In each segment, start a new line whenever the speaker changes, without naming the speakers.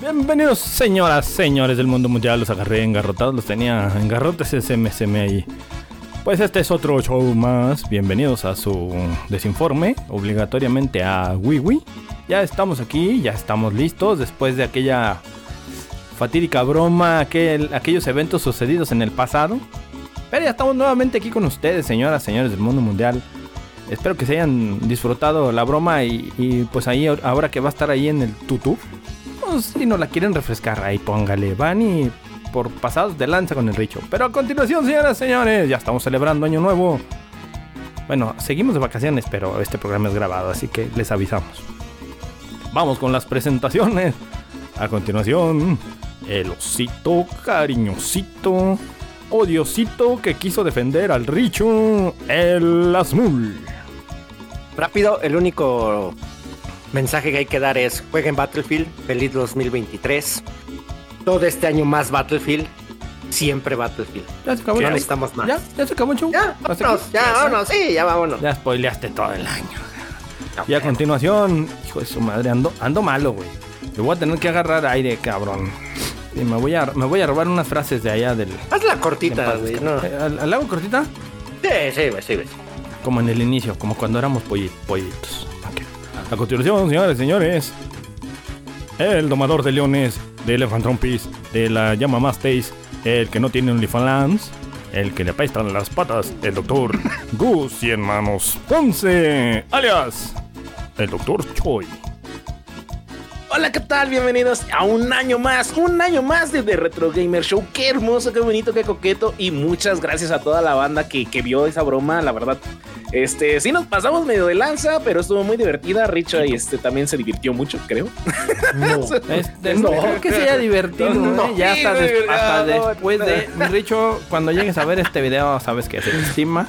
Bienvenidos, señoras, señores del mundo mundial. Los agarré engarrotados, los tenía engarrotes ese MSM ahí. Pues este es otro show más. Bienvenidos a su desinforme, obligatoriamente a WiiWi. Ya estamos aquí, ya estamos listos después de aquella fatídica broma, aquel- aquellos eventos sucedidos en el pasado. Pero ya estamos nuevamente aquí con ustedes, señoras, señores del mundo mundial. Espero que se hayan disfrutado la broma y, y, pues ahí ahora que va a estar ahí en el tutu. Pues, si no la quieren refrescar, ahí póngale. Van y por pasados de lanza con el Richo. Pero a continuación, señoras y señores, ya estamos celebrando Año Nuevo. Bueno, seguimos de vacaciones, pero este programa es grabado, así que les avisamos. Vamos con las presentaciones. A continuación, el osito, cariñosito, odiosito que quiso defender al Richo, el Asmul.
Rápido, el único mensaje que hay que dar es: jueguen Battlefield, feliz 2023. Todo este año más Battlefield, siempre Battlefield.
Ya se acabó el
No
show.
necesitamos más.
¿Ya? ¿Ya se acabó el show?
Ya,
¿Hasta aquí?
vámonos, ya, vámonos, sí, ya vámonos.
Ya spoileaste todo el año. Y a continuación, hijo de su madre, ando, ando malo, güey. Le voy a tener que agarrar aire, cabrón. Y me voy a, me voy a robar unas frases de allá del.
Haz la cortita, Ah,
del-
güey. No. Sí,
Eh, ¿Al, al hago cortita?
sí, güey, sí, güey.
Como en el inicio, como cuando éramos polli- pollitos. Ok. A continuación, señores, señores. El domador de leones, de Elephant Trompis, de la llama Mastace, el que no tiene OnlyFans, el que le apestan las patas, el doctor Gus Cien Manos Ponce, alias el doctor Choi.
Hola, ¿qué tal? Bienvenidos a un año más, un año más de The Retro Gamer Show. Qué hermoso, qué bonito, qué coqueto. Y muchas gracias a toda la banda que, que vio esa broma, la verdad. Este, sí nos pasamos medio de lanza, pero estuvo muy divertida. Richo ahí, este, también se divirtió mucho, creo.
Este, no, creo que sea divertido,
No,
¿eh?
no.
Ya hasta,
Sí,
des-
güey,
hasta
no,
después de... Richo, cuando llegues a ver este video, sabes que se te estima.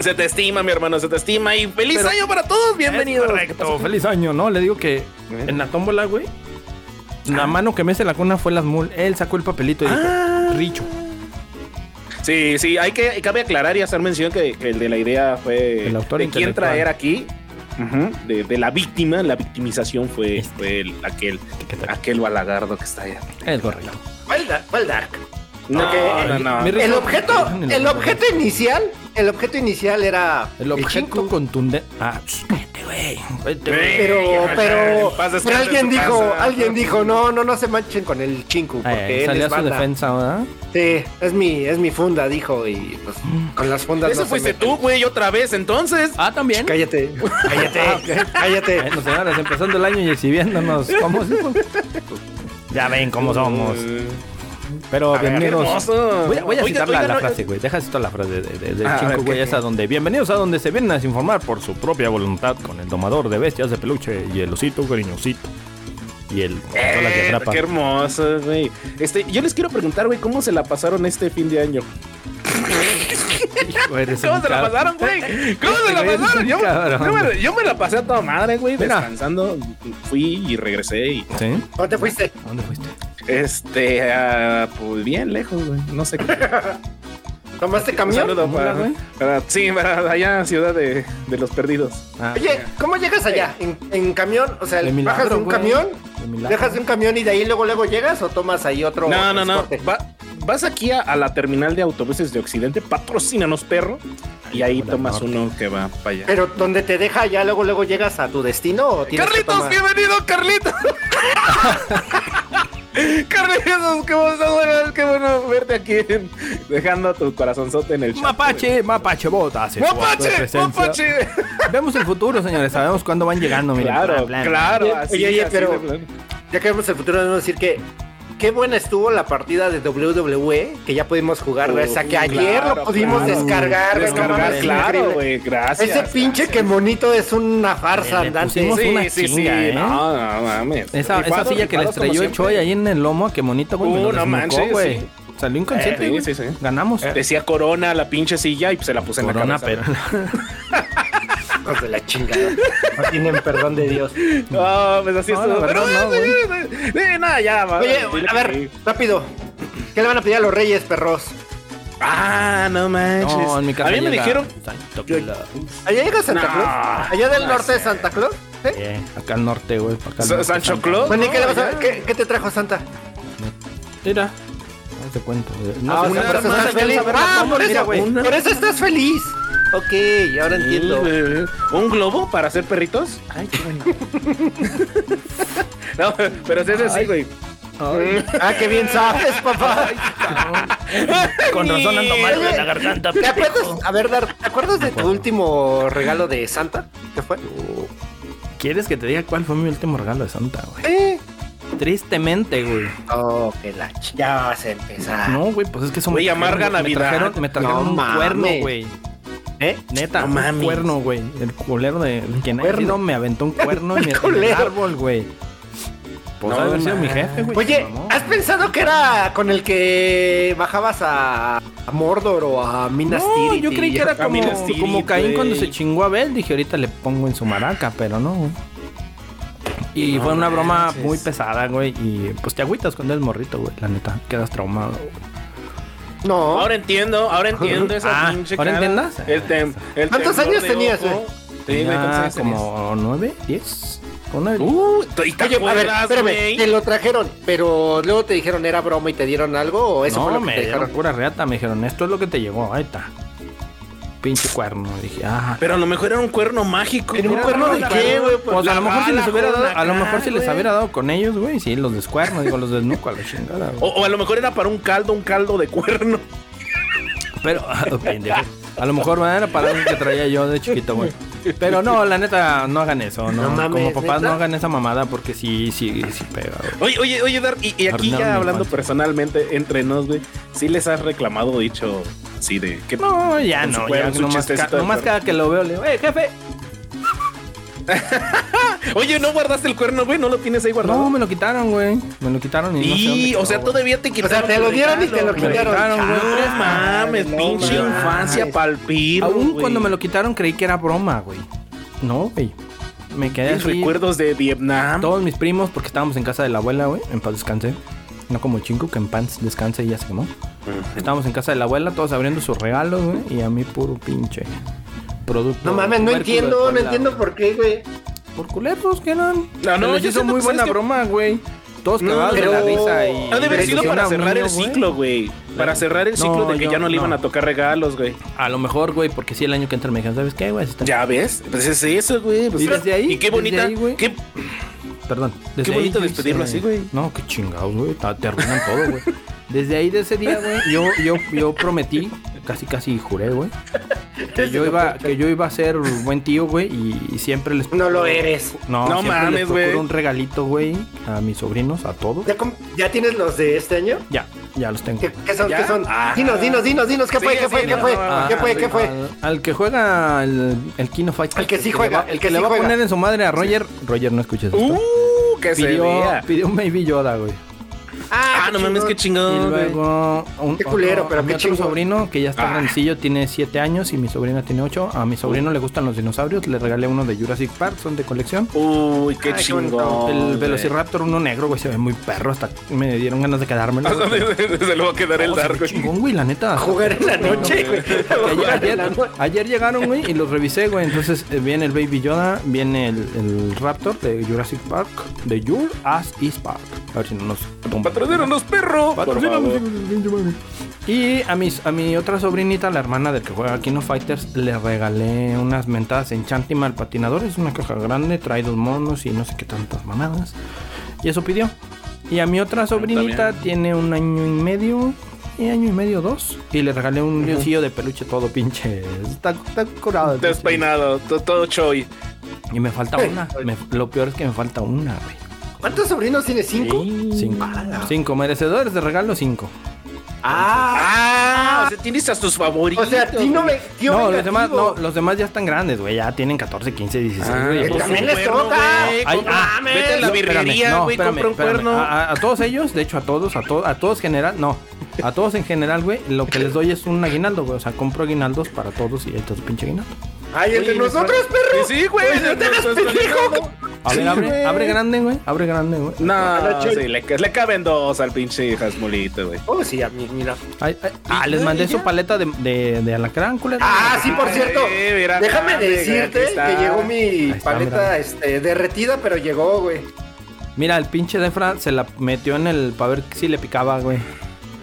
Se te estima, mi hermano, se te estima. Y feliz
Pero-
año para todos, bienvenidos.
Correcto, Oh, feliz año, ¿no? Le digo que en la tómbola, güey, la mano que me hace la cuna fue las mul. Él sacó el papelito y dijo, Richo.
Sí, sí, hay que, cabe aclarar y hacer mención que, que el de la idea fue
El autor
de quién
intelectual.
traer aquí, ujú, de, de la víctima, la victimización fue,
Este.
fue el- aquel, aquel balagardo que está allá.
Es correcto.
¿Cuál da- cuál dark?
Eh, No,
Ok,
no, no.
mi- mi-
El objeto,
Dejen
el objeto inicial, el objeto inicial era
El objeto
Shinku.
contundente. Ah, sh, cállate, güey. Vete, güey.
Pero,
Eh,
pero,
en paz descanse
pero alguien
en su
dijo,
casa.
alguien dijo, no, no, no se manchen con el chinku, porque
Eh,
él es
salió a su
banda.
defensa, ¿verdad?
Sí, es mi, es mi funda, dijo, y pues con las fundas
Ese
no se
fuiste
meten.
tú, güey, otra vez, entonces.
Ah, también.
Cállate,
Ah,
cállate, cállate.
Bueno, señores, empezando el año y exhibiéndonos. ¿Cómo Ya ven cómo somos.
Mm,
Pero
A ver,
bienvenidos.
hermoso.
Voy a, voy a
Oiga,
citar la-
oiga,
la,
no,
frase, güey. Deja citar la frase de, de- del
Ah, A ver,
chingo,
¿qué,
güey.
qué?
Es a donde. Bienvenidos a donde se vienen a desinformar por su propia voluntad con el domador de bestias de peluche y el osito cariñosito. Y el. pistola que
Eh,
atrapa.
qué hermoso, güey. Este, yo les quiero preguntar, güey, ¿cómo se la pasaron este fin de año?
Hijo, eres
¿Cómo
un
se la
cabrón.
pasaron, pues? güey? ¿Cómo se la
Eres un
pasaron? Yo,
cabrón.
yo me, yo me la pasé a toda madre, güey,
Mira.
descansando. Fui y regresé y
¿Sí?
¿Dónde fuiste?
¿A ¿Dónde fuiste?
Este, ah, pues bien lejos, güey. No sé qué.
¿Tomaste
Un
camión?
saludo para,
Hola, güey.
para- sí, para allá, ciudad de, de los perdidos.
Oye, ¿cómo llegas allá? ¿En, en camión? O sea,
Ah, De milagro,
¿bajas de un
güey.
camión?
De milagro.
¿Dejas de un camión y de ahí luego luego llegas o tomas ahí otro?
No, no, no.
transporte?
Va- vas aquí a, a la terminal de autobuses de Occidente, patrocínanos, perro, y ahí
Hola,
tomas
norte.
uno que va para allá.
Pero donde te deja ya luego luego llegas a tu destino o tienes que
Carlitos,
tomar-
bienvenido, Carlitos. Carlitos, qué bueno, qué bueno verte aquí, dejando tu corazonzote en el chat.
Mapache, mapache, bota. hace su acto de
pues. ¡Mapache!
presencia.
¡Mapache!
Vemos el futuro, señores. Sabemos cuándo van llegando. Miren,
Claro,
Plan, plan.
claro.
Oye,
así,
oye,
así
pero-
de plano.
Ya que vemos el futuro, debemos decir que qué buena estuvo la partida de WWE, que ya pudimos jugar,
Uh,
o sea, que
claro,
ayer lo pudimos
claro.
descargar. güey, no
Descargar,
mames,
claro,
increíble.
güey, gracias.
Ese pinche que monito es una farsa
Le
andante.
pusimos
Sí,
una
sí, sí.
chinga, ¿eh?
No, no mames.
Esa, esa
Rifados,
silla que le
rifados como
estrelló el
siempre.
Choi ahí en el lomo, qué bonito, güey. me
Uh,
lo
no
desnucó,
manches,
güey.
sí.
Salió inconsciente,
Eh,
güey.
sí, sí, sí.
Ganamos.
Decía corona la pinche silla y pues, se la puse en la
Corona,
cabeza.
pero.
Hijos de la chingada. No tienen perdón de Dios.
No, pues así
No,
estuvo.
la verdad,
Pero,
no,
eh, eh, eh, nada, ya, va,
Oye,
dile
a
que-
ver, rápido. ¿Qué le van a pedir a los reyes, perros?
Ah, no manches.
No, en mi casa.
a mí me
llega-
dijeron.
Santo culo.
¿Allá llega Santa
No,
Claus? ¿Allá del
no
norte de
sé.
Santa Claus? ¿Sí?
Eh, acá al norte, güey. acá al
Sa-
norte,
Sancho
Santa.
Claus.
Bueno, ¿y qué, le vas a-
No,
qué- qué te trajo Santa?
Mira. No te cuento. güey. No
Ah,
sé
o sea,
cómo-
por eso
no sé
estás
cómo
feliz.
saber las
Ah,
cosas,
por
mira,
eso,
güey.
Por eso estás feliz. Ok, ahora entiendo.
¿Un globo para hacer perritos? Ay, qué bueno. no, pero si es así, güey.
Ah, qué bien sabes, papá.
Con razón ando mal de la garganta.
¿Te acuerdas? A ver, Dar, ¿te acuerdas de tu último regalo de Santa? ¿Qué fue?
¿Quieres que te diga cuál fue mi último regalo de Santa, güey?
Eh.
Tristemente, güey.
Oh, que la ch- Ya vas a empezar.
No, güey, pues es que son
Güey, amarga
me
Navidad.
trajeron, me trajeron
No
un
mames.
cuerno, güey.
¿Eh?
Neta,
No
un
mames.
cuerno, güey. El culero de quien ha
Cuerno.
sido me aventó un cuerno en, mi- en el
culero.
árbol, güey. Pues
No
ha de haber sido mi
mames.
jefe, güey. Pues, se
Oye,
mamó.
¿has pensado que era con el que bajabas a, a Mordor o a Minas
no,
Tirith
yo creí
y-
que era
a
como,
Minas Tirith,
como Caín
güey.
cuando se chingó a Abel. Dije, ahorita le pongo en su maraca, pero no. güey. Y fue una broma
manches.
muy pesada, güey. Y pues te agüitas cuando eres morrito, güey. La neta, quedas traumado. güey.
No.
Ahora entiendo, ahora entiendo esa
Ah,
pinche
¿ahora
cara.
entiendas?
El tem- el
¿Cuántos
temblor
años
de
tenías,
ojo.
güey?
Sí, güey, ¿cuántos
Tenía
años tenías?
eh? Ah, como nueve, diez. Como nueve,
Uh, ¿y te
Oye, a ver,
acuerdas,
espérame,
güey?
te lo trajeron, pero luego te dijeron era broma y te dieron algo o eso
no,
fue lo que
me
te
dieron
dijeron.
pura reata. Me dijeron, esto es lo que te llegó. Ahí está. Pinche cuerno. Dije, ah.
Pero a lo mejor era un cuerno mágico.
¿Era un
Mira,
cuerno de
la-
qué, güey? Pues
Pues a lo mejor si
bala,
les hubiera dado,
joder,
a lo
acá,
mejor si les
güey.
hubiera dado con ellos, güey, sí, los descuerno, digo, los desnuco a la chingada. güey.
O, o a lo mejor era para un caldo, un caldo de cuerno.
Pero, pendejo. A lo mejor ¿verdad? era para algo que traía yo de chiquito, güey. Pero no, la neta, no hagan eso, no.
No mames,
Como papás,
¿neta?
no hagan esa mamada porque sí, sí, sí pega, güey.
Oye, oye, oye, Dar, y, y aquí
Arruinaron
ya
mi
hablando
infancia.
personalmente entre nos, güey, ¿sí les has reclamado dicho así de que
No, ya
Con su
no, ya
cuerno, su
nomás,
chistecito
ca-
de
nomás
cuerno.
cada que lo veo le digo, eh, jefe.
Oye, ¿no guardaste el cuerno, güey? ¿No lo tienes ahí guardado?
No, me lo quitaron, güey. Me lo quitaron y, no sé dónde
y,
quedó,
o sea,
güey.
todavía te
O
quitaron.
sea, te lo
el
dieron y te
regalo,
lo
güey.
quitaron.
quitaron, güey.
No mames,
no
pinche
mames.
infancia palpir.
Aún cuando me lo quitaron creí que era broma, güey. No, güey. Me quedé así.
recuerdos de Vietnam.
Todos mis primos, porque estábamos en casa de la abuela, güey. En paz descanse. No como chingo, que en paz descanse y ya se quemó. Estábamos en casa de la abuela, todos abriendo sus regalos, güey. Y a mí puro pinche producto.
No mames, no
tubérculo de
entiendo, no
cola,
entiendo
güey.
por qué, güey.
Por culeros que eran.
No, no,
Se les
yo
hizo
siento
muy
que
buena
es que-
broma, güey. Todos
No,
cagados de la
pero-
risa y...
Ha de haber sido
Ilusión a
para
un
cerrar el
niño, güey.
ciclo, güey. Para cerrar el ciclo
No,
de que
yo-
ya no le
no.
iban a tocar regalos, güey.
A lo mejor, güey, porque si el año que entra me dijeron, ¿sabes qué, güey? Está-
Ya ves, pues es eso, güey. Pues
¿Y
mira,
desde ahí?
Y
¿Desde
qué bonita.
ahí, güey?
qué-
Perdón.
Qué bonito
yo
despedirlo así, güey.
No, qué chingados, güey. ta- Te arruinan todo, güey. Desde ahí de ese día, güey, yo, yo, yo prometí, casi casi juré, güey, que yo iba, que yo iba a ser buen tío, güey, y, y siempre les
No lo eres.
No,
No
siempre
mames,
les procuro
güey.
un regalito, güey, a mis sobrinos, a todos.
¿Ya, com- ya tienes los de este año?
Ya, ya los tengo.
¿Qué, qué son?
¿Ya?
¿Qué son?
Ah.
Dinos, dinos, dinos, dinos. ¿Qué
Sí,
fue? ¿Qué
sí,
fue? ¿Qué
no,
fue?
no, no,
¿Qué
no,
fue? ¿Qué
no,
fue?
Ah, Al, al que juega el, el Kino Fight.
Al que sí juega, el que
le
sí
va a
juega.
poner en su madre a Roger. Roger, no escuches esto.
Uh, que se
pidió,
vea.
pidió un Baby Yoda, güey.
Ah, no mames, qué chingón.
Y
güey.
luego un,
Qué culero, pero
a mi
qué
otro
chingón.
sobrino que ya está
Ah.
grandecillo, tiene 7 años y mi sobrina tiene 8. A mi sobrino le gustan los dinosaurios, le regalé uno de Jurassic Park, son de colección.
Uy, qué
Ay, qué bonito.
chingón.
el
güey.
Velociraptor, uno negro, güey, se ve muy perro, hasta me dieron ganas de
Ah,
quedármelo. güey.
Se lo va a quedar el
Oh, se ve
Dark, güey.
chingón, güey, la neta.
A jugar en la noche, güey. A
Ayer,
jugar en
ayer-
la noche.
ayer llegaron, güey, y los revisé, güey. Entonces eh, viene el Baby Yoda, viene el, el Raptor de Jurassic Park, de Your As Is Park. A ver si no nos tumban.
Patrocínanos, perro.
Patrocínanos,
Por favor.
Y a, mis, a mi otra sobrinita, la hermana del que juega Kino Fighters, le regalé unas mentadas en Chantimal Patinador. Es una caja grande, trae dos monos y no sé qué tantas mamadas. Y eso pidió. Y a mi otra sobrinita tiene un año y medio. Y año y medio, dos. Y le regalé un leoncillo de peluche todo pinche. Está, está curado. el pinche.
Despeinado, to- todo choy.
Y me falta una. Me- lo peor es que me falta una, güey.
¿Cuántos sobrinos tiene? ¿Cinco?
Cinco.
Ala.
Cinco merecedores de regalo, cinco.
Ah,
Ah, o sea, tienes a tus
o
favoritos.
sea, tío, me, tío
No, los
vengativo.
demás, no, los demás ya están grandes, güey. Ya tienen 14, 15, 16. güey.
pues,
Entonces,
también les toca.
Ay, ah,
vete a la
no, espérame,
birrería,
no,
güey,
espérame,
compra un
espérame.
cuerno.
Ah,
A, a- a todos ellos, de hecho a todos, a, to- a todos general, no. A todos en general, güey, lo que les doy es un aguinaldo, güey. O sea, compro aguinaldos para todos y ahí está tu pinche aguinaldo.
Ay, el de
Oye,
nosotros, perro.
Sí, sí, güey.
no te hagas pendejo.
A ver,
Sí, güey.
abre, abre grande, güey. Abre grande, güey.
No,
la chon-
sí, le, ca- le caben dos al pinche Jasmulito, güey.
Oh, sí, a mí, mira.
Ay, ay, ah, les mandé su paleta de, de, de alacrán, culero.
Ah, sí, por
Ay,
cierto.
mira,
déjame
mira, aquí
decirte
está.
que llegó mi
está, mira.
paleta este, derretida, pero llegó, güey.
Mira, el pinche Defra se la metió en el para ver si le picaba, güey.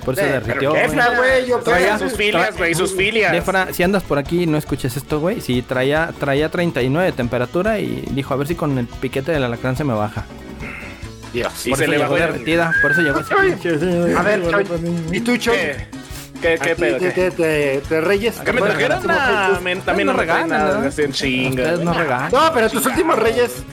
Por eso se
Eh, pero
derritió, güey.
Defra, güey, yo
Traía
traía-
sus filias, güey, sus filias.
Defra, si andas por aquí y no escuches esto, güey, sí, traía, traía 39 de temperatura y dijo, a ver si con el piquete del alacrán se me baja.
Dios, y
Por
se
eso
le
llegó
bajó el-
derretida, por eso llegó así.
A ver,
pues,
Choy, ¿y tú, Choy?
¿Qué? ¿Qué,
A
qué
ti
pedo?
Te,
¿Qué,
te, te- te reyes.
¿Qué me
Bueno,
trajeron?
como
Nah,
tú-
men, también no
no
me traen
regalan,
nada.
¿no?
hacen chinga.
Ustedes no
Ah,
regalan.
No, pero tus últimos reyes.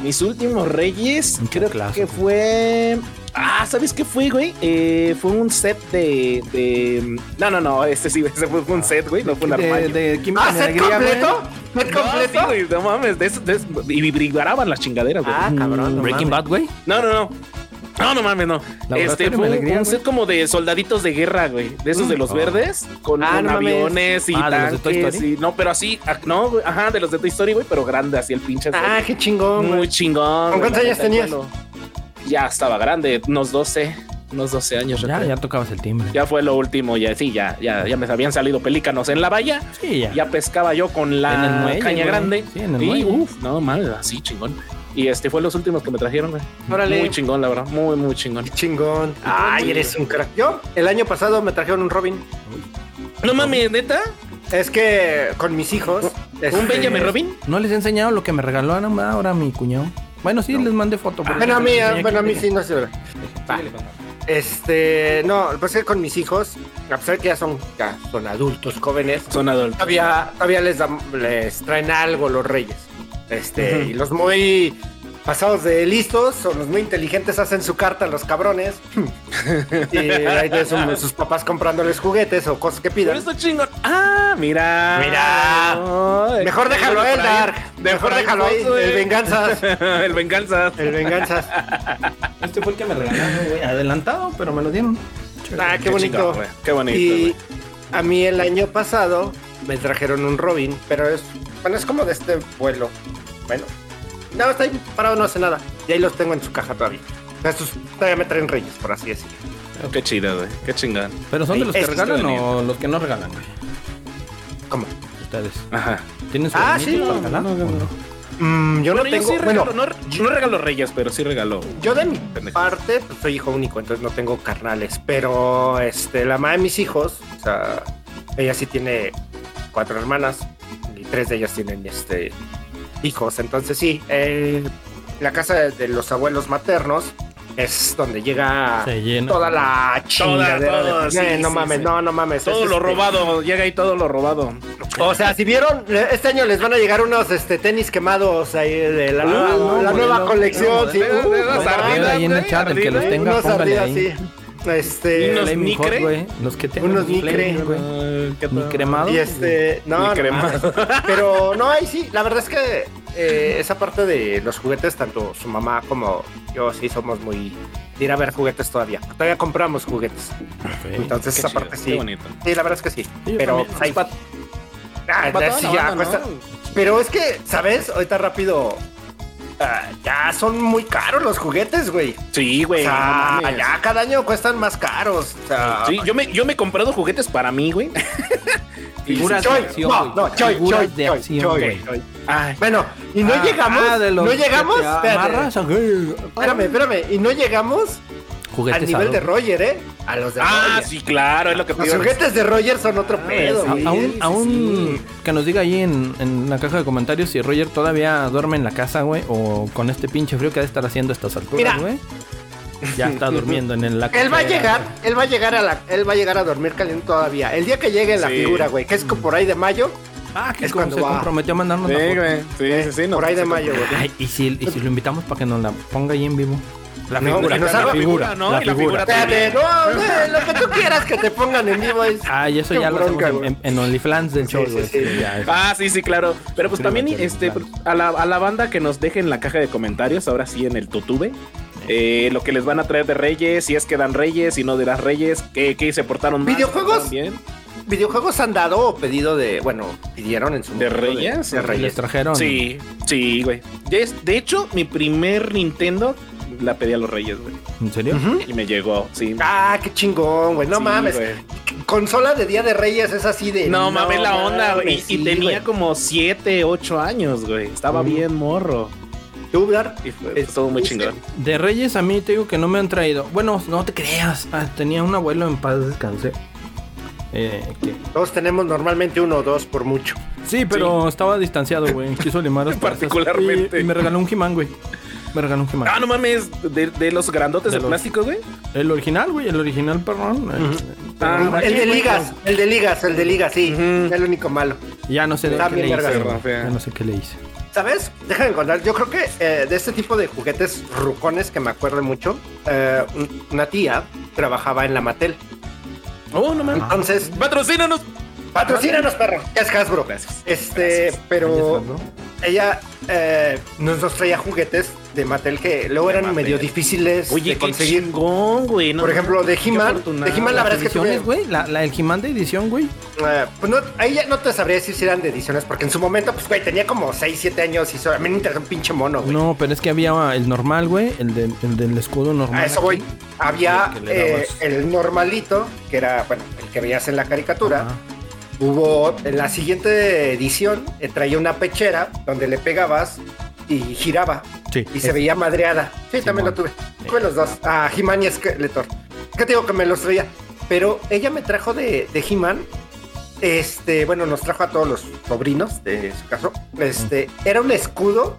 Mis últimos reyes,
Mucha
creo
clase,
que
güey.
fue. Ah, ¿sabes qué fue, güey? Eh, fue un set de, de. No, no, no, este sí, ese fue fue un set, güey, no fue un
De,
armario.
de Kim
¿Ah,
en
set
Alegría, güey.
completo? ¿Set
No,
completo?
sí, güey, no mames, de esos- de esos- y vibraban las chingaderas, güey. Mm.
Ah, cabrón. no
Breaking
mames.
Bad, güey.
No, no, no. No, no mames, no.
Laboratorio
Este
de
fue
Alegría,
un
güey.
set como de soldaditos de guerra, güey. De esos de los
Ah.
verdes, con,
Ah,
con
no mames.
aviones y
Ah, ¿de los de Toy
tanques.
Story?
Y, no, pero así, ah, no, güey, ajá, de los de Toy Story, güey, pero grande, así el pinche. set.
Ah, qué chingón,
Muy
güey.
chingón.
¿Con
güey,
cuántos
la
años
neta,
tenías?
bueno, Ya estaba grande, unos 12, unos 12 años. yo
Ya,
creo.
ya tocabas el timbre.
Ya fue lo último, ya sí, ya, ya, ya me habían salido pelícanos en la valla.
Sí, ya.
Ya pescaba yo con la
En el muelle,
caña
güey.
grande.
Sí, en el
y
muelle.
uff, no mames, así chingón. Y este fue los últimos que me trajeron, güey.
Órale.
Muy chingón, la verdad. Muy, muy chingón.
Qué chingón. Ay, eres un crack. Yo, el año pasado me trajeron un Robin.
No mames, neta.
Es que con mis hijos. este,
Un Benjamin Robin.
No les he enseñado lo que me regaló Ana Ma- ahora mi cuñado. Bueno, sí, les mandé foto. pero
Bueno, a
les
mí,
enseñé
bueno, a
aquí.
mí sí, no sé. Va. Este, no, pues es que con mis hijos, a pesar de que ya son, ya son adultos, jóvenes,
Son adultos.
todavía, todavía les, dan- les traen algo los reyes. Este, y los muy pasados de listos o los muy inteligentes hacen su carta a los cabrones. y ahí tienen su- sus papás comprándoles juguetes o cosas que
Pero
pidan.
esto chingón. Ah, mira.
Mira.
No,
Mejor
de-
déjalo a él,
por ahí-
Dark.
de por
Mejor déjalo ahí.
Fox, güey.
El venganzas.
el venganza.
El venganzas.
Este fue el que me regalaron, güey. Adelantado, pero me lo dieron.
Ah, qué,
Qué
bonito.
chingón, güey. Qué bonito,
Y
güey.
a mí el año pasado me trajeron un Robin, pero es, bueno, es como de este vuelo. Bueno, no, está ahí parado, no hace nada. Y ahí los tengo en su caja todavía. O sea, estos todavía me traen reyes, por así decirlo.
Qué chido, güey. Qué chingón.
Pero son de los que
Este
regalan
estoy
o los que no regalan, güey.
¿Cómo?
Ustedes.
Ajá.
¿Tienen su
Ah, sí,
para
no,
regalar?
no, no,
o
no.
Mm, yo no
Bueno, yo
tengo.
sí
bueno,
regalo, no, yo no regalo reyes, pero sí regalo.
yo de mi
Pendejo.
parte pues, soy hijo único, entonces no tengo carnales. Pero este, la madre de mis hijos, o sea, ella sí tiene cuatro hermanas y tres de ellas tienen este hijos. Entonces sí, eh, la casa de- de los abuelos maternos es donde llega
Se llena.
toda la chingadera. de-
todo, sí,
Eh, no
sí,
mames,
sí.
no, no mames.
Todo
es,
lo
este,
robado, llega ahí todo lo robado.
O sea, si vieron, le- este año les van a llegar unos este, tenis quemados ahí de la,
Ah,
nueva-
no,
la
modelo,
nueva colección.
no,
sí.
modelo, de
no
esas
mames.
ardidas,
ahí en el
güey,
chat, el que los
ardidas.
tenga,
Unos
póngale
ardidas,
ahí.
sí. Este,
Unos
Flaming Hot,
Nicre.
güey. Los que tengan
Unos
Flaming,
Nicre.
güey.
Ay, qué
Ni
tal.
cremado.
y este, no,
Ni
no
crema.
mames. pero no, ahí sí, la verdad es que eh, esa parte de los juguetes, tanto su mamá como yo sí somos muy de ir a ver juguetes todavía. Todavía compramos juguetes. Entonces,
Qué
esa
chido,
parte
Qué
sí.
bonito.
Sí, la verdad es que sí.
Y yo
Pero pues,
también.
hay
Pa-
Ah,
pa' toda
sí,
la
ya,
banda,
cuesta-
¿no?
Pero es que, ¿sabes? Ahorita rápido. ah, ya son muy caros los juguetes, güey.
Sí,
O
güey.
sea,
no mames.
Ah, ya cada año cuestan más caros. O sea,
Sí, yo me, yo me he comprado juguetes para mí, güey.
Figuras
Choy,
de acción.
no, no,
güey.
Choy,
Figuras
Choy,
de
Choy,
acción,
Choy,
güey.
Choy.
Ay,
Bueno, y no
Ah,
llegamos.
ah, de los
no
que
llegamos.
te
espérate,
amarras a-
espérame, espérame. Y no llegamos al
Juguetes
nivel de
adultos.
Roger, ¿eh? A los de
ah,
Roger.
sí, claro, es lo que te
Los
digo.
juguetes de Roger son otro pedo,
A-
güey.
Aún,
Sí,
aún
sí.
que nos diga ahí en, en la caja de comentarios si Roger todavía duerme en la casa, güey, o con este pinche frío que ha de estar haciendo a estas
Mira.
alturas, güey. Ya está durmiendo en el- la
Él va a
cochera,
llegar, él va a llegar a la, él va a llegar a dormir caliente todavía. El día que llegue la
Sí.
figura, güey, que es como por ahí de mayo,
güey. Ah, que
Es
como
cuando
se
va.
comprometió a mandarnos la
Sí,
foto.
güey. Sí, sí, sí. no,
por ahí de
sí,
mayo, güey.
Ay, y si, y si lo invitamos para que nos la ponga ahí en vivo.
La
No,
figura,
que nos
la,
haga
figura,
¿no?
la
Y la
figura.
figura
Espérate, no, güey, lo que tú quieras que te pongan en vivo es.
Ah.
Ay, Ah, eso
Qué
ya lo
bronca,
hacemos
güey.
en, en- en OnlyFans del
Sí,
show,
sí,
güey.
sí.
Sí, ya,
Ah, sí, sí, claro. Pero pues también
Suscríbete,
este,
claro.
a, la, a la banda que nos deje en la caja de comentarios, ahora sí en el Tutube, eh, lo que les van a traer de Reyes, si es que dan Reyes, si no de las Reyes, que, que se portaron mal,
¿Videojuegos?
se portaron bien.
¿Videojuegos han dado o pedido de. Bueno, pidieron en su
¿De
momento
Reyes?
De, de
Les
Reyes.
trajeron.
Sí, sí, güey. De, de hecho, mi primer Nintendo la pedí a los Reyes, güey.
¿En serio?
Ujú.
Y me llegó, sí.
Ah, qué chingón, güey. No
Sí,
mames.
güey.
Consola de Día de Reyes es así de.
No, mames la onda, Ah, güey. Y-
mames,
Y,
sí,
tenía
güey.
como 7, 8 años, güey. Estaba
Ujú.
bien morro.
¿Tú, Dar?
Y fue fue todo muy chingón.
De Reyes a mí te digo que no me han traído. Bueno, no te creas. Ah, tenía un abuelo en paz descanse. Eh, que-
Todos tenemos normalmente uno o dos por mucho.
Sí, pero estaba distanciado, güey. Quiso limar las pasas.
Particularmente.
Y, y me regaló un He-Man, güey. Me regaló un He-Man.
Ah, no mames, de, de los grandotes
De
de,
los-
plástico, güey.
El original, güey. El original, perdón. eh,
Ah,
el de ligas, el de ligas, el de ligas, sí.
Ujú.
Es el único malo.
Ya no sé de
Está
qué
bien
le hice.
verga,
güey.
fea.
Ya no sé qué le hice.
¿Sabes? Déjame encontrar. Yo creo que eh, de este tipo de juguetes rucones que me acuerdo mucho, eh, un- una tía trabajaba en la Mattel.
Oh, no mames.
Entonces,
Patrocínanos.
patrocínanos, perro. Es Hasbro.
Gracias.
Este,
Ahí
pero
está, ¿no?
ella eh, nos, nos traía juguetes de Mattel que luego
De
eran
Mattel.
medio difíciles
Oye,
de
qué
conseguir.
chingón, güey. no
Por ejemplo, de
Qué
He-Man.
afortunado.
De He-Man, la verdad es que tuve,
Ediciones, güey. La, la, el He-Man de edición, güey.
Eh, pues no, ahí ya no te sabría decir si eran de ediciones, porque en su momento, pues, güey, tenía como 6, 7 años y so- a mí me interesó un pinche mono, güey.
No, pero es que había el normal, güey. El, de- el del escudo normal.
Ah,
a eso voy. Había
que le
eh,
dabas.
el normalito, que era, bueno, el que veías en la caricatura.
Ajá.
Hubo, en la siguiente edición, eh, traía una pechera donde le pegabas y giraba
Sí.
y se veía madreada. Sí, también lo tuve.
Simón.
Tuve los dos. A He-Man y Skeletor. ¿Qué te digo que me los traía? Pero ella me trajo de, de He-Man. Este, bueno, nos trajo a todos los sobrinos de su caso. Este, era un escudo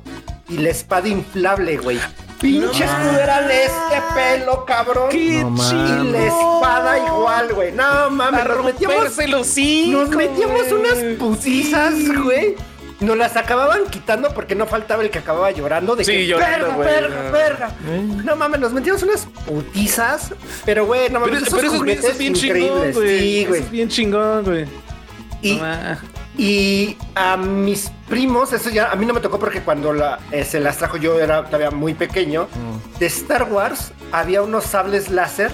y la espada inflable, güey. Pinche escudo era de este pelo, cabrón.
¡Qué
No
Y
mames.
la espada igual, güey. No mames, nos metíamos
Rompérselo, sí.
nos metíamos unas putizas, güey. Nos las acababan quitando porque no faltaba el que acababa llorando de
Sí,
que verga,
llorando, güey,
verga,
no.
verga.
Eh.
No mames, nos metíamos unas putizas, pero güey, no
Pero,
mames,
pero
esos
eso es bien, eso
juguetes
es bien chingón,
increíbles.
güey.
sí,
Eso
güey.
es bien chingón, güey.
Y,
No ma-
y a mis primos, eso ya a mí no me tocó porque cuando la- eh, se las trajo yo era todavía muy pequeño. De Star Wars había unos sables láser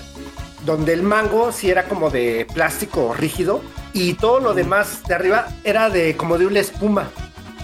donde el mango sí era como de plástico rígido y todo
Mm.
lo demás de arriba era de como de una espuma.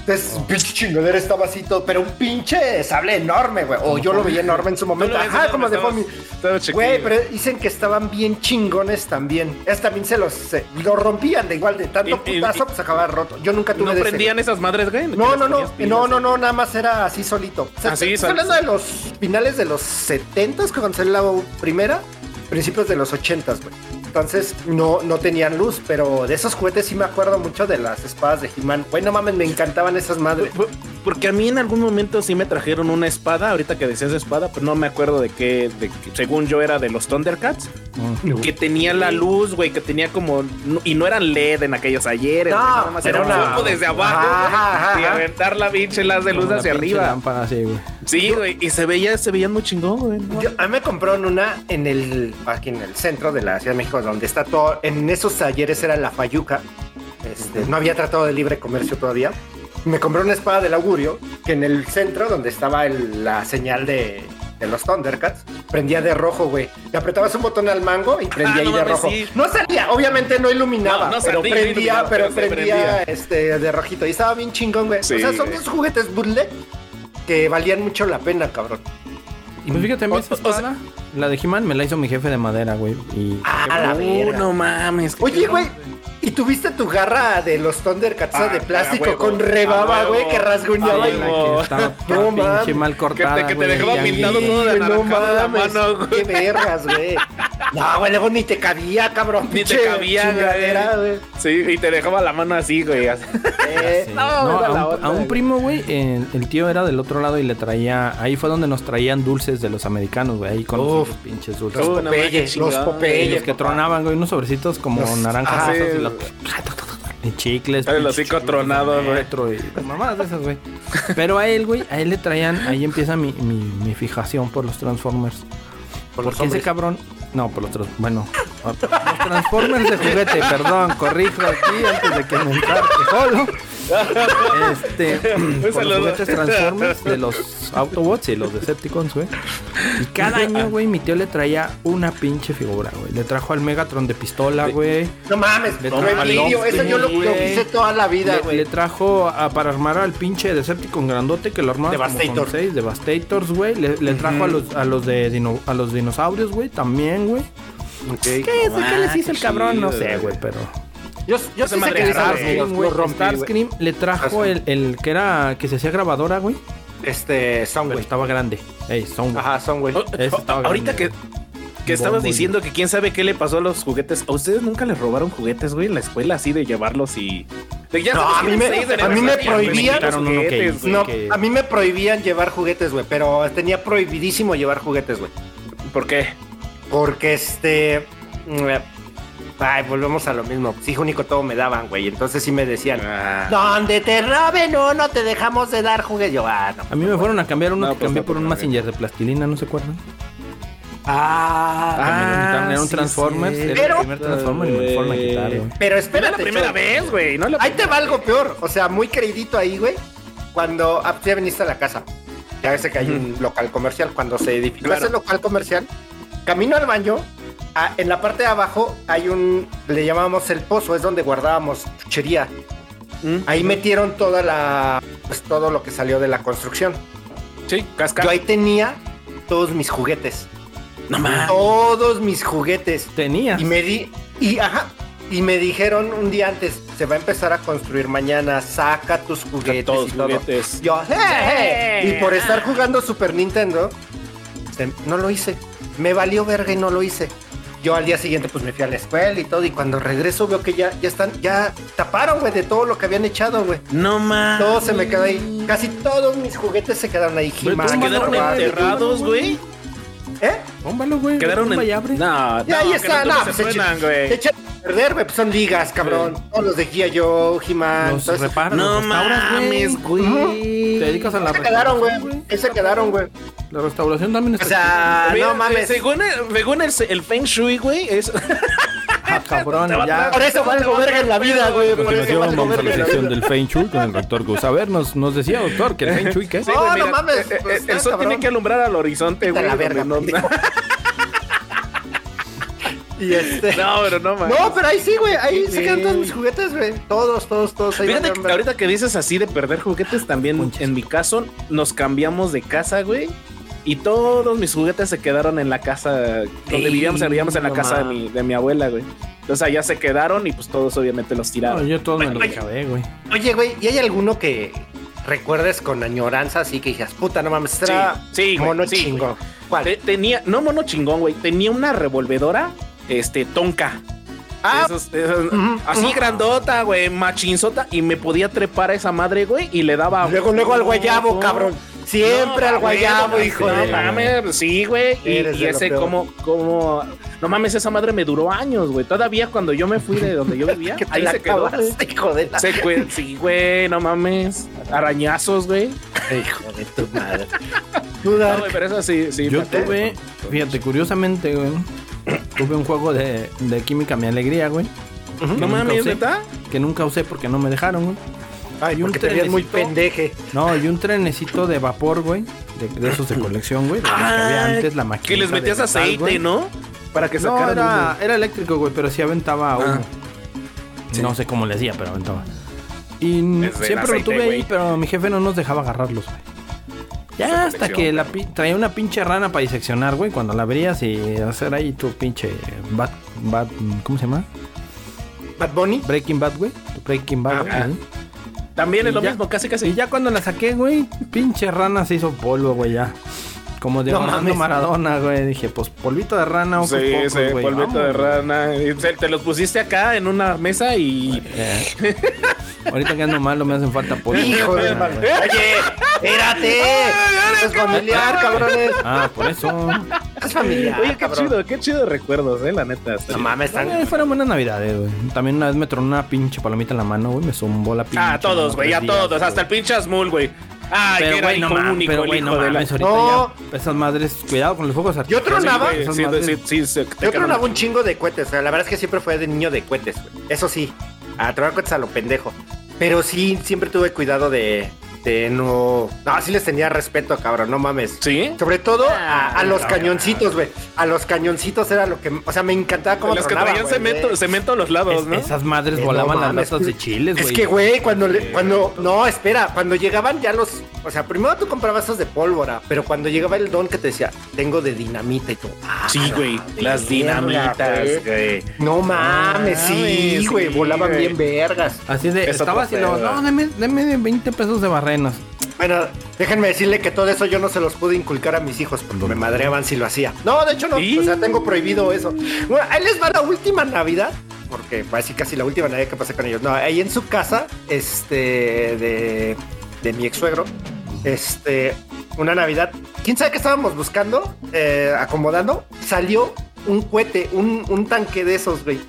Entonces,
Oh.
pinche chingadera estaba así todo, pero un pinche sable enorme, güey. O yo lo veía enorme en su momento.
Tú lo ves
Ajá, como de
enorme,
foamy.
Todo chiquillo.
Güey, pero dicen que estaban bien chingones también. Es también se los se- lo rompían de igual de tanto
Y- y-
putazo,
y-
pues acababa roto. Yo nunca tuve
¿No
de ese,
prendían esas madres, güey?
Pues
no,
¿Que
no,
les
no,
ponías pilas?
no, no, no, nada más era así solito. O sea,
Así,
estoy
sol-
hablando de los finales de los 70s que cuando salió la primera, principios de los 80s, güey. Entonces no, no tenían luz, pero de esos juguetes sí me acuerdo mucho de las espadas de He-Man. Güey, no mames, me encantaban esas madres.
Por- Porque a mí en algún momento sí me trajeron una espada, ahorita que decías espada, pero no me acuerdo de qué, de qué- según yo era de los Thundercats, que tenía la luz, güey, que tenía como, no- y no eran LED en aquellos ayeres,
No,
güey, nada más era
era
un
una-
foco desde abajo,
Ajá,
güey,
ajá,
y
ajá.
aventar la pinche las de luz
Una
hacia
pinche
arriba.
Lámpara, sí, güey.
Sí, güey, y se veía, se veían muy chingón, güey. ¿no?
Yo- a mí me compraron una en el, aquí en el centro de la Ciudad de México, donde está todo, en esos talleres era la Fayuca. Este, no había tratado de libre comercio todavía. Me compré una espada del augurio, que en el centro, donde estaba el- la señal de, de los Thundercats, prendía de rojo, güey. Le apretabas un botón al mango y prendía
Ah,
ahí
no
de
mames,
rojo.
sí.
No salía, obviamente no iluminaba,
No, no
pero
salía,
prendía,
no iluminaba,
pero,
pero se
prendía,
prendía.
este de rojito. Y estaba bien chingón, güey.
Sí,
o sea, son
güey.
esos juguetes bootleg que valían mucho la pena, cabrón.
Y pues fíjate, a mí
O-
esa
o sea-
espada, la de He-Man, me la hizo mi jefe de madera, güey. Y
Ah,
A la verga.
no mames. qué
Oye,
pedo.
güey, ¿y tuviste tu garra de los Thundercats
Ah,
de
a
plástico
huevo,
con
a
rebaba,
huevo.
güey, que rasguñaba
A
y
la
huevo.
que estaba
No
toda pinche
mames.
mal cortada,
que te
güey,
dejaba
y
pintado
ahí-
todo de anaranjado la mano, güey.
Qué vergas, güey. No, güey, luego ni te cabía, cabrón.
Ni te
pinche
cabía, güey.
chingadera, güey.
Sí, y te dejaba la mano así, güey. así.
Eh,
Sí.
no,
No,
era
a
la
un,
onda,
a un
güey.
primo, güey, el, el tío era del otro lado y le traía. Ahí fue donde nos traían dulces de los americanos, güey. Ahí con los
Uf.
esos pinches dulces.
Los
Uy, no manches,
popeyes, los
chingada.
Y los
popeyes.
que tronaban, güey, unos sobrecitos como
Los-
naranjas.
ah,
rosas
sí.
y los- y chicles.
Trae el
pinches
hocico
chicles
tronado,
de
güey.
metro y mamadas de esas, güey. Pero a él, güey, a él le traían. Ahí empieza mi, mi, mi fijación por los Transformers.
Por los
Porque ese
hombres.
cabrón. No, por los. Trans- Bueno, los Transformers de juguete, perdón, corrijo aquí antes de que me encarte solo. Este, por los
saludo.
juguetes Transformers de los Autobots y los Decepticons, güey. Y cada año, güey, mi tío le traía una pinche figura, güey. Le trajo al Megatron de pistola, güey.
No mames,
Le
no,
trajo
Emilio,
Palomsky,
eso yo lo, lo
güey.
hice toda la vida,
Le, le
güey.
trajo a- para armar al pinche Decepticon grandote que lo armaba como con
Devastator.
seis Devastators, güey. Le, le trajo a los a los de dino- a los dinosaurios, güey, también, güey. ¿Qué, es?
Ah,
¿Qué les hizo el cabrón? No sé, güey, pero.
Yo, yo
se
sí sé que los-
madrearon, güey.
los-
Starscream,
los
güey,
rompí, güey.
Starscream le trajo el, el que era que se hacía grabadora, güey.
Este,
Pero
Soundwave.
estaba grande. Ey, son, güey.
Ajá, Soundwave.
O-
Ese
o-
estaba
Ahorita que,
grande,
que estabas
Bombo,
diciendo que quién sabe qué le pasó a los juguetes. ¿A ustedes nunca les robaron juguetes, güey, en la escuela así de llevarlos y. de- ya
No,
sabes
a
que
mí
eran
me-
seis de
a mí me
aniversario, güey,
prohibían-
quitaron uno que-
Juguetes, güey.
No,
que-
a mí me prohibían llevar juguetes, güey, pero tenía prohibidísimo llevar juguetes, güey.
¿Por qué?
Porque este. mm, Ay, volvemos a lo mismo. Pues, hijo único todo me daban, güey. Entonces sí me decían.
Ah.
Donde te roben no, no te dejamos de dar juguetes. Yo, ah, no.
A mí me fueron a cambiar uno
No,
que
pues,
cambié
no,
por un
pues,
messenger de plastilina, ¿no se acuerdan?
Ah,
También lo quitaron, era un
sí,
Transformers,
sí.
era el
Pero-
primer Transformers y me lo fueron a quitar, güey.
Pero
Era
espérate.
la primera
Choy.
vez, güey. No la
Ahí te va algo peor. O sea, muy creidito ahí, güey. Cuando ah, ya viniste a la casa. Ya ves que hay un local comercial. Cuando se edificó
Claro.
ese local comercial, camino al baño. ah, en la parte de abajo hay un. Le llamábamos el pozo, es donde guardábamos chuchería.
Mm,
Ahí metieron toda la. Pues todo lo que salió de la construcción.
Sí, casca.
Yo ahí tenía todos mis juguetes.
No mames.
Todos mis juguetes.
Tenía.
Y me di. Y ajá. Y me dijeron un día antes, se va a empezar a construir mañana, saca tus juguetes
Todos
y todo.
juguetes.
Yo, "Eh, eh". Y por estar jugando Super Nintendo, se- no lo hice. Me valió verga y no lo hice. Yo al día siguiente pues me fui a la escuela y todo, y cuando regreso veo que ya, ya están, ya taparon, güey, de todo lo que habían echado, güey.
No mames.
Todo se me quedó ahí. Casi todos mis juguetes se quedaron ahí. He-Man,
Se pues, quedaron
Robot,
enterrados, güey.
¿Eh?
Pómbalo, güey.
Quedaron
Bomba
en.
y abre.
No,
Ya, ahí
que
está.
no,
No,
se
pues, eche-
suenan,
te
güey.
echan a perder, güey. Pues son ligas, cabrón. Todos los de Gia Joe, He-Man.
Los
todos esos-
reparas,
No
los restauras, güey.
mames, güey.
Te dedicas a la
Ahí se quedaron,
restauración,
güey. Ahí se quedaron, güey.
La restauración también
O
está
sea,
Mira, eh,
no mames.
Según el, según el, el Feng Shui, güey, es.
Ah, cabrón,
Te va a
ya.
Por eso valgo verga en la vida, güey.
A
Por eso
continuación
valgo
vamos a
verga
la
en la
sección
vida.
del Feng Shui con el doctor Gus. A ver, nos, nos decía doctor que el Feng Shui, ¿qué?
No,
güey,
no mames,
eh, eh,
pues,
el
estás
sol tiene
cabrón.
que alumbrar al horizonte,
Vete a
güey.
la verga,
donde no,
pendejo. Y este.
no, pero no mames.
No, pero ahí sí, güey. Ahí
Sí,
se quedan todos
güey.
mis juguetes, güey. Todos, todos, todos. Ahí
Fíjate
valieron
que
verga.
ahorita que dices así de perder juguetes, también en mi caso nos cambiamos de casa, güey. Y todos mis juguetes se quedaron en la casa donde
Ey,
vivíamos, vivíamos en la
no
casa de
mames.
mi, de mi abuela, güey. Entonces allá se quedaron y pues todos obviamente los
No,
tiraron.
yo todo me lo
Oye,
acabé, güey.
Oye, güey, ¿y hay alguno que recuerdes con añoranza así que dijeras, puta, no mames,
Sí,
será
sí, güey,
mono
sí,
chingo?
güey.
¿Cuál?
Te- tenía, no mono chingón, güey. Tenía una revolvedora, este, tonka.
Ah,
Esos- esos-
ujú,
así
ujú.
grandota, güey, machinzota. Y me podía trepar a esa madre, güey, y le daba.
Luego, luego al guayabo,
No,
cabrón. Siempre
No,
al guayabo,
güey,
hijo
no
de la-
mames, sí, güey. Y,
Eres
y
de lo
ese
peor.
como, como, no mames, esa madre me duró años, güey. Todavía cuando yo me fui de donde yo vivía,
que te
ahí
la
se quedó. güey.
acabaste, hijo de la-
Se cue- sí, güey, no mames. Arañazos, güey.
Hijo de tu madre. Tú, Dark,
No, güey, pero eso sí, sí.
Yo
fíjate.
tuve, fíjate, curiosamente, güey. Tuve un juego de, de química, mi alegría, güey.
No mames, ¿neta?
Que nunca usé porque no me dejaron, güey.
Ay,
y un
porque te veías muy
trenecito.
pendeje.
No, y un trenecito de vapor, güey. de, de esos de colección, güey. de los que había
Ah,
antes, la
que
maquinita
les
de
metías
metal,
aceite,
güey.
¿no? Para que
No,
sacaran Ah.
era,
humo.
era eléctrico, güey, pero sí aventaba humo.
Sí. No sé cómo le hacía, pero aventaba.
Y n-
Desde el
siempre
aceite,
lo tuve
güey.
ahí, pero mi jefe no nos dejaba agarrarlos, güey. Ya hasta que la pi- traía una pinche rana para diseccionar, güey, cuando la abrías y hacer ahí tu pinche bat, bat, ¿cómo se llama?
Bad Bunny.
Breaking Bad, güey. Tu Breaking
Ah,
Bad, güey.
Ajá.
ahí.
También es
y
lo
ya.
mismo, casi
Y
casi.
ya cuando la saqué, güey, pinche rana se hizo polvo, güey, ya. Como de
No
Orlando
mames.
Maradona, güey. Dije, pues polvito de rana, ojos
Sí,
pocos,
sí,
güey,
polvito de
vámonos.
rana. Y se- Te los pusiste acá en una mesa y.
Eh, ahorita que ando malo me hacen falta polvo.
Hijo de mal.
güey.
Oye, espérate. Es familiar, cabrones.
Ah, por eso.
Es familiar.
Oye, qué
Ah, cabrón.
chido, qué chido recuerdos, eh, la neta.
No mames,
Eh,
están.
fueron buenas navidades, güey. También una vez me tronó una pinche palomita en la mano, güey. Me zumbó la pinche.
Ah, a todos, güey, a todos, hasta el pinche Asmul, güey. Ah, que
Pero,
era
güey, no
hijo
mames,
único,
pero,
el
güey,
hijo
no
de la-
mames, ahorita
No.
ya Esas madres, cuidado con los fuegos
Yo tronaba,
güey, esas
Sí,
madres.
sí, sí, sí, te
Yo tronaba
cabrón.
un chingo de cohetes. o sea, La verdad es que siempre fue de niño de cohetes. güey. Eso sí, a tronar cohetes a lo pendejo. Pero sí, siempre tuve cuidado de, de no. No, sí les tenía respeto, cabrón. No mames.
¿Sí?
Sobre todo a, a los cañoncitos, güey. A los cañoncitos era lo que. O sea, me encantaba cómo
Los que
tronaba,
traían
güey,
cemento,
de-
cemento a los lados,
Es-
¿no?
Esas madres
Eh, no
volaban las
mames,
latas de
es-
chiles, güey.
Es que, güey, cuando le, cuando, no, espera, cuando llegaban ya los, o sea, primero tú comprabas esos de pólvora, pero cuando llegaba el don que te decía, tengo de dinamita y tú, ah,
Sí, güey,
no,
las
verga,
dinamitas,
güey.
güey.
No mames,
mames,
sí, güey,
sí,
volaban
güey.
bien vergas.
Así de,
Es
estaba
otro
así, luego,
pedo.
no, deme, deme 20 pesos de barrenas.
Bueno, déjenme decirle que todo eso yo no se los pude inculcar a mis hijos porque me madreaban si lo hacía. No, de hecho no,
¿Sí?
o sea, tengo prohibido eso. Bueno, ahí les va la última Navidad, porque fue así casi la última Navidad que pasé con ellos. No, ahí en su casa, este, de, de mi ex suegro, este, una Navidad, quién sabe qué estábamos buscando, Eh, acomodando, salió un cohete, un, un tanque de esos, güey.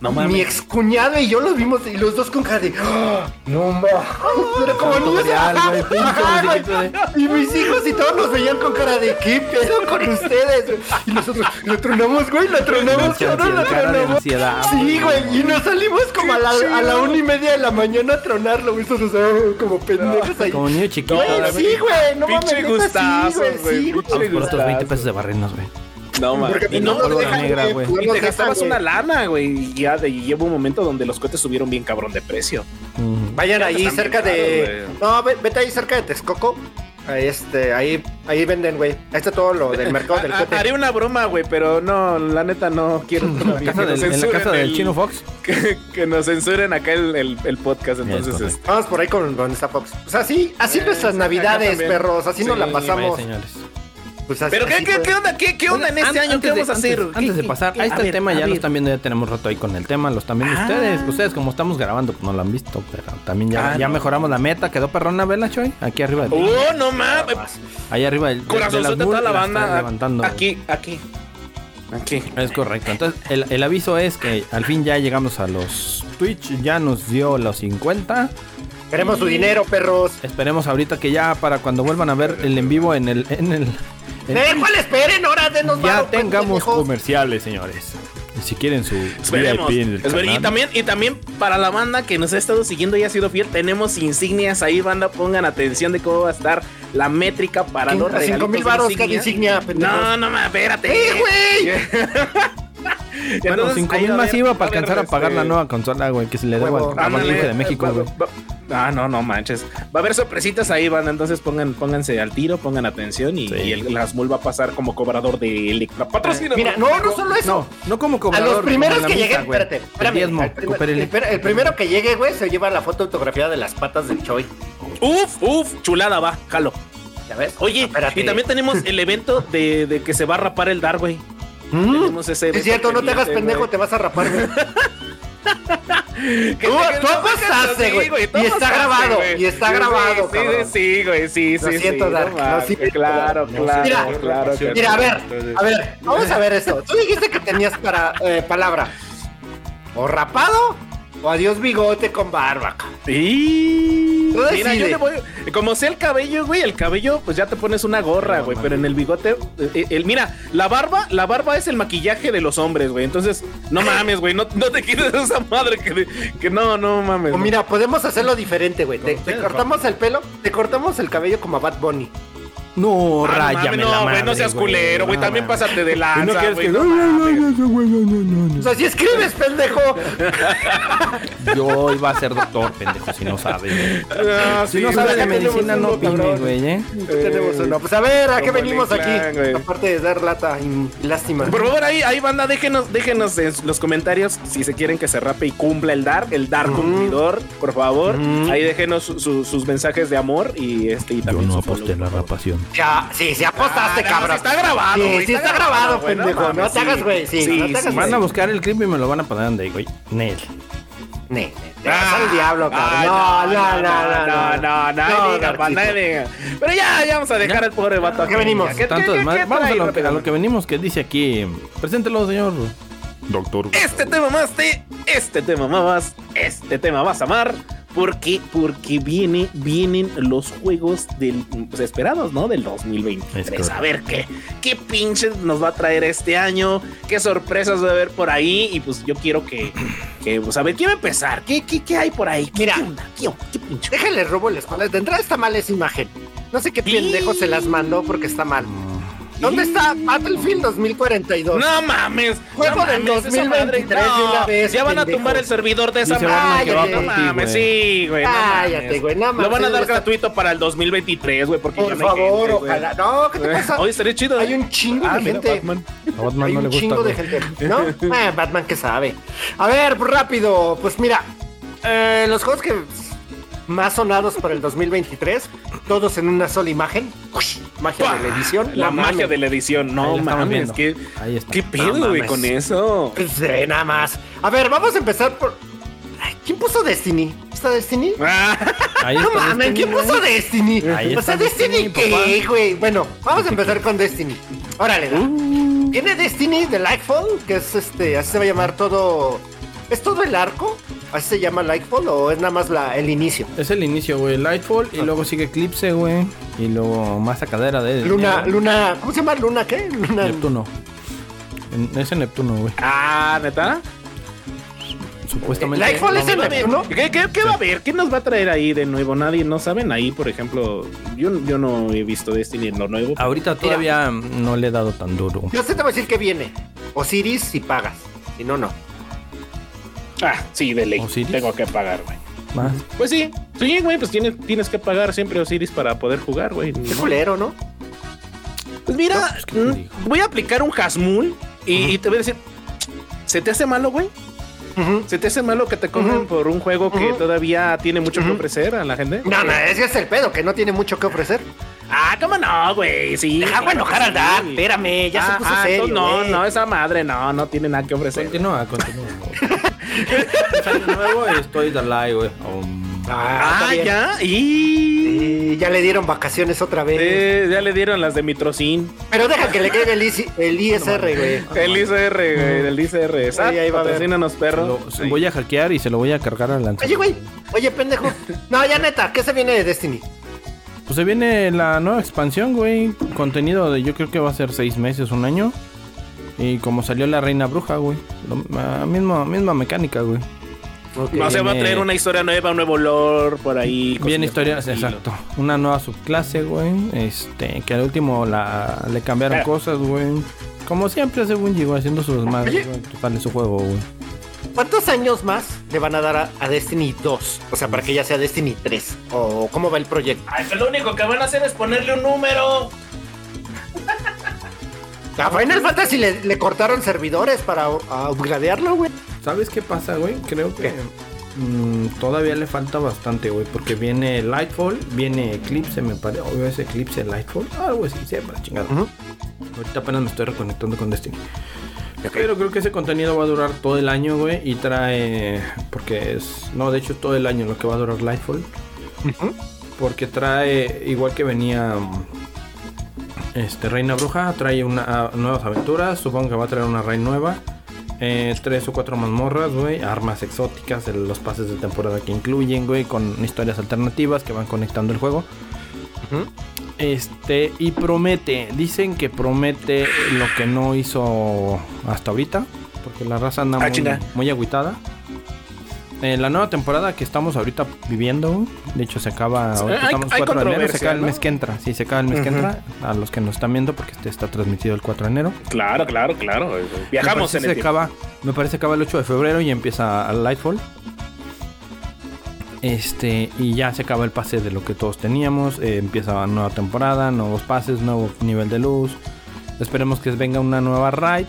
No
Mi
mames.
excuñado y yo los vimos y los dos con cara de "Ah, no mames. Pero como niños,
Real, güey, pinche
ajá, güey.
musiquita de-
Y mis hijos y todos nos veían con cara de ¿Qué pedo con ustedes? güey?" Y nosotros, lo tronamos, güey, lo tronamos,
Pinche
cabrón, lo
ansiedad, cara de
tronamos.
ansiedad,
Sí, güey, y nos salimos como a la, a la una y media de la mañana a tronarlo, güey. Nosotros ah, como pendejos ahí.
Como niño chiquito.
Güey,
güey.
sí, güey, no mames.
Pinche
neta, sí,
gustazos, güey,
Sí,
pinche
güey.
Vamos por otros
gustazo.
20 pesos de barrenas, güey.
No
Porque
mames. Y no,
no
pólvora
nos dejan,
negra, güey.
no nos
y te
dejan,
gastabas
güey.
una lana, güey. Y ya de- y llevo un momento donde los cohetes subieron bien cabrón de precio.
Ujú.
Vayan
Ya
ahí
están
cerca
bien
de. No, ve- vete ahí cerca de Texcoco. Ahí, este, ahí, ahí venden, güey. Ahí está todo lo del mercado del
Ah, ah,
cote.
Haré una broma, güey, pero no, la neta no quiero
En la casa
pues,
del- en la casa del Chino Fox.
que, que nos censuren acá el, el- el podcast.
Ya, es
Entonces,
correcto.
este,
Vamos por ahí con donde está Pops. Pues así, así
Eh,
nuestras
acá
navidades,
también.
perros. Así nos la
Sí,
pasamos.
Vaya, señores.
Pues así-
Pero
así
¿qué, qué,
fue.
qué onda, qué, qué onda en
An-
este año? ¿Qué
antes de-
vamos a hacer?
Antes, antes de
¿Qué-
pasar,
qué-
ahí
a
está el
ver,
tema,
a
ya lo
ver.
están viendo, ya tenemos rato ahí con el tema, los también
Ah.
ustedes. Ustedes como estamos grabando, pues no lo han visto, pero también ya,
Ah,
ya
no.
mejoramos la meta, quedó perrona, vela, Choy, aquí arriba de ti.
Oh, no mames.
Ahí arriba del de- de las
Corazonzote
nubes
toda la
las
banda.
están levantando.
Aquí, aquí. Aquí.
Es correcto. Entonces, el, el aviso es que al fin ya llegamos a los Twitch, ya nos dio los 50.
Queremos su dinero, perros.
Esperemos ahorita que ya para cuando vuelvan a ver el en vivo en el en el en-
Déjale, esperen, ahora denos
ya
varo,
tengamos
pendejos.
comerciales, señores. Y si quieren su
Esperemos.
VIP del
Esper- y,
canal.
también, y también para la banda que nos ha estado siguiendo y ha sido fiel, tenemos insignias ahí, banda. Pongan atención de cómo va a estar la métrica para los
Quince-
regalitos
Cinco mil
de
varos cada
insignia.
insignia, pendejos.
No, no mames, espérate.
¡Eh, güey!
Bueno, 5 mil más iba para alcanzar a pagar la
nueva
nueva consola, güey, que se le debo
este, Huevo.
a la
Ándale,
de México,
va-
güey.
va- Ah, no, no manches. Va a haber sorpresitas ahí, banda. Entonces pongan, pónganse al tiro, pongan atención y,
Sí.
y el Asmul va a pasar como cobrador de Electra. Patrocina.
Mira, no, no solo eso.
No, no como
A
cobrador.
los primeros
como en
que
la
lleguen,
misa, güey.
espérate, espérame,
El diezmo,
el, primer-
cooperele.
el primer- el primero que llegue, güey, se lleva la foto autografiada de las patas del Choi.
Uf, uf, chulada va, jalo.
¿Ya ves?
Oye,
Espérate.
y también tenemos el evento de, de que se va a rapar el dar, güey.
Mm.
Tenemos ese
Es
evento
cierto, no te hagas
pendiente,
pendejo,
güey.
te vas a rapar, güey.
Que
Tú-
te-
tú
que-
apostaste,
sí,
güey, y
tú
está
apostaste,
grabado,
güey.
y está
Sí,
grabado,
Sí,
cabrón.
sí, güey, sí, sí.
Lo
sí,
siento,
no
Dark, lo
mames,
siento.
Claro, claro,
Mira,
claro. que
Mira, a
sí.
ver, a ver, vamos a ver esto. Tú dijiste que tenías para eh, palabra. O rapado o adiós bigote con barba. cabrón.
Y...
Tú
Mira, yo
decide.
le voy. Como sea el cabello, güey, el cabello, pues ya te pones una gorra, güey. Pero en el bigote, eh, el, mira, la barba, la barba es el maquillaje de los hombres, güey. Entonces, no mames, güey. No, no te quites esa madre que, de- que no, no mames.
O
güey.
mira, podemos hacerlo diferente, güey.
Con
Te, te
ustedes,
cortamos el pelo, te cortamos el cabello como a Bad Bunny.
No,
Ah, no, mames,
ráyame
no,
la
güey,
madre,
no seas culero, güey.
No,
también
mames.
pásate de
Y
lanza,
no quieres
güey.
que.
no
Ay, ay,
mames.
ay, ay, güey, no, no, no,
O sea, si escribes, pendejo.
no. Yo iba a ser doctor, pendejo, si no sabes. güey.
No,
Si no sabes de medicina, no opines, güey, ¿eh?
Tenemos uno. Pues a ver, ¿a qué
Como el
venimos
clan,
aquí?
güey.
Aparte de dar lata y lástima.
Por favor, ahí, ahí banda, déjenos, déjenos en los comentarios si se quieren que se rape y cumpla el dar, el dar
Ujú.
cumplidor, por favor.
Ujú.
Ahí déjenos su- su- sus mensajes de amor y este y
Yo
también.
no
su
aposté en la
follow, por favor.
rapación.
Ya, sí, sí, apostaste,
Ah, no,
cabrón.
sí está grabado,
Sí,
güey,
sí está grabado,
güey,
pendejo, no
mames,
te hagas, güey, sí, no te hagas, güey.
Van a buscar el clip y me lo van a poner donde, güey. Nel.
Ne, ne, te vas al diablo, cabrón.
Ah, Ay,
No, no, no, no,
no, no, no,
Garcito.
no, nadie diga. Pero ya, ya vamos a dejar al pobre vato
¿A qué venimos?
Tanto desmadre. Vamos a
trae,
lo, que, a lo
rápido?
que venimos, que dice aquí. Preséntelo, señor.
Doctor.
Este tema más te, este tema más, este tema vas a amar. Porque, porque viene, vienen los juegos del, pues, esperados, ¿no? Del
Es
2023.
correcto.
A ver qué, qué pinche nos va a traer este año, qué sorpresas va a haber por ahí. Y pues yo quiero que, que pues a ver, quiero empezar. ¿Qué, qué, qué hay por ahí? ¿Qué,
Mira.
¿qué onda? ¿Qué, onda? ¿Qué pinche?
Déjale robo la espalda. De entrada está mal esa imagen. No sé qué
Sí.
pendejo se las mandó porque está mal. ¿Dónde
Sí.
está Battlefield 2042?
No mames.
Juego
no
del
mames, esa madre.
2023 de una vez,
Ya van a
pendejo.
tumbar el servidor de esa
Dice
Batman
madre.
que va
no
por ti,
mames, sí, güey. no
Cállate,
mames.
güey, no mames,
Lo van a
eso
dar
está-
gratuito para el 2023, güey, porque ya
Por
no hay
favor,
gente, güey.
ojalá. No, ¿qué te pasa?
Oye, estaría chido.
Hay un chingo
Ah,
de
mira,
gente.
Batman.
A Batman
Hay
no
un
le gusta.
chingo de
güey.
gente, ¿no? Ah, Batman que sabe. A ver, pues, rápido. Pues mira, eh, los juegos que más sonados para el 2023, todos en una sola imagen. Ush, Magia de la edición.
La
no
magia
mames.
de la edición.
Ahí
No
la estamos
mames,
viendo.
qué,
Ahí está.
qué
No
pedo, güey,
mames.
con eso.
Pues, eh, nada más. A ver, vamos a empezar por. Ay, ¿Quién puso Destiny? ¿Está Destiny?
Ah,
Ahí
No
está
mames,
Destiny,
¿quién
güey.
puso Destiny?
Ahí
O sea,
está
Destiny,
Destiny,
¿qué,
papá.
güey? Bueno, vamos a empezar con Destiny. Órale, da.
Uh.
Tiene Destiny de Lightfall, que es este, así se va a llamar todo. ¿Es todo el arco? ¿Así se llama Lightfall o es nada más la, el inicio?
Es el inicio, güey. Lightfall y luego sigue Eclipse, güey. Y luego más sacadera de.
Luna,
de-
Luna, ¿cómo se llama? ¿Luna qué? Luna.
Neptuno. En- Es en Neptuno, güey.
ah, ¿neta?
Supuestamente.
Lightfall es en Neptuno.
¿Qué, qué, qué va a haber? ¿Qué nos va a traer ahí de nuevo? Nadie, ¿no saben? Ahí, por ejemplo, yo, yo no he visto Destiny en lo nuevo.
Ahorita todavía no le he dado tan duro.
Yo sé te voy a decir que viene. Osiris si pagas. Si no, no.
Ah, sí, de ley.
¿Osiris?
Tengo que pagar, güey.
Más.
Pues sí, sí, güey, pues tienes, tienes que pagar siempre Osiris para poder jugar, güey.
Qué
¿no?
culero, ¿no?
Pues mira,
No, pues, ¿qué te
mm,
digo?
voy a aplicar un Hasmul y, y te voy a decir, ¿se te hace malo, güey?
Ujú.
¿Se te hace malo que te cobren
Ujú.
por un juego que
Ujú.
todavía tiene mucho que
Ujú.
ofrecer a la gente?
No, no, ese es el pedo, que no tiene mucho que ofrecer. Ah,
Ah, ¿cómo no, güey? Sí.
Deja
claro que
enojar al
sí.
Dark, espérame, ya se
Ah,
puso
ah,
serio.
entonces No,
güey.
no, esa madre no, no tiene nada que ofrecer.
Continúa, continúa. Es año nuevo y estoy de live, güey. Um,
Ah,
Ah,
está bien.
ya, y...
Sí, ya le dieron vacaciones otra vez.
Eh, ya le dieron las de Mitrocin.
Pero deja que le caiga el, IC el ISR, güey.
El ICR, güey, el ICR. Exacto,
ahí va a haber.
patrocínanos, perro.
lo-
Sí.
Voy a hackear y se lo voy a cargar al lanzador.
Oye, güey. Oye, pendejo. No, ya neta, ¿qué se viene de Destiny?
Pues se viene la nueva expansión, güey. Contenido de yo creo que va a ser seis meses, un año. Y como salió la reina bruja, güey. Lo- la misma, misma mecánica, güey.
No se va a
Viene-
traer una historia nueva, un nuevo lore por ahí.
Viene
cosillas
historias,
por el estilo.
exacto. Una nueva subclase, güey. Este, que al último la, le cambiaron
Pero-
cosas, güey. Como siempre hace Bungie, güey, haciendo sus madres,
Oye.
güey. Sale su juego, güey.
¿Cuántos años más le van a dar a, a Destiny 2? O sea, para que ya sea Destiny 3. ¿O cómo va el proyecto?
Ay, pero lo único que van a hacer es ponerle un número.
A Final Fantasy le, le cortaron servidores para u- a upgradearlo, güey.
¿Sabes qué pasa, güey? Creo que
¿Qué?
mm, todavía le falta bastante, güey. Porque viene Lightfall, viene Eclipse, me parece. Obvio es Eclipse, Lightfall. Algo así, sí, para chingada.
Ujú.
Ahorita apenas me estoy reconectando con Destiny. Pero creo que ese contenido va a durar todo el año, güey. Y trae. Porque es. No, de hecho, todo el año lo que va a durar Lightfall. Porque trae. Igual que venía. mm, Este, Reina Bruja. Trae una, ah, nuevas aventuras. Supongo que va a traer una reina nueva. eh, tres o cuatro mazmorras, güey. Armas exóticas. el- Los pases de temporada que incluyen, güey. Con historias alternativas que van conectando el juego. Este, y promete, dicen que promete lo que no hizo hasta ahorita, porque la raza anda
Ah,
muy,
chinga.
muy agüitada. eh, la nueva temporada que estamos ahorita viviendo, de hecho se acaba, ahorita
Eh, hay-
estamos
hay
4 de enero, se
controversia,
acaba el
¿no?
mes que entra, sí, se acaba el mes que
Ujú.
entra, a los que nos están viendo porque este está transmitido el 4 de enero.
Claro, claro, claro.
Me
Viajamos
parece
en el
se
tiempo.
acaba, me parece que acaba el 8 de febrero y empieza el Lightfall. Este, y ya se acaba el pase de lo que todos teníamos. eh, empieza nueva temporada, nuevos pases, nuevo nivel de luz. Esperemos que venga una nueva raid.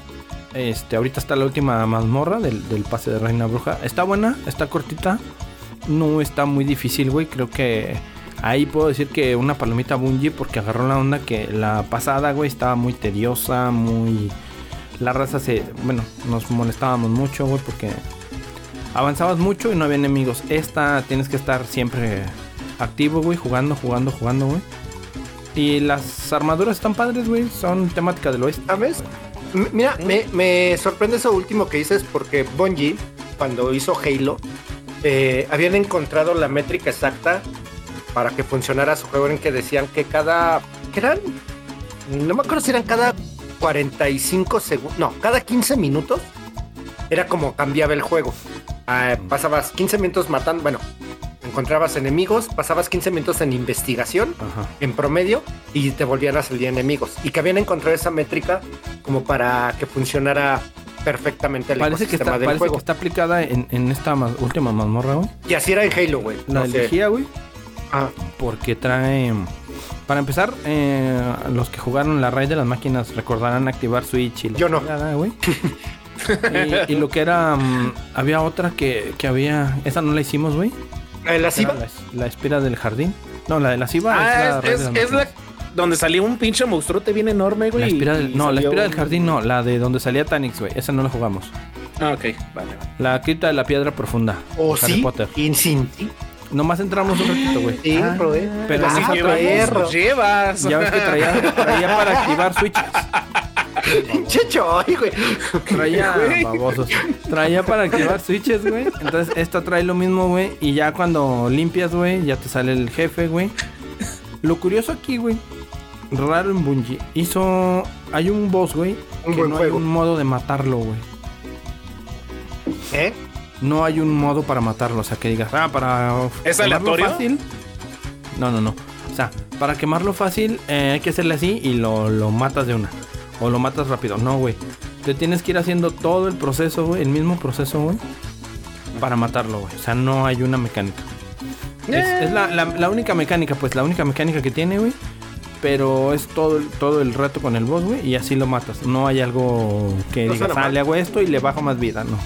Este, ahorita está la última mazmorra del, del pase de Reina Bruja. Está buena, está cortita. No está muy difícil, güey. Creo que ahí puedo decir que una palomita Bungie porque agarró la onda que la pasada, güey, estaba muy tediosa, muy la raza se. Bueno, nos molestábamos mucho, güey, porque avanzabas mucho y no había enemigos. Esta tienes que estar siempre activo, güey, jugando, jugando, jugando, güey. Y las armaduras están padres, güey, son temática del oeste.
¿Sabes? M- Mira, me, me sorprende eso último que dices porque Bungie, cuando hizo Halo, eh, habían encontrado la métrica exacta para que funcionara su juego en que decían que cada... ¿Qué eran? No me acuerdo si eran cada 45 segundos... No, cada 15 minutos era como cambiaba el juego. Ah, pasabas 15 minutos matando... Bueno, encontrabas enemigos, pasabas 15 minutos en investigación
Ajá.
en promedio y te volvían a salir enemigos. Y que habían encontrado esa métrica como para que funcionara perfectamente el
Parece que
ecosistema
está,
del
parece
juego.
que está aplicada en, en esta ma- última mazmorra, güey.
Y así era en Halo, güey.
La
No sé.
elegía, güey.
Ah,
porque trae... Para empezar, eh, los que jugaron la raid de las máquinas recordarán activar Switch y la
Yo no.
chingada, güey. y, y lo que era... mm, había otra que, que había... Esa no la hicimos, güey.
¿eh, ¿La
Era
Ciba?
La, la espera del jardín. No, la de la ciba
Ah,
raid
es,
de
es,
las
es la
máquinas.
donde salió un pinche monstruote bien enorme, güey.
La espira del,
y
no, la
salió
espira del
un-
jardín no, la de donde salía Tanix, güey. Esa no la jugamos.
Ah, ok, vale. vale.
La cripta de la piedra profunda.
¿Oh,
¿O
Harry
sí?
Potter.
¿In sin sí?
Nomás entramos un ratito, güey.
Sí, probé.
pero
Ah,
sí
Así
llevamos-
perro.
llevas, llevas.
Ya ves que traía, traía para activar switches.
Pinche choy, güey.
Traía
Güey.
babosos. Traía para activar switches, güey. Entonces esta trae lo mismo, güey. Y ya cuando limpias, güey, ya te sale el jefe, güey. Lo curioso aquí, güey. Raro en Bungie. Hizo. Hay un boss, güey.
Un
Que
buen
no
juego.
hay un modo de matarlo, güey.
¿Eh?
No hay un modo para matarlo. O sea, que digas, ah, para.
¿Es
quemarlo
aleatorio?
Fácil. No, no, no. O sea, para quemarlo fácil, eh, hay que hacerle así y lo, lo matas de una. O lo matas rápido. No, güey. Te tienes que ir haciendo todo el proceso, güey. El mismo proceso, güey. Para matarlo, güey. O sea, no hay una mecánica. Es, es la, la- la única mecánica, pues, la única mecánica que tiene, güey. Pero es todo, el- todo el rato con el boss, güey. Y así lo matas. No hay algo que
No
digas,
suena
ah,
mal.
le hago esto y le bajo más vida. No.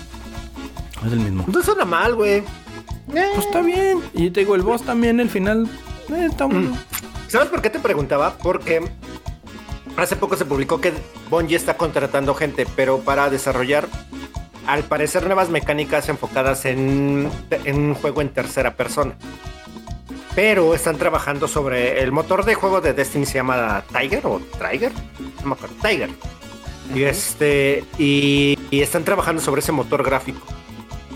Es el mismo.
No suena mal, güey.
Pues está bien. Y te digo, el boss también, el final. eh, está bueno.
¿Sabes por qué te preguntaba? Porque hace poco se publicó que Bungie está contratando gente, pero para desarrollar, al parecer, nuevas mecánicas enfocadas en, en un juego en tercera persona. Pero están trabajando sobre el motor de juego de Destiny se llama Tiger o Trigger, no me acuerdo, Tiger. Y este y, y están trabajando sobre ese motor gráfico,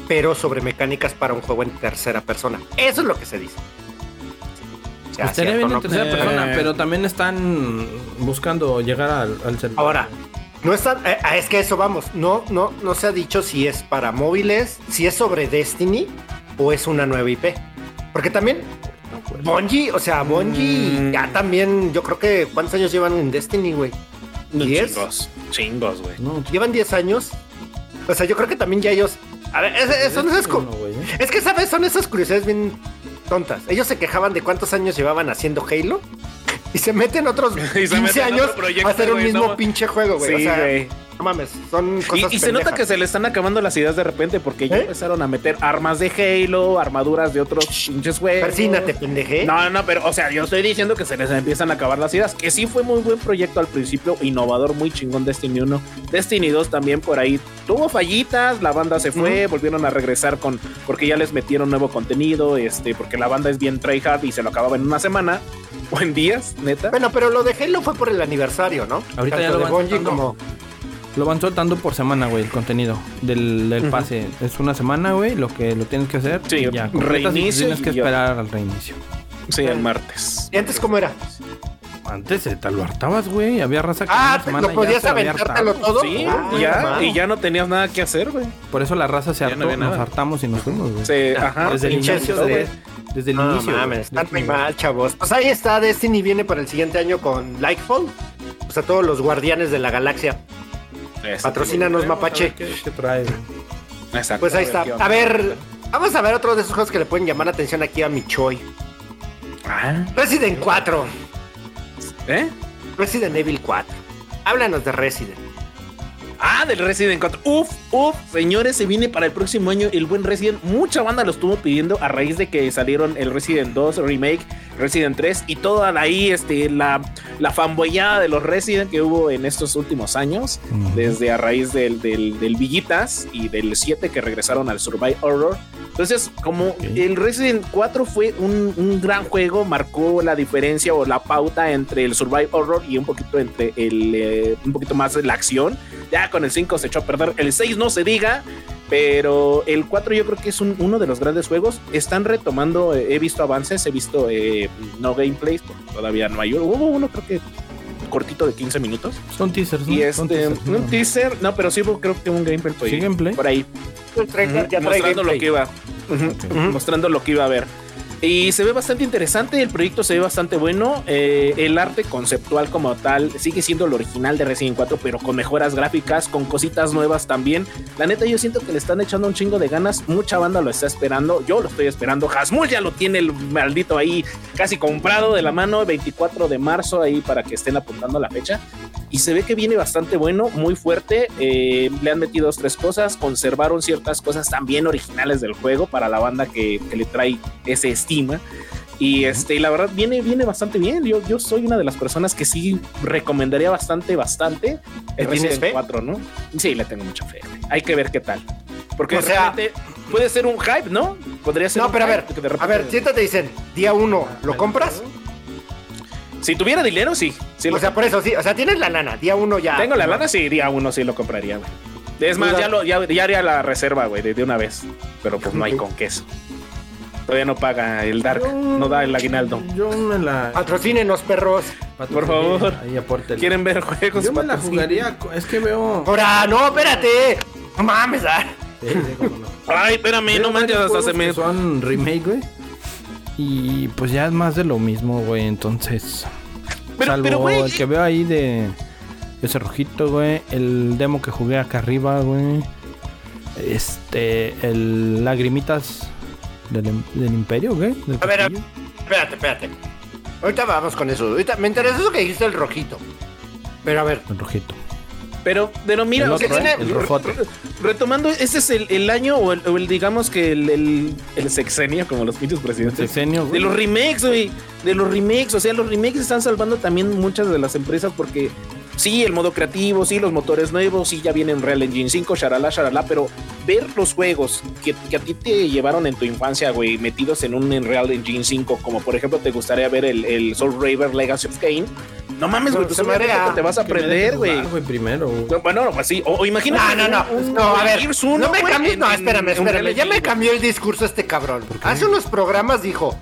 pero sobre mecánicas para un juego en tercera persona. Eso es lo que se dice. Ya,
Estaría Pues,
cierto,
bien en
¿no?
tercera
Eh,
persona, pero también están buscando llegar al, al servidor.
Ahora, no está, eh, ah, es que a eso vamos. No, no, no se ha dicho si es para móviles, si es sobre Destiny o es una nueva IP. Porque también Bungie, o sea, Bungie
Mm.
ya también, yo creo que ¿cuántos años llevan en Destiny, güey? ¿Diez?
Chingos, chingos, güey.
No,
Llevan 10 años. O sea, yo creo que también ya ellos. A ver, es, es- son esas, cu-
No, güey, eh.
es que, ¿sabes? Son esas curiosidades bien tontas. Ellos se quejaban de cuántos años llevaban haciendo Halo y se meten otros
Y
15
se meten en
años
otro proyecto,
a hacer un
güey,
mismo
no.
pinche juego, güey. O
Sí,
sea,
güey.
no mames, son
Y,
cosas
y se nota
pendejas.
que se le están acabando las ideas de repente porque ya
¿Eh?
empezaron a meter armas de Halo, armaduras de otros pinches juegos.
Persínate, pendeje.
No, no, pero, o sea, yo estoy diciendo que se les empiezan a acabar las ideas, que sí fue muy buen proyecto al principio, innovador, muy chingón Destiny 1. Destiny 2 también por ahí tuvo fallitas, la banda se fue, volvieron a regresar con, porque ya les metieron nuevo contenido, este, porque la banda es bien tryhard y se lo acababa en una semana o en días, neta.
Bueno, pero lo de Halo fue por el aniversario, ¿no?
Ahorita ya lo
de
van
Bungie
soltando.
como
Lo van soltando por semana, güey, el contenido del, del pase. Es una semana, güey, lo que lo tienes que hacer.
Sí,
y ya, completas y
reinicio
Tienes que
y ya. Eh.
esperar al reinicio.
Sí, el martes.
¿Y antes cómo era?
Antes eh, te lo hartabas, güey. Había raza que
Ah,
una
te-
semana
lo
ya
podías
se la había
aventártelo
hartado.
todo.
Sí,
Ah,
ya,
no
y ya no tenías nada que hacer, güey.
Por eso la raza se
Ya no
hartó,
había
nos
nada.
hartamos y nos fuimos, güey.
Se, ajá,
Desde el
pinches,
inicio,
güey.
güey. Desde el
No
inicio.
mames,
güey.
están muy mal, chavos. Pues ahí está, Destiny viene para el siguiente año con Lightfall. Pues a todos los guardianes de la galaxia.
Exacto.
Patrocínanos,
Vamos a
mapache.
ver ¿Qué, qué trae? güey.
Exacto.
Pues ahí está.
¿qué onda?
A ver, vamos a ver otro de esos juegos que le pueden llamar la atención aquí a Michoy.
Ah,
Resident 4.
¿eh?
Resident Evil 4. Háblanos de Resident.
Ah, del Resident 4. Uf, uf, señores, se viene para el próximo año el buen Resident. Mucha banda lo estuvo pidiendo a raíz de que salieron el Resident 2 Remake, Resident 3 y toda la- ahí este, la, la fanboyada de los Resident que hubo en estos últimos años.
Ujú.
Desde a raíz del, del, del Villitas y del 7 que regresaron al Survive Horror. Entonces, como el Resident 4 fue un, un gran juego, marcó la diferencia o la pauta entre el Survive Horror y un poquito entre el eh, un poquito más de la acción. Ya con el 5 se echó a perder. El 6 no se diga. Pero el 4 yo creo que es un- uno de los grandes juegos. Están retomando, eh, he visto avances, he visto eh, no gameplays, porque todavía no hay. Hubo uno creo que cortito de 15 minutos.
Son teasers, ¿no?
Y
Son
este,
teasers, ¿no?
un teaser, no, pero sí hubo, creo que un gameplay por ahí.
¿Sí, gameplay?
Por ahí.
El trailer
Ujú,
ya trae
mostrando lo
gameplay.
que iba. Ujú, ujú, Mostrando lo que iba a ver. Y se ve bastante interesante, el proyecto se ve bastante bueno. eh, el arte conceptual como tal sigue siendo lo original de Resident 4, pero con mejoras gráficas, con cositas nuevas también. La neta, yo siento que le están echando un chingo de ganas. Mucha banda lo está esperando. Yo lo estoy esperando. Hasmul ya lo tiene el maldito ahí casi comprado de la mano. 24 de marzo ahí para que estén apuntando la fecha y se ve que viene bastante bueno, muy fuerte. eh, le han metido dos, tres cosas, conservaron ciertas cosas también originales del juego para la banda que, que le trae ese estima. Y este, y la verdad viene, viene bastante bien. Yo, yo soy una de las personas que sí recomendaría bastante, bastante.
¿Le
el
tienes
Resident
fe?
4, ¿no? Sí, le tengo mucha fe. güey. Hay que ver qué tal. Porque
O sea-
realmente puede ser un hype, ¿no? Podría ser
No,
un
pero a
hype
ver,
que de
A ver,
repente-
siéntate, dicen, día uno, ¿lo compras?
si tuviera dinero, sí. sí lo
O sea, por eso sí, o sea, tienes la lana, día uno ya.
Tengo
Ah,
la
pues
lana, sí, iría uno, sí lo compraría, güey. Es más,
Mira.
ya, lo, ya, ya haría la reserva, güey, de, de una vez. Pero pues no hay con queso. Todavía no paga el Dark, no da el aguinaldo.
Yo me la.
Patrocínenos, perros.
Ah, Por favor.
Ahí aporte.
¿Quieren ver juegos?
Yo me la
patos?
jugaría. co- Es que veo.
Ahora, no, espérate. No mames, ah.
Sí, sí, cómo no.
Ay, espérame,
Veo
no manches,
varios
hasta se
juegos
me...
que Son remake, güey. Y pues ya es más de lo mismo, güey. Entonces.
Pero,
salvo
pero, güey, eh.
el que veo ahí de. Ese rojito, güey. El demo que jugué acá arriba, güey. Este. El Lagrimitas del, im- del Imperio, güey. del
A ver, a-
castillo.
espérate, espérate. Ahorita vamos con eso. Ahorita me interesa eso que dijiste el rojito. Pero a ver,
El rojito.
pero, pero mira,
el
o sea,
otro, ¿eh?
tiene-
El rojote.
retomando, este es el, el año o el, o el, digamos que el, el, el sexenio, como los pinches
El
presidentes.
sexenio,
De
güey.
los remakes, güey. De los remakes. O sea, los remakes están salvando también muchas de las empresas porque sí, el modo creativo, sí, los motores nuevos, sí, ya vienen Real Engine 5, charalá, charalá. Pero ver los juegos que, que a ti te llevaron en tu infancia, güey, metidos en un Real Engine 5, como por ejemplo te gustaría ver el, el Soul Raver Legacy of Kane. No mames, güey,
No,
pues
se me
obviamente
haría
que te vas a
Que me dejes
aprender, güey.
jugar, Primero, güey.
No, Bueno, pues sí. O, o imagínate.
No, no, no.
un- un-
No, a ver.
Gears uno,
No me
güey,
cambies.
en-
No,
en-
espérame,
en un Real
espérame. Ya me
Engine.
cambió el discurso este cabrón. Hace unos programas dijo.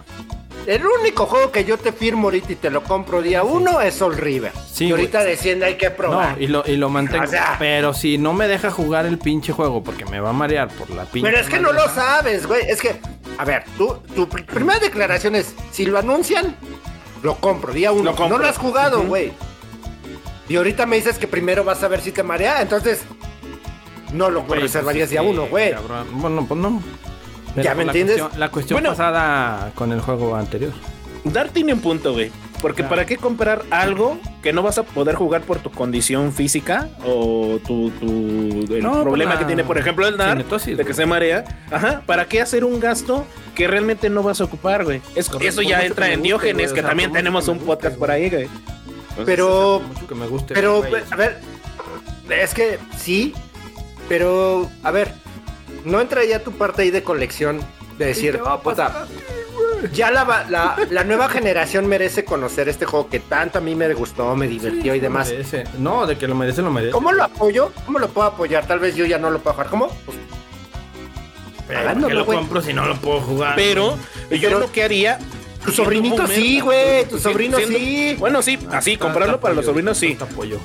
El único juego que yo te firmo ahorita y te lo compro día uno es Sol River.
Sí,
y ahorita desciende hay que
No,
probar.
y lo, y lo mantengo.
O sea-
pero si no me deja jugar el pinche juego porque me va a marear por la pinche.
Pero es que no
madre.
lo sabes, güey. Es que, a ver, tú, tu pr- primera declaración es, si lo anuncian, lo compro, día uno.
Lo compro.
No lo has jugado,
Ujú.
güey. Y ahorita me dices que primero vas a ver si te marea, entonces no lo
Güey,
reservarías
pues,
día
sí,
uno, güey.
cabrón. Bueno, pues no. Pero
¿Ya me
la
entiendes?
cuestión- la cuestión
Bueno.
pasada con el juego anterior.
Dar tiene un punto, güey. Porque para qué comprar algo que no vas a poder jugar por tu condición física o tu, tu- el
No, por
problema
la
que tiene, por ejemplo, el Dar,
cinetosis,
de que
güey.
se marea. Ajá, ¿para qué hacer un gasto que realmente no vas a ocupar, güey? Es-
Correcto,
eso
por
ya
mucho
entra
que
en
me guste,
Diógenes,
güey, o
que
sea,
también
por mucho
tenemos
que me
un podcast
guste,
por ahí, güey.
Pero,
Mucho pues, que me guste.
pero,
pues,
güey.
a ver, es que sí, pero, a ver, no entra ya tu parte ahí de colección de decir, "Ah, puta, ya la, va- la, la nueva generación merece conocer este juego que tanto a mí me gustó, me divertió y
Lo
demás.
merece. No, de que lo merece, lo merece.
¿Cómo lo apoyo? ¿Cómo lo puedo apoyar? Tal vez yo ya no lo puedo jugar. ¿Cómo? Pues,
Pero, ¿por
pagándolo,
qué lo
güey.
compro si no lo puedo jugar?
Pero yo
Pero-
lo que haría
Tu sobrinito sí, güey. Tu sobrino
Siendo-
sí.
Bueno, sí, así, comprarlo para los sobrinos sí.
Apoyo.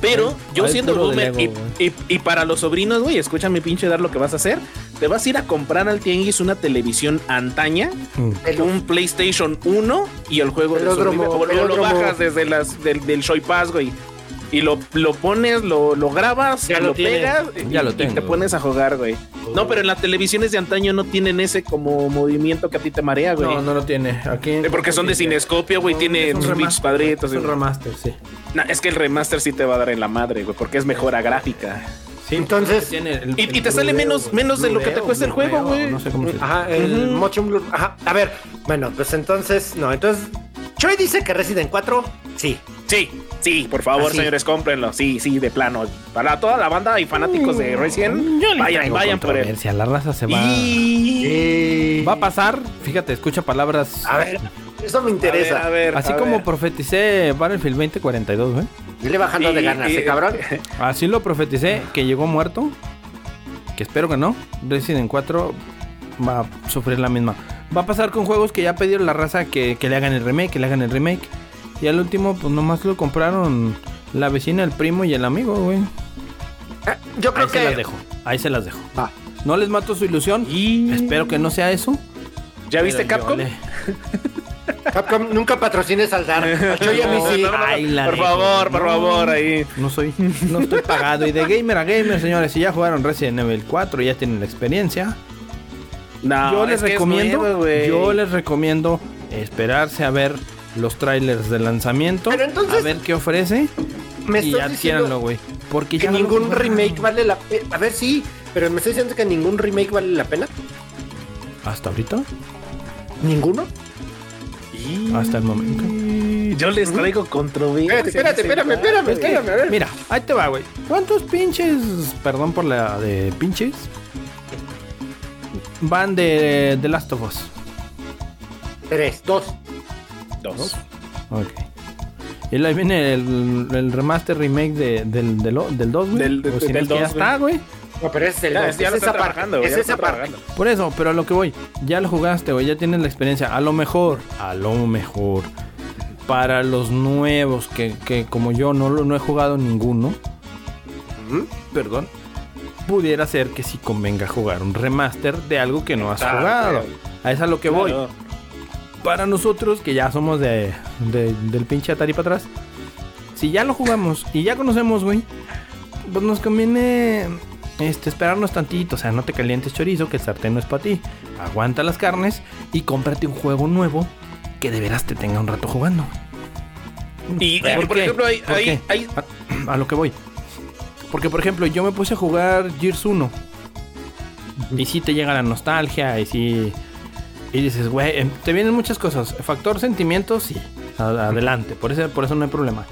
Pero yo
Ay,
siendo
puro de
boomer y,
Lego,
y- y para los sobrinos, güey, escúchame pinche dar lo que vas a hacer. Te vas a ir a comprar al tianguis una televisión antaña,
Mm.
un PlayStation 1 y el juego de
Velódromo,
sobrino. O lo- lo,
velódromo.
bajas desde las del, del Shoy Pass, güey. Y lo, lo pones, lo, lo grabas,
Ya
lo,
lo tiene.
pegas
Ya
y,
lo
y
tengo.
te pones a jugar, güey. No, pero en las televisiones de antaño no tienen ese como movimiento que a ti te marea, güey.
No, no lo tiene. Aquí.
Eh, Porque son de cinescopio, güey,
No,
tiene
es un
sus
remaster,
pinches cuadritos.
Es un
güey.
remaster, sí.
Nah, es que el remaster sí te va a dar en la madre, güey, porque es mejora gráfica.
Sí,
Entonces-
tiene el-
Y-
el
y te sale
Blu-ray,
menos-
güey.
menos de lo que te
Blu-ray,
cuesta el juego,
Blu-ray,
güey.
No sé cómo se dice.
Ajá, el
Ujú.
motion blur. Ajá. A ver, bueno, pues entonces, no, entonces. Choi dice que Resident 4, sí.
Sí, sí, por favor,
Así.
señores, cómprenlo. Sí, sí, de plano. Para toda la banda y fanáticos
Mm,
de Resident, vayan, vayan por él.
Si la raza se va.
Y...
Eh,
Va a pasar, fíjate, escucha palabras.
A ver, eso me
A ver,
interesa.
a ver,
Así
a
como
ver.
profeticé Battlefield 2042, güey.
Dile bajando de
Y-
ganas,
y-
¿eh, cabrón?
¿eh? Así lo profeticé, que llegó muerto. Que espero que no. Resident 4 va a sufrir la misma. Va a pasar con juegos que ya pidieron la raza que, que le hagan el remake, que le hagan el remake. Y al último, pues nomás lo compraron la vecina, el primo y el amigo, güey.
Eh, Yo creo
Ahí se las
que.
dejo. Ahí se las dejo.
Va.
No les mato su ilusión.
Y-
Espero que no sea eso.
¿Ya viste
pero
Capcom?
yo le-
Capcom, nunca patrocines al Dar. Al Choi a mí
No,
sí.
no, no. Ahí la
por
dejo.
favor, por favor, ahí.
No soy, no estoy pagado. Y de gamer a gamer, señores, si ya jugaron Resident Evil 4, ya tienen la experiencia.
No,
yo les
es que es
recomiendo,
nuevo, güey.
yo les recomiendo esperarse a ver los trailers de lanzamiento,
Pero entonces-
a ver qué ofrece
Me
y
estás diciendo
adquiéranlo, güey. Porque
que
ya no lo
ningún
jugaron.
remake vale la pena. A ver, sí, pero me estás diciendo que ningún remake vale la pena.
hasta ahorita,
¿Ninguno?
Y-
Ah,
hasta el momento.
Yo les traigo controversia.
Espérate, espérate, espérame, espérame, espérame. a ver.
Mira, ahí te va, güey. ¿Cuántos pinches, perdón por la de pinches, van de The Last of Us?
Tres, dos.
Dos.
Ok. Y ahí viene el, el remaster remake de- del, del, del 2, güey.
Del-
O si no
del
es que ya
2,
está, güey.
No, pero ese es el dos,
Ya, ya
es
lo
esa
están
parte,
trabajando, güey,
Es
ya lo
esa
están
parte.
trabajando.
Por eso, pero a lo que voy, ya lo jugaste, güey, ya tienes la experiencia. A lo mejor, a lo mejor, para los nuevos que, que como yo no, lo- no he jugado ninguno, perdón, pudiera ser que sí convenga jugar un remaster de algo que no has
Claro,
jugado.
güey.
A eso es a lo que voy.
Claro.
Para nosotros, que ya somos de, de- del pinche Atari para atrás, si ya lo jugamos y ya conocemos, güey, pues nos conviene este, esperarnos tantito. O sea, no te calientes chorizo, que el sartén no es para ti. Aguanta las carnes y cómprate un juego nuevo que de veras te tenga un rato jugando.
Y,
¿Por
por,
qué?
ejemplo, hay,
¿Por
hay-
qué?
hay-
A lo que voy. Porque, por ejemplo, yo me puse a jugar Gears 1. Y si te llega la nostalgia y si... Y dices, güey, em, te vienen muchas cosas. Factor sentimientos, sí. A- Adelante. Por eso, por eso no hay problema.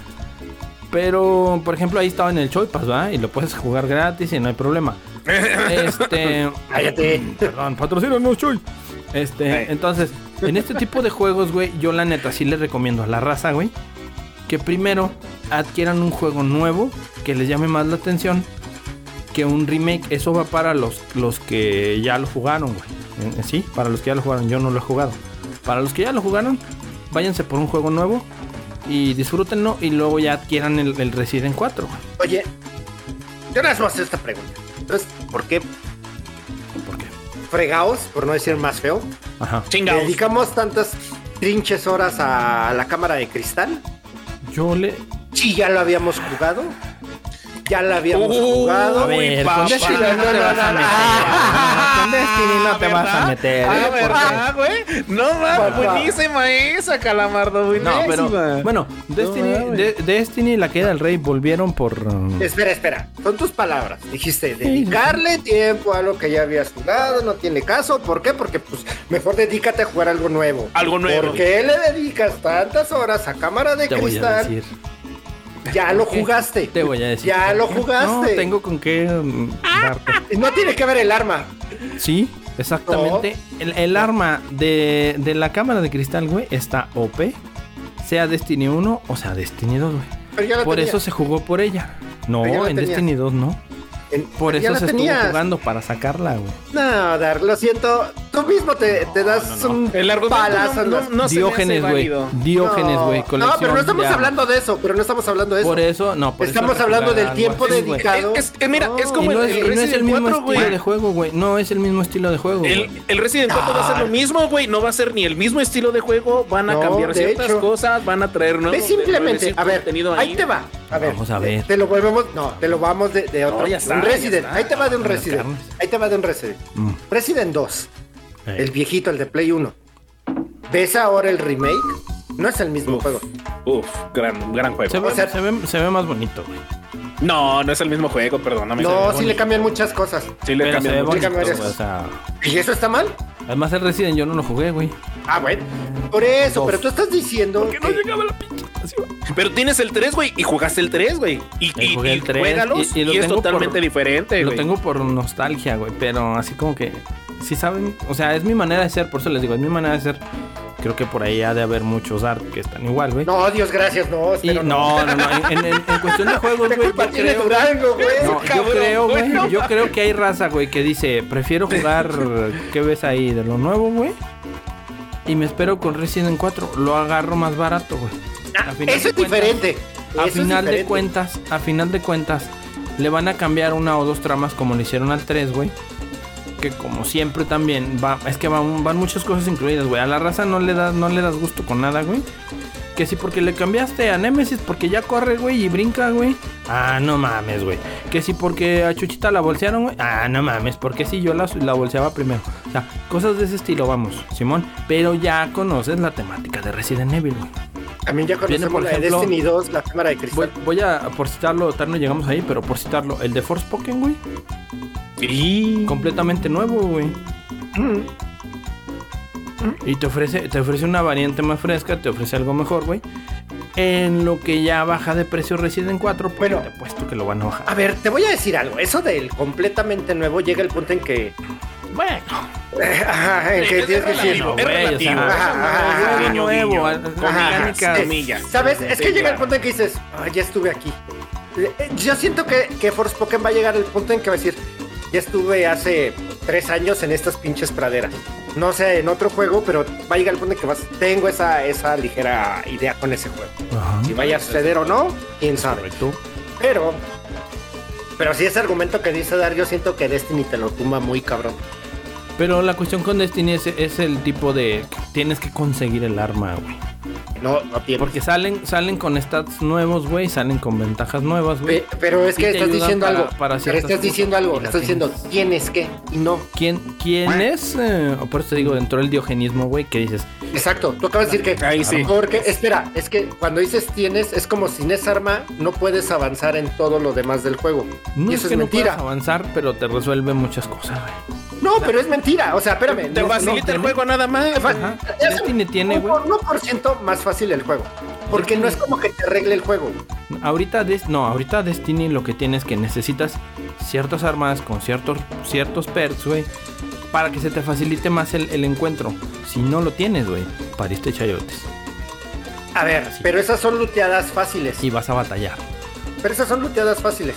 Pero, por ejemplo, ahí estaba en el Choipas, ¿verdad? Y lo puedes jugar gratis y no hay problema. Este...
Cállate.
Perdón, patrocínanos, Chuy. Este,
Ey.
entonces, en este tipo de juegos, güey, yo la neta sí les recomiendo a la raza, güey, que primero adquieran un juego nuevo que les llame más la atención que un remake. Eso va para los, los que ya lo jugaron, güey. Eh, Sí, para los que ya lo jugaron, yo no lo he jugado. Para los que ya lo jugaron, váyanse por un juego nuevo y disfrútenlo y luego ya adquieran el, el Resident 4, güey.
Oye, yo les voy a hacer esta pregunta. Entonces, ¿por qué
¿Por qué?
fregaos, por no decir más feo,
Ajá.
chingados.
dedicamos tantas trinches horas a la cámara de cristal?
Yo le...
Sí, ya lo habíamos jugado. Ya la habíamos
Uh,
jugado.
A ver, con
papá.
Destiny no te vas a meter. Con Destiny no te vas a
¿Verdad?
meter.
Ah,
¿eh?
¿verdad, güey? No, va,
Papá.
buenísima esa, Calamardo,
Porque- No,
buenísima.
pero bueno, Destiny,
mames.
De- Destiny y la queda del rey volvieron por um,
Espera, espera. Son tus palabras. Dijiste dedicarle tiempo a lo que ya habías jugado. No tiene caso. ¿Por qué? Porque pues mejor dedícate a jugar algo nuevo.
Algo nuevo.
¿Por qué le dedicas tantas horas a cámara de
te voy a
cristal?
decir,
Ya lo jugaste.
te voy a decir.
Ya lo
No
jugaste.
tengo con qué um, darte.
No tiene que ver el arma.
Sí, exactamente. El, el arma de, de la cámara de cristal, güey, está OP. Sea Destiny 1 o sea Destiny 2, güey.
Pero ya la
Por
tenía.
eso se jugó por ella. No,
Pero ya la
en
tenía.
Destiny 2 no.
En-
Por
ya
eso
la
se estuvo
tenías.
jugando para sacarla, güey.
No, Dar, lo siento. tú mismo te, te das un
El argumento
palazo.
no,
¿no?
no, no se me hace
Diógenes, güey.
válido.
Diógenes,
No.
güey.
No, pero
colección
no estamos
de armas.
hablando de eso, pero no estamos hablando de eso.
Por eso, no. por eso
Estamos hablando del
algo
tiempo
así, güey.
dedicado.
Es- es que mira, es
Y
como-
no
el
es, y no es
Resident
el mismo
4, güey.
estilo de juego, güey. No es el mismo estilo de juego. güey.
El, el Resident 4 va a ser lo mismo, güey. No va a ser ni el mismo estilo de juego. Van a
Ah. No, de
cambiar ciertas
hecho.
cosas, van a traer nuevos.
Ve simplemente,
nuevecito
a ver,
contenido
ahí te va. A ver,
Vamos a
te-
ver.
Te, lo volvemos, no, te lo vamos de, de otro.
ya está,
un
ya
Resident,
está.
ahí te va de un
Las
Resident.
carnes.
Ahí te va de un Resident.
Mm.
Resident 2,
Eh,
el viejito, el de Play 1. ¿Ves ahora el remake? No es el mismo juego.
Uf, gran, gran juego.
Se, ve,
o sea-
se ve- se ve más bonito, güey.
No, no es el mismo juego, perdóname.
No, sí
sí
le cambian muchas cosas.
sí le
Pero se ve
cambian mucho.
bonito,
Explícame
güey,
varias
o sea,
¿Y eso está mal?
además el Resident yo no lo jugué, güey.
Ah, bueno. Por eso,
Dos.
pero tú estás diciendo. que-
Pero tienes el 3, güey, y jugaste el 3, güey. Y,
Eh,
y,
jugué
y
el 3,
juégalos,
y-
y,
y lo
es
tengo por-
totalmente diferente,
Lo
güey.
tengo por nostalgia, güey. Pero así como que. Si saben. O sea, es mi manera de ser. Por eso les digo, es mi manera de ser. Creo que por ahí ha de haber muchos art que están igual, güey.
No, Dios gracias, no.
y,
espero
no, no, no. En, en- en cuestión de juegos,
¿Qué
güey. yo
culpa tiene
creo-
Durango, güey?
No, yo
cabrón,
creo, güey.
bueno.
Yo creo que hay raza, güey, que dice, prefiero jugar, ¿qué ves ahí? De lo nuevo, güey. Y me espero con Resident 4. Lo agarro más barato, güey.
Ah,
A final
Eso
de
es
cuentas-
diferente.
A
Eso es
final de
diferente.
cuentas, a final de cuentas, le van a cambiar una o dos tramas como le hicieron al 3, güey. Que como siempre también va, es que van, van muchas cosas incluidas, güey. A la raza no le das, no le das gusto con nada, güey. Que sí, porque le cambiaste a Nemesis porque ya corre, güey, y brinca, güey. Ah, no mames, güey. Que sí, porque a Chuchita la bolsearon, güey. Ah, no mames, porque sí, yo la, la bolseaba primero. O sea, cosas de ese estilo, vamos, Simón. Pero ya conoces la temática de Resident Evil, güey.
También ya
Viene,
conocemos
por
la de
ejemplo-
Destiny 2, la cámara de
Voy,
cristal.
voy a, por citarlo, tal no llegamos ahí, pero por citarlo, el de Forspoken, güey,
Y...
completamente nuevo, güey. Y te ofrece, te ofrece una variante más fresca, te ofrece algo mejor, güey. En lo que ya baja de precio Resident 4, porque
Bueno.
te apuesto que lo van a
A
bajar.
ver, te voy a decir algo. Eso del completamente nuevo llega el punto en que. eh,
Bueno,
Ajá, en que tienes que decir.
relativo,
es
güey, o
relativo.
sea,
ajá,
Es
ajá,
guiño,
nuevo,
guiño.
ajá,
Comillas,
ajá,
es-
comillas.
¿Sabes? Es que
Sí,
llega el
claro.
punto en que dices, "Ah, ya estuve aquí. Eh, Yo siento que, que Forspoken va a llegar el punto en que va a decir, ya estuve hace tres años en estas pinches praderas. No sé, en otro juego, pero va a llegar el punto en que vas, tengo esa, esa ligera idea con ese juego.
Ajá.
Si vaya a suceder o no, quién sabe.
Correcto.
Pero, pero si ese argumento que dice Dar, yo siento que Destiny te lo tumba muy cabrón.
Pero la cuestión con Destiny es, es el tipo de... Tienes que conseguir el arma, güey.
No, no tiene.
Porque salen, salen con stats nuevos, güey, salen con ventajas nuevas, güey.
Pe- pero es
Y
que
te
estás
ayudan
diciendo
para-
algo.
para
pero
ciertas
estás diciendo
cosas
algo.
y la
Estás diciendo tienes que y no.
¿Quién, quién es? eh, o por eso te digo, dentro del diogenismo, güey, que dices,
Exacto. Tú acabas de decir que.
Ahí sí.
Porque, espera, es que cuando dices tienes, es como sin esa arma no puedes avanzar en todo lo demás del juego.
no
y
es
eso
que
es
no puedas
mentira.
avanzar, pero te resuelve muchas cosas, güey.
No, pero es mentira. O sea, espérame.
Te
no-
facilita el juego nada más.
no-
Ajá.
es
Destiny tiene,
un
güey.
por- 1% más fácil el juego. Porque no es como que te arregle el juego.
Ahorita, Des- no, ahorita Destiny lo que tienes es que necesitas ciertas armas con ciertos, ciertos perks, güey, para que se te facilite más el, el encuentro. Si no lo tienes, güey, pariste chayotes
A ver, pero esas son luteadas fáciles.
y vas a batallar.
Pero esas son luteadas fáciles.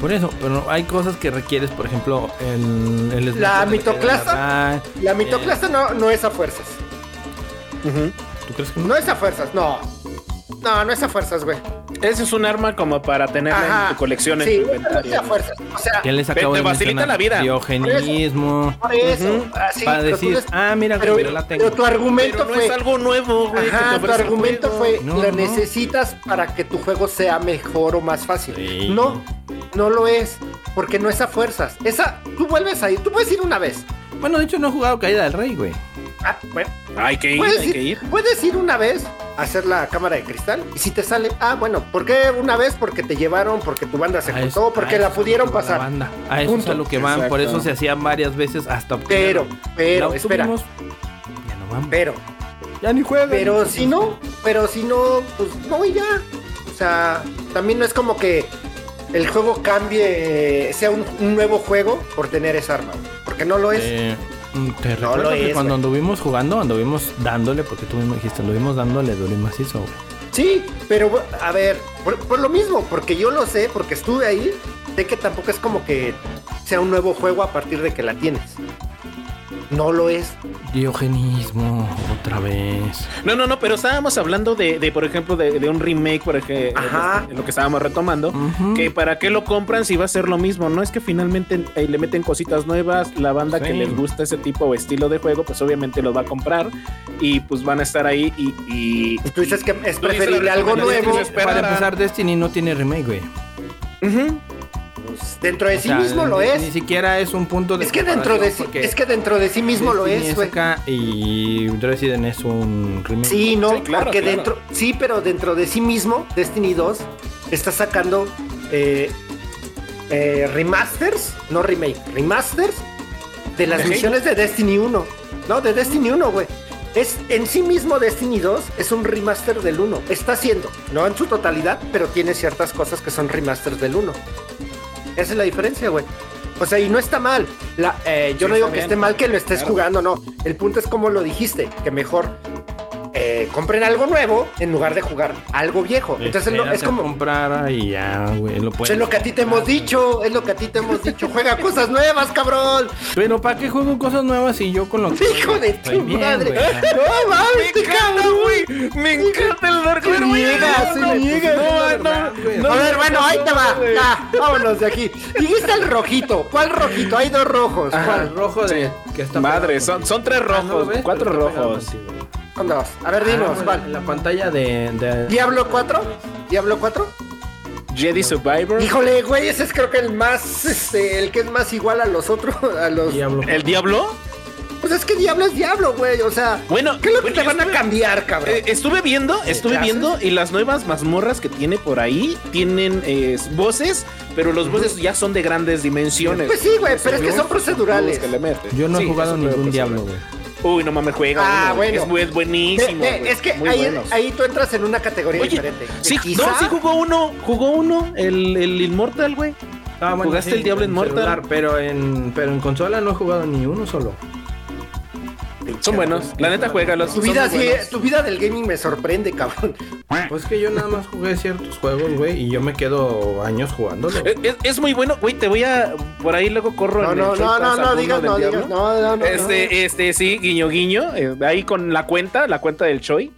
Por eso, pero hay cosas que requieres, por ejemplo, el... el esmalte
La
que requieres
mitoclasta.
agarrar.
La mitoclasta no, no es a fuerzas.
¿Tú crees que no?
No es a fuerzas, no. No, no es a fuerzas, güey.
Ese es un arma como para tenerla en tu colección. en
Sí,
tu
no es
inventario.
a fuerzas. O sea,
¿Qué les
Te-
acabo
te
de
facilita
mencionar?
la vida.
Diogenismo.
por eso.
Ujú.
así,
para
pero tú
decir,
des-
ah, mira, güey,
pero,
yo la tengo.
pero tu argumento
Pero no
fue.
es algo nuevo, güey. que te
Ajá, tu
ofrece el
argumento
juego.
fue,
No,
lo
no.
necesitas para que tu juego sea mejor o más fácil.
Sí.
No, no lo es, porque no es a fuerzas. Esa, tú vuelves ahí, tú puedes ir una vez.
Bueno, de hecho no he jugado Caída del Rey, güey.
Ah, bueno,
Hay que ir,
Puedes
hay
ir,
que ir.
puedes ir una vez a hacer la cámara de cristal y si te sale, ah, bueno, ¿por qué una vez? Porque te llevaron, porque tu banda se
A eso-
juntó, porque
a
la
eso
pudieron
Ah, es a lo que va la
pasar.
banda. A eso es a
Punto.
lo que van, por eso
Exacto.
se hacían varias veces hasta
Pero,
obtenerlo.
pero,
La
espera,
obtuvimos, Ya no vamos.
pero,
ya ni juegan.
pero si no, pero si no, pues no y ya. O sea, también no es como que el juego cambie, eh, sea un, un nuevo juego por tener esa arma, porque no lo es.
Eh, mm, te
No
recuerdo
lo
que
es,
cuando
güey.
anduvimos jugando, anduvimos dándole, porque tú mismo dijiste, anduvimos dándole duro y macizo, güey.
Sí, pero a ver, por, por lo mismo, porque yo lo sé, porque estuve ahí, sé que tampoco es como que sea un nuevo juego a partir de que la tienes. No lo es.
Diogenismo, otra vez.
No, no, no, pero estábamos hablando de, de, por ejemplo, de, de un remake, por ejemplo,
Ajá.
este, lo que estábamos retomando,
Ujú.
que para qué lo compran si va a ser lo mismo, ¿no? Es que finalmente eh, le meten cositas nuevas, la banda que
Sí.
les gusta ese tipo o estilo de juego, pues obviamente los va a comprar y pues van a estar ahí y... y-
Tú dices que es
Tú dices
preferible
la
algo
recomendación
nuevo
que se espera.
Para empezar, Destiny no tiene remake, güey.
Ujú.
pues, dentro de
O
sí
sea,
mismo lo
ni-
es.
Ni siquiera es un punto de.
Es que dentro de sí,
comparación, porque
es que dentro de sí mismo lo
Destiny
es, güey.
acá y Resident es un remake.
Sí, no,
Sí, claro,
porque
claro.
dentro, sí, pero dentro de sí mismo, Destiny 2 está sacando eh, eh, remasters, no remake, remasters de las
Ajá.
misiones de Destiny 1. No, de Destiny 1, güey. Es en sí mismo Destiny 2 es un remaster del 1. Está haciendo, no en su totalidad, pero tiene ciertas cosas que son remasters del 1. Esa es la diferencia, güey. O sea, y no está mal. La- eh, yo
Sí,
no digo
está
que
bien.
esté mal que lo estés
Claro.
jugando, no. El punto es como lo dijiste, que mejor eh, compren algo nuevo en lugar de jugar algo viejo. Entonces no, es
Espérate a
como
Este, comprar y ya, güey. Lo
"Pues
puedes.
es lo que a ti te hemos dicho, es lo que a ti te hemos dicho. Juega cosas nuevas, cabrón.
Pero ¿para qué juego cosas nuevas si yo con lo que.
Hijo de
Estoy
tu
bien,
madre.
güey.
No mames, te cabrón, güey.
Me encanta el Dark
Se
Lord, güey.
niega, se
No,
niega.
no, no, no,
a ver, bueno, ahí te va.
güey.
Ya, vámonos de aquí. Dijiste el rojito. ¿Cuál rojito? Hay dos rojos.
¿Cuál?
¿Cuál?
rojo de. Que está
Madre,
pegado
son, son tres
contigo. Ah, ¿no lo
rojos,
ves?
cuatro
Pero está pegado
rojos.
contigo.
Son dos. A ver,
Ah,
dinos,
bueno,
¿cuál?
en La pantalla de. de-
¿Diablo 4? ¿Diablo 4?
Jedi Survivor.
Híjole, güey, ese es creo que el más, este, el que es más igual a los otros, a los...
Diablo.
¿El Diablo?
Pues es que Diablo es Diablo, güey, o sea...
Bueno,
¿Qué es lo que
bueno,
te
yo
van a
estuve-
cambiar, cabrón?
Eh, estuve viendo, estuve
clases?
viendo y las nuevas mazmorras que tiene por ahí tienen eh, voces, pero los voces ya son de grandes dimensiones.
Pues sí, güey, pero es que son procedurales. Eh,
Que le metes.
Yo no he
Sí,
jugado
es un juego
ningún
procedurales.
Diablo, güey.
Uy, no mames, juega.
Ah,
uno, güey,
bueno.
Es, bu- es buenísimo.
Ve- ve,
güey,
eh, es que
muy
ahí,
buenos.
ahí tú entras en una categoría
Oye,
diferente.
Sí,
Que quizá-
no, sí jugó uno, jugó uno, el, el Inmortal, güey.
Ah, bueno,
¿Jugaste el Diablo
en
Immortal?
celular, pero en pero en consola no he jugado ni uno solo.
Son buenos. La neta, juégalos.
Tu
son
vida,
muy
sí,
buenos.
tu vida del gaming me sorprende, cabrón.
Pues que yo nada más jugué ciertos juegos, güey, y yo me quedo años jugándolo.
Eh, Es, es muy bueno, güey. Te voy a. Por ahí luego corro.
No,
en
no,
el
no, no,
Choitas
no
alguno
digas,
del
no
Diablo.
digas, no, no, no. no.
Este, este, sí, guiño, guiño. eh, ahí con la cuenta, la cuenta del Choi.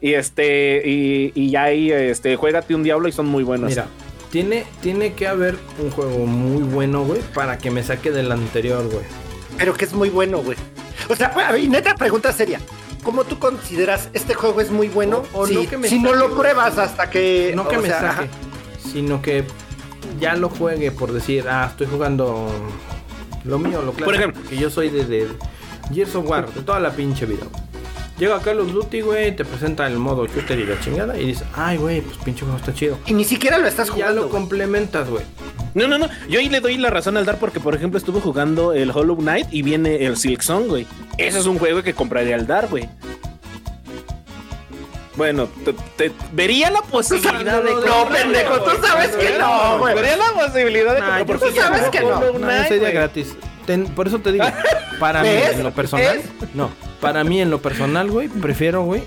Y este, y, y ya ahí, este, juégate un diablo y son muy buenos.
Mira, tiene tiene que haber un juego muy bueno, güey, para que me saque del anterior, güey.
Pero que es muy bueno, güey. O sea, pues, a ver, neta, pregunta seria. ¿Cómo tú consideras este juego es muy bueno?
Oh,
O- o
si si
no
no,
que me
lo
saque,
pruebas hasta que.
No que
Eh, o
me
sea,
saque,
ajá.
sino que ya lo juegue por decir, ah, estoy jugando lo mío, lo clásico.
Por ejemplo.
que yo soy de, de Gears of War, de toda la pinche vida. güey. Llega Call of Duty, güey, te presenta el modo shooter y la chingada y dices, ay, güey, pues pinche juego está chido.
Y ni siquiera lo estás
Y ya
jugando.
lo
güey.
complementas, güey.
No, no, no. Yo ahí le doy la razón al dar porque, por ejemplo, estuve jugando el Hollow Knight y viene el Silk Song, güey. Ese es un juego que compraría al dar, güey. Bueno, te, te- vería la posibilidad de.
no,
Ah, pues No, pendejo, tú sabes que no, güey.
Vería la posibilidad de.
Nah,
comprar
yo
porque
tú sabes
ya
que no.
Hollow
No, no
Knight,
sería
güey.
gratis. Ten- por eso te digo, para mí
¿Ves?
en lo personal,
¿Ves?
no, para mí en lo personal, güey, prefiero, güey,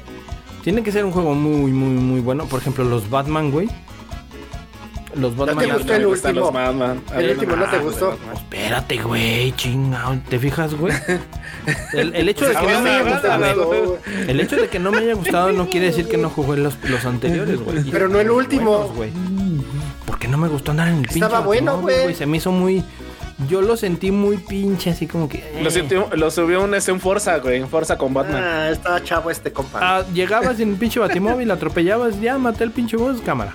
tiene que ser un juego muy, muy, muy bueno. Por ejemplo, los Batman, güey. Los
te
Batman.
gustó el
Me gustan
último?
los Batman. A
El
mí
último no te
mames,
gustó.
Batman.
Espérate, güey, chingado. ¿Te fijas, güey? El, el hecho de que no me haya
Avanza,
gustado,
avanza,
güey,
güey.
el hecho de que no me haya gustado no quiere decir que no jugué los, los anteriores, güey.
Pero no el último.
Buenos, güey. Porque no me gustó andar en el pinche.
Estaba bueno,
automóvil,
güey.
Se me hizo muy. Yo lo sentí muy pinche, así como que. eh.
Lo, sintió- lo subió un, este, un Forza, güey. Un Forza con Batman.
Ah, estaba chavo este compa. Ah,
Ah, llegabas en el pinche batimóvil, atropellabas, ya maté el pinche boss, cámara.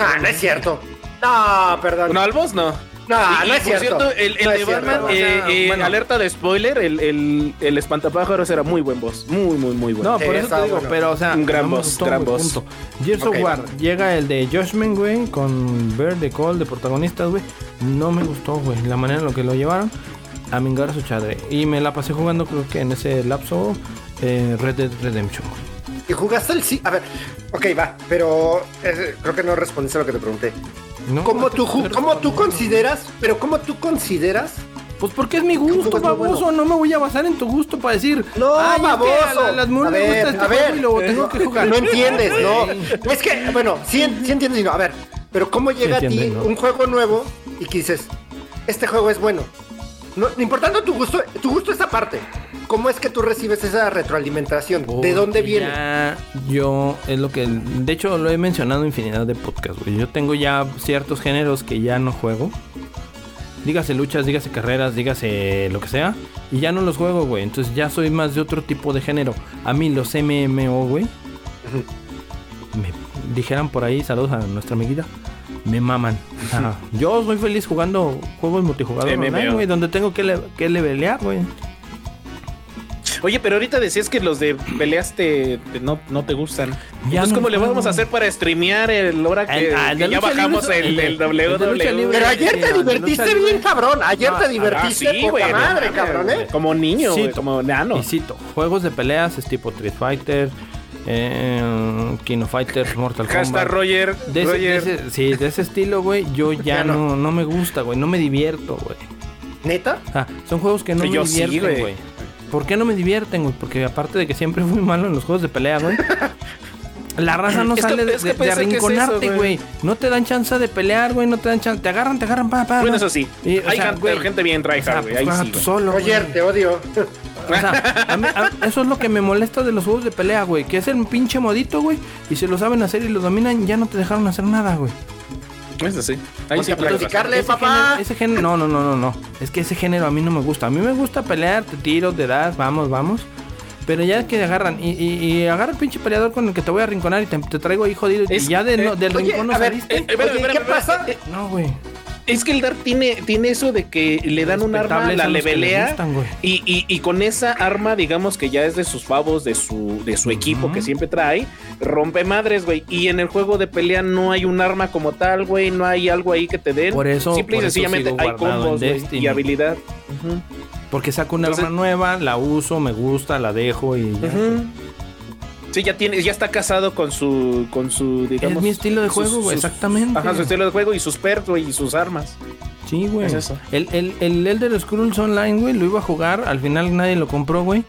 Ah, no es cierto. No, perdón.
¿No
No,
al boss? No.
no,
Y- y
es
por
cierto.
cierto, el, el
No
de
es cierto.
Batman,
O sea,
eh, eh,
bueno,
alerta de spoiler, el, el, el espantapájaros era muy buen boss. Muy, muy, muy bueno.
No,
Sí,
por eso te
estaba
digo,
bueno.
pero o sea,
Un gran
no me
boss, gran
güey,
boss.
punto. Gears of
Ok,
War, llega el de Joshman, güey, con Bird de Cole de protagonistas, güey. No me gustó, güey, la manera en la que lo llevaron a mingar a su chadre. Y me la pasé jugando, creo que en ese lapso, eh, Red Dead Redemption. güey.
¿Y jugaste el sí? A ver, ok, va, pero eh, creo que no respondiste a lo que te pregunté.
No,
¿Cómo
no te-
tú, ju-
pero-
cómo tú consideras, pero cómo tú consideras?
Pues porque es mi
Tampoco
gusto,
es muy
baboso.
bueno.
No me voy a basar en tu gusto para decir.
No,
"Ay, es que a
Ah, baboso.
la- las mujeres les gusta este juego y lo tengo que jugar.
No entiendes, no. Es que, bueno, sí, en- sí entiendes, y no. A ver, pero ¿cómo llega a ti
entienden, ¿no?
un juego nuevo y que dices, este juego es bueno? No, no importando tu gusto, tu gusto es aparte. ¿Cómo es que tú recibes esa retroalimentación? ¿De dónde
Porque
viene?
ya Yo, es lo que. De hecho, lo he mencionado en infinidad de podcasts, güey. Yo tengo ya ciertos géneros que ya no juego. Dígase luchas, dígase carreras, dígase lo que sea. Y ya no los juego, güey. Entonces ya soy más de otro tipo de género. A mí los MMO, güey. Me dijeran por ahí, saludos a nuestra amiguita. Me maman. Ajá. Yo soy feliz jugando juegos multijugador
MMO.
online, güey, donde tengo que, le que levelear, güey.
Oye, pero ahorita decías que los de peleas te, te- no, no te gustan.
Ya
Entonces,
no
¿cómo le
juego.
vamos a hacer Pues, para streamear el hora que,
El- ah, el de
que ya
lucha libre
bajamos
es-
el,
el-
el
el de lucha
WWE?
libre.
Pero ayer te
Mira,
divertiste
no salió.
bien, cabrón. Ayer
Ah,
te
ah,
Ah,
divertiste
sí,
poca
güey. no
madre,
mames,
cabrón, ¿eh?
Como niño,
Sí,
güey, como nano.
Y cito, juegos de peleas es tipo Street Fighter, eh, Kino Fighter, Mortal
Hasta
Kombat.
Roger.
De ese, de
Roger.
ese- sí, de ese estilo, güey, yo ya
Ya no.
no. No, me gusta, güey, no me divierto, güey.
¿Neta?
O sea, son juegos que no
Pues Yo
me
sí,
divierten,
güey.
güey. ¿Por qué no me divierten, güey? Porque aparte de que siempre fui malo en los juegos de pelea, güey. La raza no
Es que-
sale de,
es que
de- de
pensé que es eso,
arrinconarte,
güey.
güey. No te dan chance de pelear, güey. No te dan chance. Te agarran, te agarran, pa, pa.
Bueno,
pa.
eso sí.
Y, o
hay
sea,
gente,
güey,
gente bien
o sea,
tryhard, güey.
pues,
Ahí
juega
sí,
tú
güey.
solo, güey.
Roger, te odio.
O sea, a mí- a- eso es lo que me molesta de los juegos de pelea, güey. Que es el pinche modito, güey. Y si lo saben hacer y lo dominan, ya no te dejaron hacer nada, güey. pues,
Eso sí. Ahí
Ponte
sí
a
tienes razón.
practicarle,
Ese
papá.
género- ese género, no, no, no, no, no. Es que ese género a mí no me gusta. A mí me gusta pelear, te tiro, te das, vamos, vamos. Pero ya es que agarran. Y, y, y agarra el pinche peleador con el que te voy a rinconar y te, te traigo ahí jodido.
Es-
y ya de, no-
eh,
del
oye,
rincón no
a ver,
saliste.
Eh, espera,
Oye,
espera,
¿qué
espera.
pasa?
Eh,
no, güey.
Es que el Dark tiene, tiene eso de que le dan un arma,
Respetables
la
son los que les
levelea.
gustan, güey.
Y, y- y con esa arma, digamos que ya es de sus pavos, de su, de su equipo
Ujú.
que siempre trae, rompe madres, güey. Y en el juego de pelea no hay un arma como tal, güey. No hay algo ahí que te den.
Por eso-
Simple y
por eso
sencillamente
sigo
hay
guardado en
combos güey, y
Destiny.
habilidad. Ujú.
Porque saco una
Entonces-
arma nueva, la uso, me gusta, la dejo y ya.
Ujú. Sí, ya tiene, ya está casado con su, con su, digamos.
Es mi estilo de
sus-
juego, güey,
sus-
exactamente.
Ajá, su estilo de juego y sus perks, güey, y sus armas.
Sí, güey.
Es eso.
El, el, el Elder Scrolls Online, güey, lo iba a jugar. Al final nadie lo compró, güey.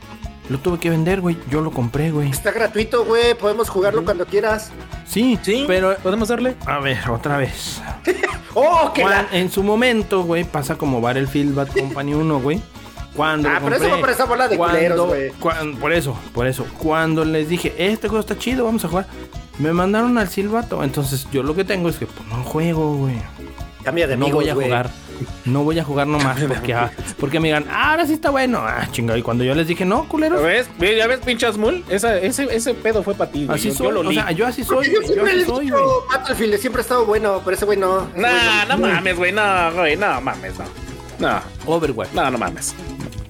Lo tuve que vender, güey. Yo lo compré, güey.
Está gratuito, güey. Podemos jugarlo cuando quieras.
Sí,
Sí,
pero...
podemos darle.
A ver, otra vez.
¡Oh, que
Cuan-
la!
en su momento, güey, pasa como Battlefield Bad Company 1, güey. Cuando
Ah,
lo
pero eso
compré,
fue por esa bola de culeros, güey.
cuan- por eso, por eso. Cuando les dije, este juego está chido, vamos a jugar. Me mandaron al silbato. Entonces, yo lo que tengo es que pues, no juego, güey.
Cambia de
no
amigos,
voy a
güey.
jugar. No voy a jugar nomás porque, ah, porque me digan, "Ah, ahora sí está bueno. Ah, chingado. Y cuando yo les dije, no,
¿Ya
culeros.
ves? ¿Ya ves, pinche Azmul? Esa- ese, ese pedo fue para ti. güey.
Así
yo,
soy.
yo lo
o
leí.
sea, yo así soy.
Porque yo
güey, Yo
siempre
así
le he
soy, güey.
dicho Battlefield siempre ha estado bueno, pero ese güey no. ese
nah,
güey
no mames, güey. No, güey. No mames, no. No,
Overwatch.
no, no mames.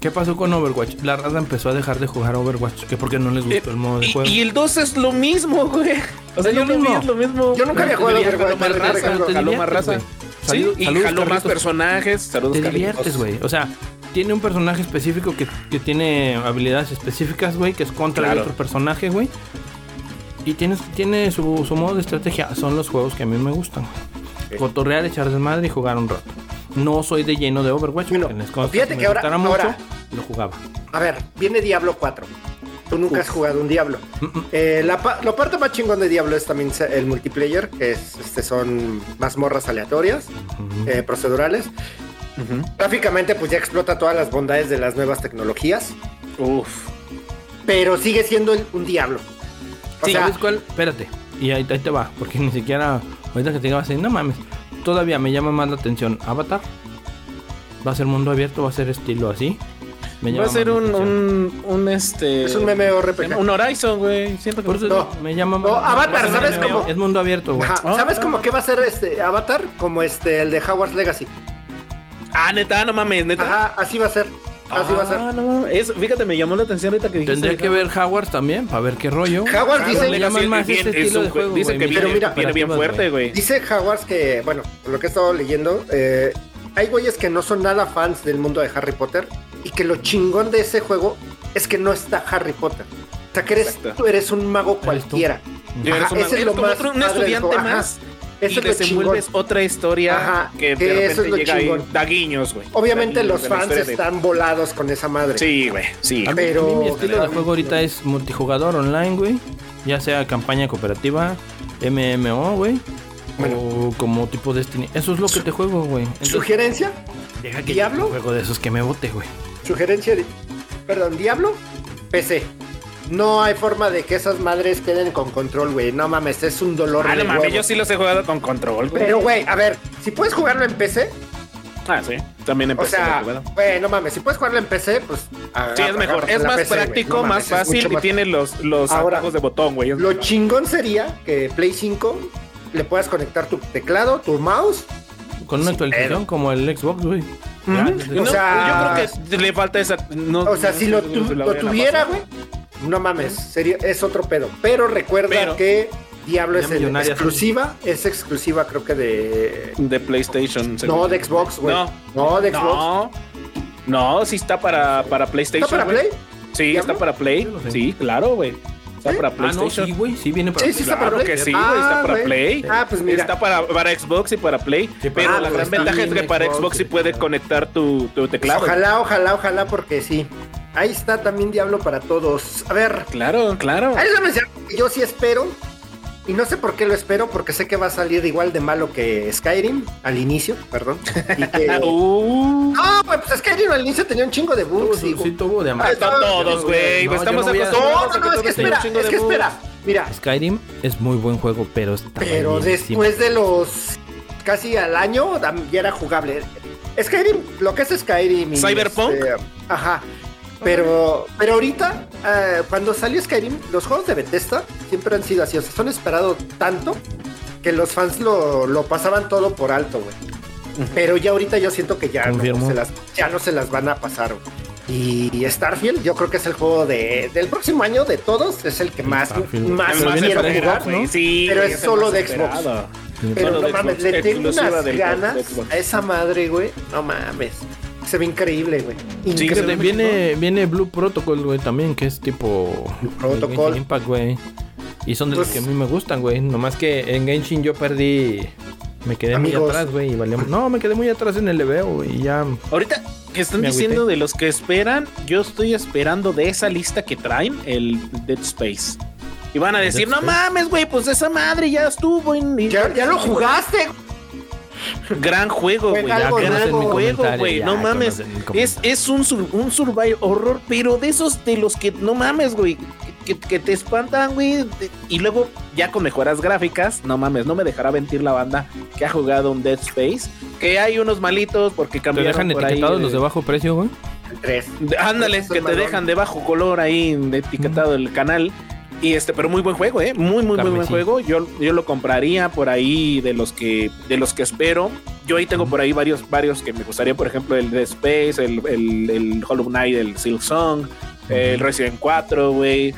¿Qué pasó con Overwatch? La raza empezó a dejar de jugar Overwatch. Que porque no les
Eh,
gustó el modo de
Y-
juego.
Y, el 2 es lo mismo, güey. O sea,
Es
yo
lo
lo vi,
mismo.
es lo mismo.
Yo nunca había
Pero
jugado
te
Overwatch,
diviertes, jaló más
pero te
raza,
diviertes,
jaló más
güey.
raza. Sí,
Salud-
y
saludos,
jaló más
Carlitos.
personajes. Saludos,
Te
Carlitos.
diviertes, güey. O sea, tiene un personaje específico que, que tiene habilidades específicas, güey, que es contra
Claro.
el otro personaje, güey. Y tiene, tiene su, su modo de estrategia. Son los juegos que a mí me gustan. güey. Cotorrear, echar desmadre y jugar un rato. No soy de lleno de Overwatch.
Bueno,
porque les consta
fíjate
me
que ahora-
gustara
ahora-
lo jugaba.
A ver, viene Diablo 4. Tú nunca has jugado un Diablo.
Mm,
Eh, la, pa- la parte más chingón de Diablo es también se- el multiplayer, que es, este, son mazmorras aleatorias, eh, procedurales. Gráficamente, pues ya explota todas las bondades de las nuevas tecnologías,
Ujú. Uf.
pero sigue siendo el- un Diablo. O
Sí,
sea,
¿sabes cuál? Espérate. Y ahí, ahí te va. Porque ni siquiera. Ahorita que te diga, vas a decir, no mames. Todavía me llama más la atención Avatar. Va a ser mundo abierto, va a ser estilo así. Me
Va
llama
a
más
ser
la
un,
atención.
un, un, este.
es un MMORPG.
Un Horizon, güey. Siento que.
Por eso
No.
me llama
No, Avatar,
es
¿sabes
MMO,
cómo?
Es mundo abierto, güey.
Ajá,
Ah.
¿Sabes cómo que va a ser este Avatar? Como este, el de Howard's Legacy.
Ah, neta, no mames, neta.
Ajá, así va a ser. Así va a ser.
Ah, no, eso, fíjate, me llamó la atención ahorita que dijiste.
Tendría que ver Howard también para ver qué rollo.
Howard
Claro,
dice
le
sí,
llaman
sí,
más
bien,
ese
es
estilo
un
de
jue-
juego,
Dicen
güey,
que
mira,
viene,
mira,
viene bien
operativas,
fuerte, güey.
Dice Jaguars que, bueno, por lo que he estado leyendo, eh, hay güeyes que no son nada fans del mundo de Harry Potter y que lo chingón de ese juego es que no está Harry Potter. O sea, que eres,
Exacto.
tú eres un mago cualquiera.
Yo eres
Ajá,
una-
ese es
eres
lo
como
más
otro- un
padre del
estudiante
juego, ajá.
más.
Eso
y
es lo chingón.
desenvuelves otra historia
Ajá, que
que
eso
de
es
repente
lo
llega ahí,
chingón.
da guiños, güey. Da
Obviamente
guiños
los
de la
fans
historia de-
están volados con esa madre.
Sí, güey, sí.
A mí-
Pero-
a mí mi estilo de juego ahorita es multijugador online, güey. Ya sea campaña cooperativa, MMO, güey. o como tipo Destiny. Eso es lo que te juego, güey. Entonces,
¿Sugerencia?
deja
¿Diablo?
llegue un juego de esos que me bote, güey.
Sugerencia de. Perdón, Diablo, PC. No hay forma de que esas madres queden con control, güey. No mames, es un dolor.
Ah,
de
no mames,
huevos.
yo sí los he jugado con control, güey.
Pero, güey, a ver, si puedes jugarlo en PC,
Ah, sí. También
o
empecé
sea,
a jugar.
güey, no mames, si puedes jugarlo en PC, pues. agarra-
Sí, es mejor.
agárrate
Es
la
más
PC, güey.
práctico,
No mames,
más
es
fácil
mucho
y
más-
tiene los, los
Ahora,
atajos de botón, güey. Es
Lo
verdad.
chingón sería que Play 5 le puedas conectar tu teclado, tu mouse.
Con una
Sin
actualización
pedo.
como el Xbox, güey.
Ujú.
Ya, Ah,
No,
desde-
O sea-
yo creo que le falta esa. no-
O sea,
no
si
sé
lo,
si
tu-
se la
lo
vayan a
tuviera,
pasar.
güey, no mames, sería, es otro pedo. Pero recuerda
Pero-
que Diablo
Ya
es el-
millonaria,
exclusiva, es exclusiva creo que de...
De PlayStation. según
No,
yo.
de Xbox, güey.
No.
No. de Xbox.
No. No, sí está para, para PlayStation.
¿Está para
güey.
Play?
Sí,
¿Diablo?
está para Play.
Yo lo sé.
Sí, claro, güey. Está para
Ah, no,
PlayStation.
sí, güey. Sí, viene para
Sí, sí está para
Claro
Play.
que sí, güey, está para
güey.
Play.
Ah, pues mira.
Está para, para Xbox y para Play.
Sí, para-
pero
Ah,
la
pues
gran
está
ventaja es
bien
que para
Xbox,
Xbox sí
sí,
puede
claro.
conectar tu, tu teclado.
Ojalá, ojalá, ojalá, porque sí. Ahí está también Diablo para todos. A ver,
Claro, claro.
ahí les voy a mencionar que yo sí espero. Y no sé por qué lo espero, porque sé que va a salir igual de malo que Skyrim al inicio, perdón. Y que... no,
Uh,
güey, pues Skyrim al inicio tenía un chingo de
Tuvo
bugs.
su-
y-
sí, tuvo de amar.
están todos, güey.
No, yo
Estamos
no voy a-
No, no,
acostumbrados.
no, es que
tenga un
espera,
chingo
es
de
que
bugs.
espera. Mira,
Skyrim es muy buen juego, pero está
pero
malísimo.
después de los casi al año tam- ya era jugable. Skyrim, lo que es Skyrim. y
Cyberpunk.
este, ajá. Pero, pero ahorita, eh, cuando salió Skyrim, los juegos de Bethesda siempre han sido así. O sea, son esperados tanto que los fans lo, lo pasaban todo por alto, güey. Pero ya ahorita yo siento que ya no,
Confirmo.
se las, ya no se las van a pasar. güey. Y Starfield, yo creo que es el juego de, del próximo año de todos, es el que más,
Starfield.
más
El más
quiero
esperado,
jugar,
güey. Sí,
Pero es
el
solo
más
de Xbox.
esperado.
Pero
Solo
no
de
mames,
Xbox,
le tengo
exclusiva
unas
de Xbox,
ganas
de Xbox.
a esa madre, güey. No mames. Se ve increíble, güey.
Sí, que
Fíjate,
se ve
Increíble.
muy
viene, viene Blue Protocol, güey, también, que es tipo.
Protocol.
de Genshin Impact, güey. Y son de los que
Pues-
a mí me gustan, güey. Nomás que en Genshin yo perdí. Me quedé muy
Amigos.
atrás, güey. Y valía... No, me quedé muy atrás en el leveo, güey. Y ya.
Ahorita que están
Me agüité.
diciendo de los que esperan, yo estoy esperando de esa lista que traen el Dead Space. Y van a decir, no
Space.
mames, güey, pues esa madre ya estuvo en...
Ya, ya lo jugaste.
Gran juego, güey.
Juega
Ya
algo
conocen
gran
nuevo.
mi
juego,
comentario,
güey.
ya
No mames.
conocen mi
Es,
comentario.
es un, sur- un survival horror, pero de esos de los que no mames, güey. Que, que te espantan, güey. de- Y luego ya con mejoras gráficas, no mames, no me dejará mentir la banda que ha jugado un Dead Space. Que hay unos malitos porque
Te
cambiaron
dejan
por ahí
etiquetados
de-
los de bajo precio, güey.
Tres.
de- Ándale,
Eso
que
es
te
valor.
dejan de bajo color ahí de etiquetado el canal. Y este, pero muy buen juego, eh. Muy, muy, muy buen
Carmesí.
juego. Yo, yo lo compraría por ahí de los que, de los que espero. Yo ahí tengo por ahí varios, varios que me gustaría, por ejemplo, el Dead Space, el, el, el Hollow Knight, el Silk Song, el Resident 4, güey.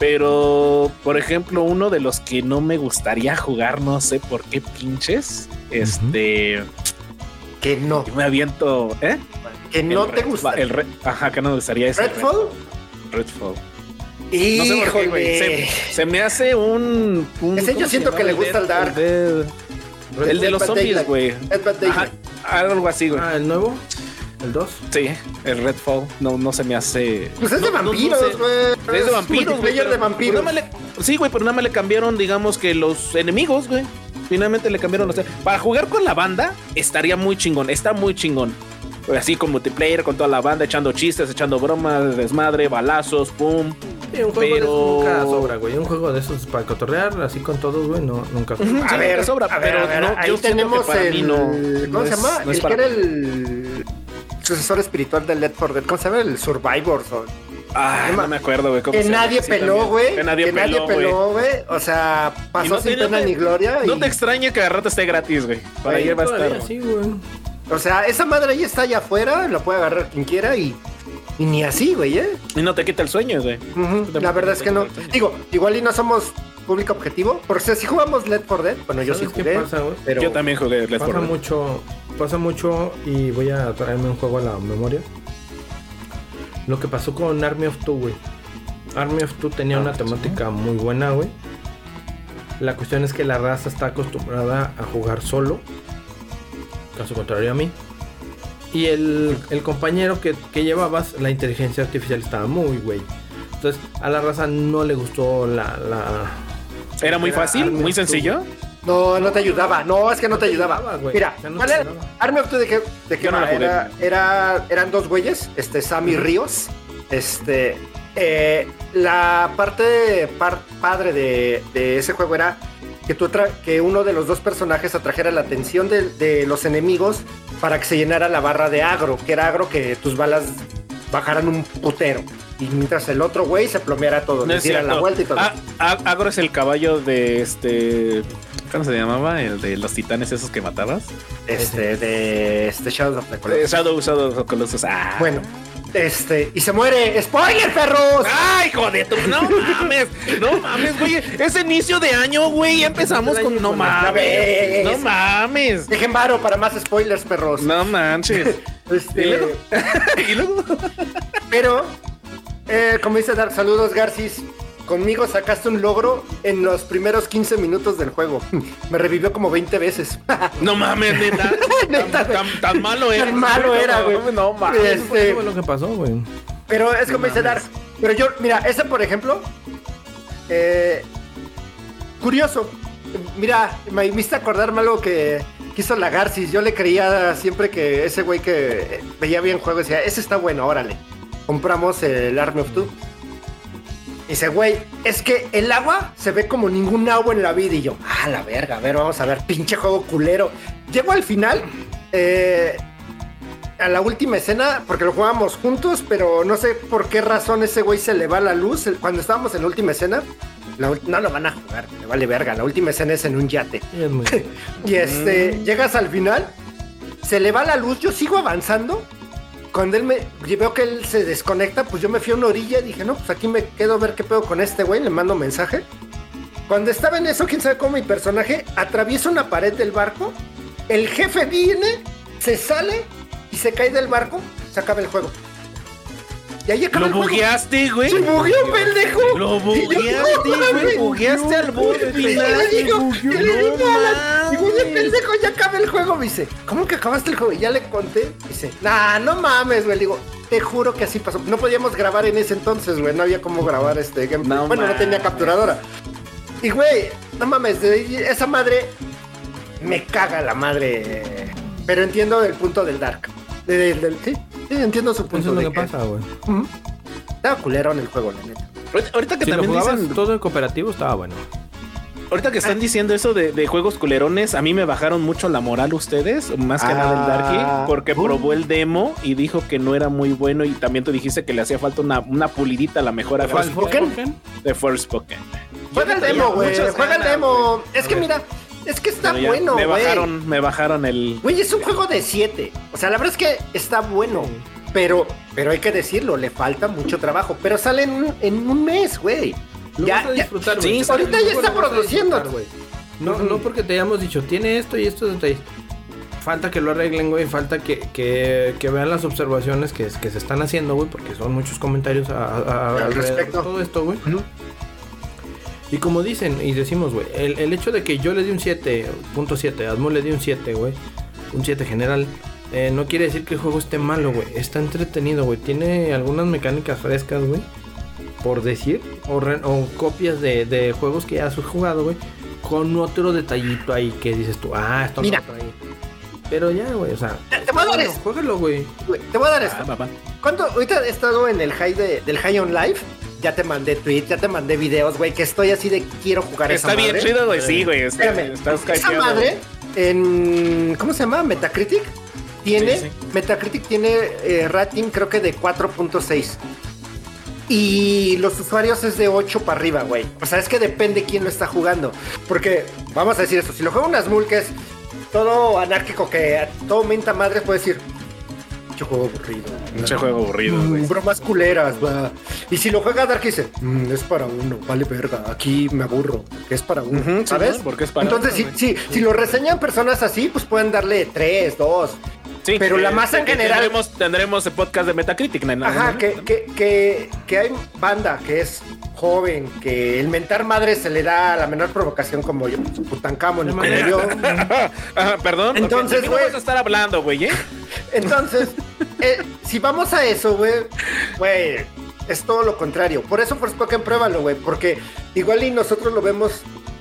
Pero, por ejemplo, uno de los que no me gustaría jugar, no sé por qué pinches. Este,
Que no.
yo me aviento, ¿eh?
Que no
El
te
Red-
gusta.
El Red- ajá, que no me gustaría ese Red-
Redfall.
Redfall. No sé por qué, güey. Se,
Híjole.
se me hace un. un-
Ese yo
¿cómo se
siento
llama?
que le
El
gusta
de-
al Dark.
El de, el de los
Dead by
zombies,
Daylight.
güey.
Dead by
Ajá,
Daylight.
Algo así, güey.
Ah, el nuevo. El 2.
Sí, el Redfall. No, no se me hace.
Pues es de
no, no, no sé.
vampiros, güey.
Es de vampiros, güey.
multiplayer
pero- pues
de
pero
vampiros.
nada más le- sí, güey, pero nada más le cambiaron, digamos, que los enemigos, güey. Finalmente le cambiaron los. Para jugar con la banda, estaría muy chingón. Está muy chingón. Así con multiplayer, con toda la banda, echando chistes, echando bromas, desmadre, balazos, pum.
Sí, un juego de
Pero-
esos nunca sobra, güey. Un juego de esos para cotorrear, así con todos, güey. No, nunca sobra.
Ujú.
A
sí,
ver,
te sobra,
a ver,
pero
a ver,
no, yo
ahí
siento que
tenemos
para mí
el.
no- no
¿Cómo se
es-
llama?
no es
el que
para
era
mí.
el sucesor espiritual del Led for Dead. ¿Cómo se llama? El Survivors. o-
Ah, no me acuerdo, güey. cómo
Que
se llama,
nadie
sí,
peló,
también.
güey.
Que nadie peló, güey.
güey. O sea,
Y
pasó
no te-
sin
no
pena
te-
ni gloria.
No
y-
te extraña que de rato esté gratis, güey. Para
Güey,
ayer va a
Todavía
estar.
Sí, güey.
O sea, esa madre ahí está allá afuera, la puede agarrar quien quiera y, y ni así, güey, ¿eh?
Y no te quita el sueño, güey.
Ujú, La verdad es que no. Digo, igual y no somos público objetivo, porque si jugamos Led for Dead, bueno, yo sí
¿Sabes qué
jugué,
pasa, güey?
pero...
Yo también jugué Left
pasa
4 Dead.
mucho, pasa mucho y voy a traerme un juego a la memoria. Lo que pasó con Army of Two, güey. Army of Two tenía
Ah,
una temática muy buena, güey. La cuestión es que la raza está acostumbrada a jugar solo. Caso contrario a mí. Y el, el compañero que, que llevabas, la inteligencia artificial estaba muy, güey. Entonces, a la raza no le gustó la, la,
Era muy
Era
fácil,
Army
muy
of Two,
sencillo.
No, no te ayudaba. No, es que no te ayudaba.
ayudaba, güey.
Mira,
O sea, no
¿cuál
te
era?
ayudaba.
Army of Two de qué, de qué
Yo no
va?
la jugué.
Era- era- eran dos güeyes, este, Sammy Ríos. Este, eh, la parte par- padre de, de ese juego era que, tú atra- que uno de los dos personajes atrajera la atención de, de los enemigos para que se llenara la barra de agro, que era agro que tus balas bajaran un putero. Y mientras el otro güey se plomeara todo,
No
le
es
diera la
cierto. Ah,
vuelta y todo.
A- A- Agro es el caballo de este. ¿Cómo se llamaba? El de los titanes esos que matabas.
este, de este Shadows of the Colossus.
Eh, Shadow, Shadow of Colossus. Ah.
Bueno, este, y se muere. ¡Spoiler, perros!
¡Ay, hijo de tu! No mames, no mames, güey. Es inicio de año, güey. Ya empezamos con. No mames, no mames.
Dejen varo para más spoilers, perros.
No manches.
Este,
¿Y luego? y luego.
pero, eh, como dice Dark, saludos, Garcis. Conmigo sacaste un logro en los primeros 15 minutos del juego. Me revivió como 20 veces.
No mames, neta.
Neta,
tan,
güey.
tan- tan malo era.
Tan malo era, güey.
No mames.
Eso fue
Este,
todo lo que pasó, güey.
Pero es como dice Dark. Pero yo, mira, ese por ejemplo. eh, curioso. Mira, me hiciste acordarme algo que, que hizo la Garcis. Yo le creía siempre que ese güey que eh, veía bien juego decía, ese está bueno, órale. Compramos el Army of Two. Dice, güey, es que el agua se ve como ningún agua en la vida. Y yo, ah, la verga, a ver, vamos a ver, pinche juego culero. Llego al final, eh, a la última escena, porque lo jugábamos juntos, pero no sé por qué razón ese güey se le va la luz. El- Cuando estábamos en la última escena, la ul- no lo van a jugar, le vale verga. La última escena es en un yate.
Sí, es muy-
Y este, llegas al final, se le va la luz, yo sigo avanzando. Cuando él me yo veo que él se desconecta, pues yo me fui a una orilla y dije, no, pues aquí me quedo a ver qué pedo con este güey, le mando mensaje. Cuando estaba en eso, quién sabe cómo mi personaje atraviesa una pared del barco, el jefe viene, se sale y se cae del barco, se acaba el juego. Y ahí acaba
Lo
el juego.
bugueaste, güey.
¡Se bugueó, pendejo!
Lo
Y yo,
bugueaste,
¡no
güey.
mames!
Bugueaste al borde
Y yo
final.
le digo,
güey.
yo le digo
No
a Alan, digo, oye,
mames.
pendejo, ya acabé el juego, me dice, ¿cómo que acabaste el juego? Y ya le conté, dice, nah, no mames, güey, le digo, te juro que así pasó. No podíamos grabar en ese entonces, güey, no había cómo grabar este gameplay.
No
bueno, no tenía
mames.
capturadora. Y, güey, no mames, de ahí- esa madre me caga la madre. Pero entiendo el punto del Dark. De- del- del- sí, sí, entiendo su
Eso
punto
es lo
de
que
que-
pasa, güey.
Ujú. Estaba culero en el juego, la neta.
Ahorita, ahorita que
Si lo
también
jugabas
dicen,
todo en cooperativo, estaba bueno.
ahorita que están
Ah.
diciendo eso de, de juegos culerones, a mí me bajaron mucho la moral ustedes, más que
Ah,
nada el Darky, porque
uh.
probó el demo y dijo que no era muy bueno y también tú dijiste que le hacía falta una, una pulidita a la mejora gráfica
Forspoken?
de Forspoken.
Juega el
le
demo,
traía
güey.
muchas
Juega el
ganas,
demo. Es que mira, es que está
Pero ya
bueno,
me
güey.
bajaron, me bajaron el
Güey, es un juego de 7. O sea, la verdad es que está bueno. Pero, pero hay que decirlo, le falta mucho trabajo. Pero sale en un, en un mes, güey.
Lo
Ya,
vas a
ya.
disfrutar,
Sí,
güey.
ahorita ya
Lo
está
vas a
produciendo.
disfrutar, güey. No, no porque te hayamos dicho, tiene esto y estos detalles. Falta que lo arreglen, güey. Falta que, que, que vean las observaciones que, que se están haciendo, güey. Porque son muchos comentarios a- a- a-
Al
alrededor de
respecto.
todo esto, güey. Y como dicen y decimos, güey, el, el hecho de que yo le di un 7.7, Admo le di un 7, güey, un 7 general, eh, no quiere decir que el juego esté malo, güey. Está entretenido, güey. Tiene algunas mecánicas frescas, güey, por decir, o, re- o copias de, de juegos que ya has jugado, güey, con otro detallito ahí que dices tú, ah, esto no
Mira.
lo traía". Pero ya, güey, o sea,
Te, te voy a dar
bueno,
esto,
juégalo, güey.
güey, Te voy a dar esto.
Ah, papá.
¿Cuánto? Ahorita he estado en el high de- del high on life. Ya te mandé tweets, ya te mandé videos, güey, que estoy así de quiero jugar
Está
esa
bien
madre.
chido, güey. Pues, Sí, güey. este, está-
Espérame,
Estás
esa
hypeado.
madre en ¿cómo se llama? Metacritic tiene
Sí,
Metacritic tiene eh, rating creo que de 4.6 y los usuarios es de 8 para arriba, güey. O sea, es que depende quién lo está jugando, porque vamos a decir esto, si lo juega unas mulques todo anárquico que a todo menta madres puede decir mucho juego aburrido.
Pinche juego aburrido, güey.
Mm, bromas culeras, va. Y si lo juega Dark dice, "Mm, es para uno, vale verga, aquí me aburro, es para uno,
Ujú, sí,
¿sabes?
¿no? Porque es para
Entonces,
uno,
si, si, si lo reseñan personas así, pues pueden darle tres, dos.
Sí,
Pero la
eh,
masa en
eh,
general-
Tendremos, tendremos el podcast de Metacritic. ¿no?
Ajá,
¿no?
que, que, que, que hay banda que es joven, que el mentar madre se le da la menor provocación como yo, Tutankamón, y como yo.
Ajá, Perdón. ok,
Entonces,
¿de qué
güey-
vamos a estar hablando, güey, ¿eh?
Entonces, eh, si vamos a eso, güey, güey, es todo lo contrario. Por eso Forspoken pruébalo, güey, porque igual y nosotros lo vemos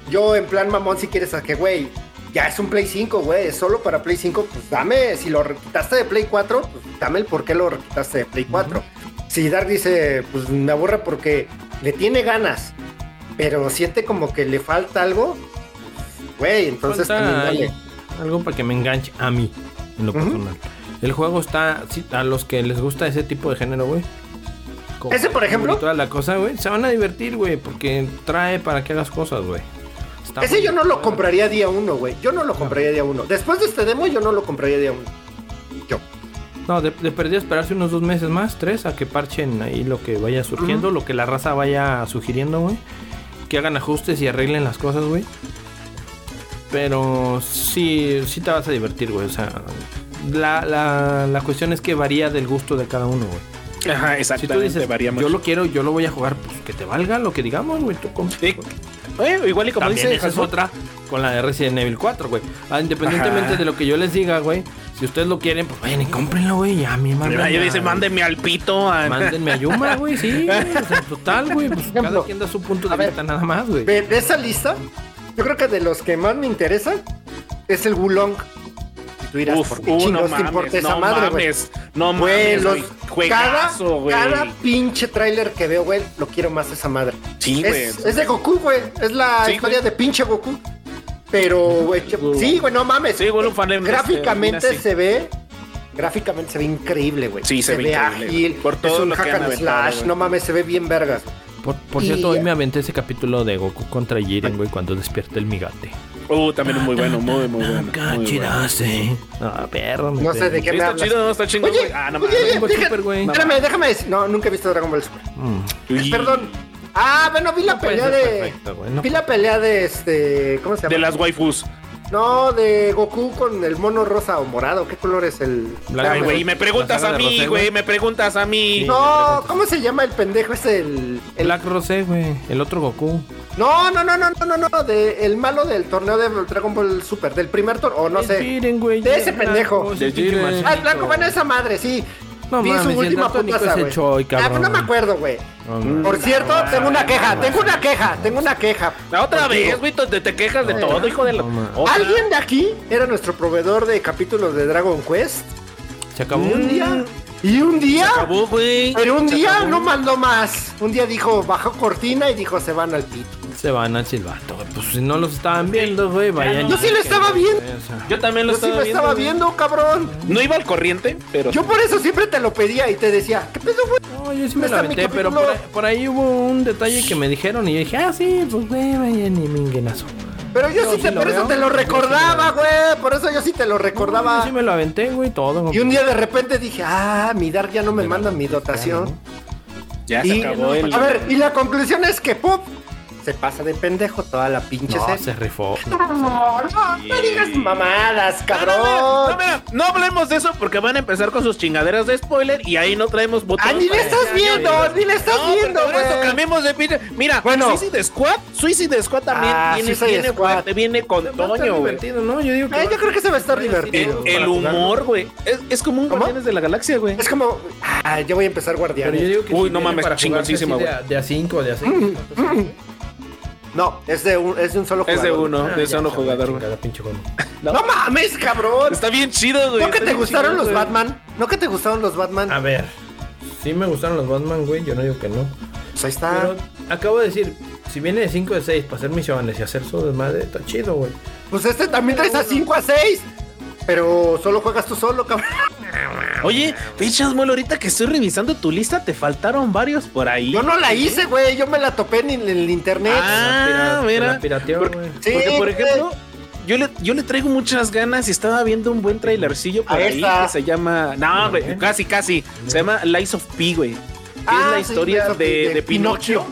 yo en plan mamón si quieres a que, güey, ya es un Play 5, güey, es solo para Play 5, pues dame, si lo quitaste de Play 4, pues dame el por qué lo quitaste de Play 4. Si Dark dice, pues me aburre porque le tiene ganas, pero siente como que le falta algo, pues, güey, entonces
Falta
también dale.
ahí algo para que me enganche a mí, en lo
Ujú.
personal. El juego está, sí, a los que les gusta ese tipo de género, güey. como-
¿Ese, por ejemplo?
y Toda la cosa, güey. Se van a divertir, güey, porque trae para que hagas cosas, güey. Está
Ese
muy-
yo no lo compraría día uno, güey. Yo no lo compraría día uno. Después de este demo, yo no lo compraría día uno.
No, de, de perdida esperarse unos dos meses más, tres, a que parchen ahí lo que vaya surgiendo, lo que la raza vaya sugiriendo, güey. Que hagan ajustes y arreglen las cosas, güey. Pero sí, sí te vas a divertir, güey. O sea, la, la, la cuestión es que varía del gusto de cada uno, güey.
Ajá,
Si tú
exactamente.
dices,
varía mucho.
yo lo quiero, yo lo voy a jugar, pues que te valga lo que digamos, güey. Tú compras,
Sí.
güey.
Eh, igual y como
También
dice
esa es
Jason,
otra con la de Resident Evil 4, güey. Ah, Independientemente
Ajá.
de lo que yo les diga, güey. Si ustedes lo quieren, pues vayan y cómprenlo, güey. Ya, mi hermano.
Ahí
ya.
dice, mándenme al pito. a-
Mándenme a Yuma, güey, sí. güey, o sea, total, güey. Pues
Ejemplo.
cada quien da su punto de
A ver.
vista nada más, güey.
De, de esa lista, yo creo que de los que más me interesa es el Wulong. Y tú dirás,
Uf,
¿por qué
uh, no
chingados te importa
mames,
esa
no
madre, güey?
mames, no
Güey,
mames,
los-
güey,
cada,
juegazo, güey.
cada pinche tráiler que veo, güey, lo quiero más esa madre.
Sí, güey.
Es, es de Goku, güey. Es la
Sí,
historia de pinche Goku. Pero, güey, che- sí, güey, no mames.
Sí, güey, un fan de-
Gráficamente
este,
se ve. Gráficamente se ve increíble, güey.
Sí, se ve increíble,
ágil.
güey. Por todo
es un
lo que
hack
han
and
aventado,
slash.
güey.
No mames, se ve bien vergas.
Por, por
Y-
cierto, hoy me aventé ese capítulo de Goku contra Jiren, güey, cuando despierta el migate.
Uh, también es muy bueno, muy, muy bueno. muy bueno.
Cachirase. Ah, perro. me
No sé
perdí.
de qué
Sí,
me
está
hablas.
chido, no, está chingón,
Oye,
güey. Ah, no
oye,
mames.
oye,
Dragon Ball
deja-
Super, güey.
Espérame, déjame decir. No, nunca he visto Dragon Ball Super.
Uy.
Perdón. Ah, bueno, vi la
Mm. No puede
pelea
ser
de.
perfecto, güey, no
vi la pelea de este. ¿Cómo se llama?
De las waifus.
No, de Goku con el mono rosa o morado. ¿Qué color es el.?
Blanco,
Ah,
Ay, güey,
Rosé.
me preguntas
La
a
saga de
mí,
Rosé,
güey,
güey.
me preguntas a mí.
No, ¿cómo se llama el pendejo? Es el. el-
Black Rosé, güey. El otro Goku.
No, no, no, no, no, no, no. De, el malo del torneo de Dragon Ball Super. Del primer torneo. O no
Es
sé.
Jiren, güey.
De ese
Blanco,
pendejo.
ese
De
pinche
Jiren.
marcianito.
Ah, el blanco, bueno, esa madre, sí.
No
Vi
mames,
su
y el
última
daltónico
putaza,
es el
güey.
Choi,
Ah,
cabrón.
no me acuerdo, güey.
No, no.
Mm.
Por cierto, tengo una queja, tengo una queja, tengo una queja.
La otra
Contigo.
vez, güey, te, te quejas de
No,
todo, hijo de la.
no, ma.
Otra.
¿Alguien de aquí era nuestro proveedor de capítulos de Dragon Quest?
Oh, Se acabó.
Un día. ¿Y un día?
Acabó, güey.
Pero un
Se
día
acabó.
no mandó más. Un día dijo, bajó cortina y dijo, se van al pito.
Se van al silbato, güey. Pues si no los estaban viendo, güey, vayan.
Yo sí lo estaba viendo.
O sea,
Yo también lo
Yo Pues sí
estaba,
lo
viendo,
estaba
güey.
viendo, cabrón.
No iba al corriente, pero.
Yo por eso siempre te lo pedía y te decía, ¿qué pedo, güey?
No, yo sí
¿Dónde
me la
está mi
aventé, pero por,
capítulo?
por ahí hubo un detalle que me dijeron y yo dije, ah, sí, pues güey, vayan y minguenazo.
Pero yo
Yo
sí,
sí
te,
lo
por eso
veo.
te lo
Yo sí lo
recordaba, güey. Por eso yo sí te lo
Yo
recordaba.
sí me lo aventé, güey, todo.
Y un día de repente dije, ah, mi Dark ya no me manda mi dotación.
Ya
Y-
se acabó el.
a ver, y la conclusión es que Pop se pasa de pendejo toda la pinche
No,
serie.
se rifó.
No, no, no digas mamadas,
No, no, no, no,
cabrón.
no, no hablemos de eso porque van a empezar con sus chingaderas de spoiler y ahí no traemos botones.
Ah, ni le
para-
estás viendo, ni le estás
No, pero
viendo,
por eso
güey.
cambiemos de pinche. Mira,
Bueno.
Suicide Squad, Suicide Squad también
Ah,
viene,
Suicide
viene
Squad.
fuerte, viene con Toño, güey.
divertido, ¿no? Yo digo que.
Eh, yo creo que se va a estar
El,
divertido.
el humor, güey. Es, es como un
¿Cómo?
Guardianes de la Galaxia, güey.
Es como, ah, yo voy a empezar
Pero yo
Guardianes.
digo que
Uy,
sí
no
viene para
mames,
jugarse
chingoncísimo,
así
güey.
De, de a 5, de a 6.
No, es de un, es de un solo
Es de
jugador.
uno, de solo jugador, güey.
Cada pinche juego.
No mames, cabrón.
Está bien chido, güey.
¿No que
está
te
bien
gustaron
chido,
los
güey. Ah,
Batman? ¿No que te gustaron los
A
Batman?
ver. Sí me gustaron los Batman, güey, yo no digo que no.
Pues ahí está.
Pero acabo de decir, si viene de 5 de 6 para hacer misiones y hacer su desmadre, está chido, güey.
Pues este también traes a 5 a 6. Pero solo juegas tú solo, cabrón.
Oye, pinches mole, ahorita que estoy revisando tu lista, te faltaron varios por ahí.
Yo no la hice, güey. Yo me la topé en el, en el internet.
Ah,
Te la
mira.
pirateo,
Por-
güey.
Sí,
Porque, por
güey.
ejemplo, yo le, yo le traigo muchas ganas y estaba viendo un buen trailercillo por
Ahí
ahí
está.
que se llama. No, güey, casi, casi. Se llama Lies of P, güey. que
Ah,
es la
sí,
historia
Lies of
de,
P,
de Pinocchio.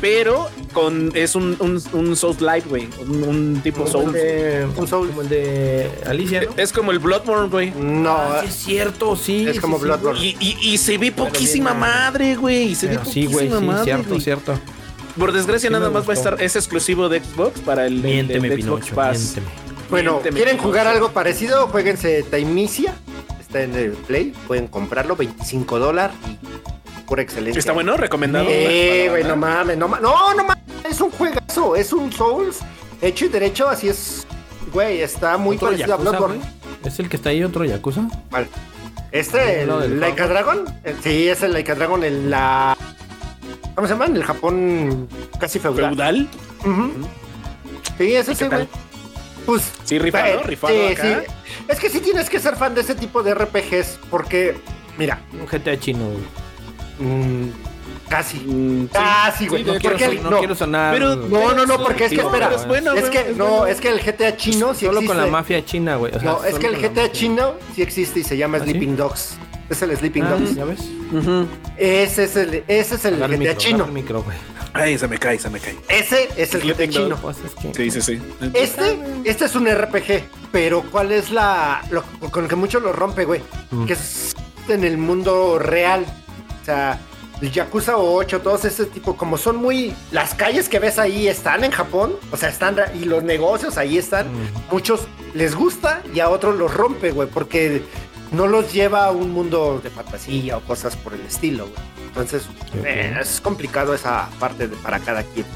Pero con es un, un, un Soul Light, güey. Un, un tipo
Como el
Soul.
de-
Un Soul.
Como el de Alicia, ¿no?
Es como el Bloodborne, güey.
No,
Ah, sí es cierto, sí.
es
sí,
como
sí,
Bloodborne.
Y, y- y se ve poquísima
bien, madre.
madre, güey. y Se ve
Pero sí, güey,
poquísima
sí,
madre.
cierto,
güey.
cierto.
Por desgracia,
Sí me
nada más va a
gustó.
estar. Es exclusivo de Xbox para el, el- el
Miénteme,
Xbox
Pinocho,
Pass.
miénteme.
Bueno,
Miénteme,
¿quieren jugar
Pinocho.
algo parecido? Jueguense Taimicia. Está en el Play. Pueden comprarlo, 25 dólares. Por excelencia.
Está bueno, recomendado.
Eh,
Para-
güey, no mames. No, ma- no, no mames. Es un juegazo. Es un Souls Hecho y derecho, así es. Güey, está muy
¿Otro
parecido a
Yakuza,
Bloodborne.
güey? ¿Es el que está ahí otro Yakuza?
Vale. Este,
Lo del
el Laika Dragon. eh, Sí, es el Laika Dragon en la. ¿Cómo se llama? En el Japón casi feudal.
¿Feudal?
Ujú. Sí, ese sí, güey. Pues.
Sí, rifado,
eh,
rifado
sí,
acá.
sí. Es que sí tienes que ser fan de ese tipo de RPGs, porque, mira,
Un GTA chino, güey.
mm, casi.
Mm, sí.
Casi, güey.
No,
porque
quiero,
el-
son- no
no.
quiero sonar.
Pero-
No, no, no, porque es que
No,
espera.
pero
Es,
es
bueno, Pues, pero
que
es
no,
bueno.
es que el GTA chino sí
Solo
existe.
con la mafia china, güey. O sea,
No, es
solo
que el
con la
GTA
mafia.
chino sí existe y se llama
¿Ah, sí?
Sleeping Dogs. Es el Sleeping
Ah,
Dogs.
¿Ya ves?
Ese es el, ese es el GTA
Agarra el micro,
chino.
agarra el micro, güey.
Ay, se me cae, se me cae.
Ese es el GTA chino.
Pues es que-
Sí, sí, sí.
Este, este es un RPG, pero ¿cuál es la lo- con lo que mucho lo rompe, güey? Que es en el mundo real. O sea, el Yakuza 8, todos ese tipo, como son muy las calles que ves ahí están en Japón, o sea, están ra- y los negocios ahí están. Muchos les gusta y a otros los rompe, güey, porque no los lleva a un mundo de fantasía o cosas por el estilo, güey. Entonces, eh, es complicado esa parte de- para cada quien.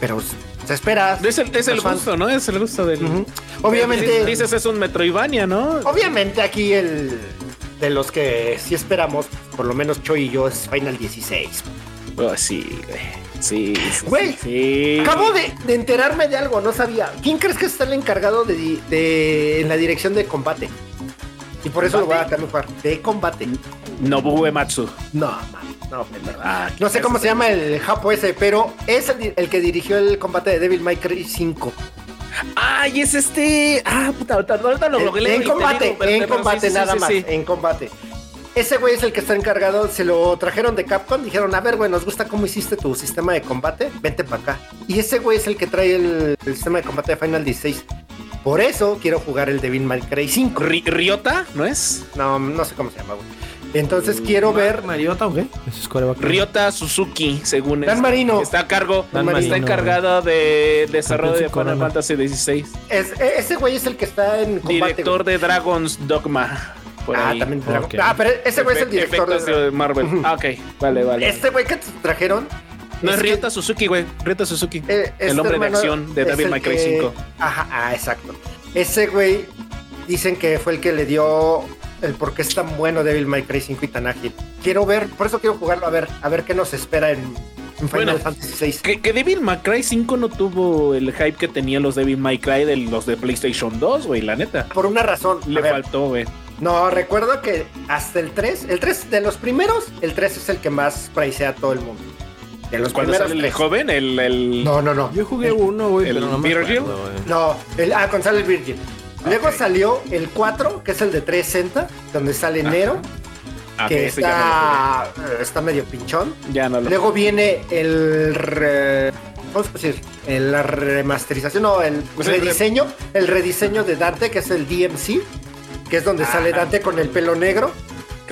Pero se espera.
Es el, es el
Los fans.
gusto, ¿no? Es el gusto del.
Ujú. Obviamente,
Dices- Dices, es un Metroidvania, ¿no?
obviamente aquí el de los que sí esperamos, por lo menos Choi y yo, es Final 16.
Oh, sí, güey. Sí, sí,
Güey,
sí, sí.
Acabo de, de enterarme de algo, no sabía. ¿Quién crees que está el encargado de, di- de- en la dirección de combate? Y por eso lo voy a también jugar. De combate.
Nobuo Ematsu.
No, man, no, pendejo.
Ah, qué
No sé cómo se llama el japo ese, pero es el, di- el que dirigió el combate de Devil May Cry 5.
Ay, es este. Ah, puta, ahorita, ahorita lo
En,
googleé
en
y te
combate,
digo, pero-
en
pero sí,
combate
sí, sí,
nada
sí,
más,
sí.
en combate. Ese güey es el que está encargado, se lo trajeron de Capcom, dijeron, a ver, güey, nos gusta cómo hiciste tu sistema de combate, vente para acá. Y ese güey es el que trae el, el sistema de combate de Final 16. Por eso quiero jugar el Devil May Cry 5.
Ri- ¿Riota? ¿No es?
No, no sé cómo se llama, güey. Entonces
Mm,
quiero ver...
¿Mariota o qué?
Ese es coreback.
Riota Suzuki, según
Dan
es-
Marino.
Está a cargo,
Dan
está
Marino,
encargado de desarrollo de
Tampoco
Final
no.
Fantasy XVI.
es- e- ese güey es el que está en combate.
Director
güey.
de Dragon's Dogma. por
Ah,
ahí.
también Dragon-
Ok.
Ah, pero ese güey
Pues
es el
Efe-
director
efectos
de...
de Marvel.
Ujú.
Ah, ok. Vale, vale.
Este güey que te trajeron...
no es
que-
Riota Suzuki, güey. Riota Suzuki.
Eh, este
el hombre de
hermano
acción de
es
Devil
el
May Cry
que-
5.
Ajá, ah, exacto. Ese güey dicen que fue el que le dio el por qué es tan bueno Devil May Cry 5 y tan ágil. Quiero ver, por eso quiero jugarlo a ver, a ver qué nos espera en, en Final
Bueno,
Fantasy VI.
Que, que Devil May Cry 5 no tuvo el hype que tenían los Devil May Cry de los de PlayStation 2, güey, la neta.
Por una razón. a
Le
ver,
faltó, güey.
no, recuerdo que hasta el 3, el 3 de los primeros, el 3 es el que más pricea a todo el mundo. De los
Cuando
primeros
sale el
tres.
joven, el... el-
No, no, no.
Yo jugué uno, güey,
el
pero no me
Virgil.
acuerdo, güey.
No, el, ah, con Sale el Virgin. Luego
Ok.
salió el 4, que es el de 360, donde sale Nero,
Ah,
que
ese ya
está, eh, está medio pinchón.
no lo jugué. Ya no lo-
Luego viene el. re- ¿Cómo se puede decir? El- la remasterización, no, el
Pues el re-
rediseño. El rediseño de Dante, que es el DMC, que es donde sale
Ajá.
Dante con el pelo negro.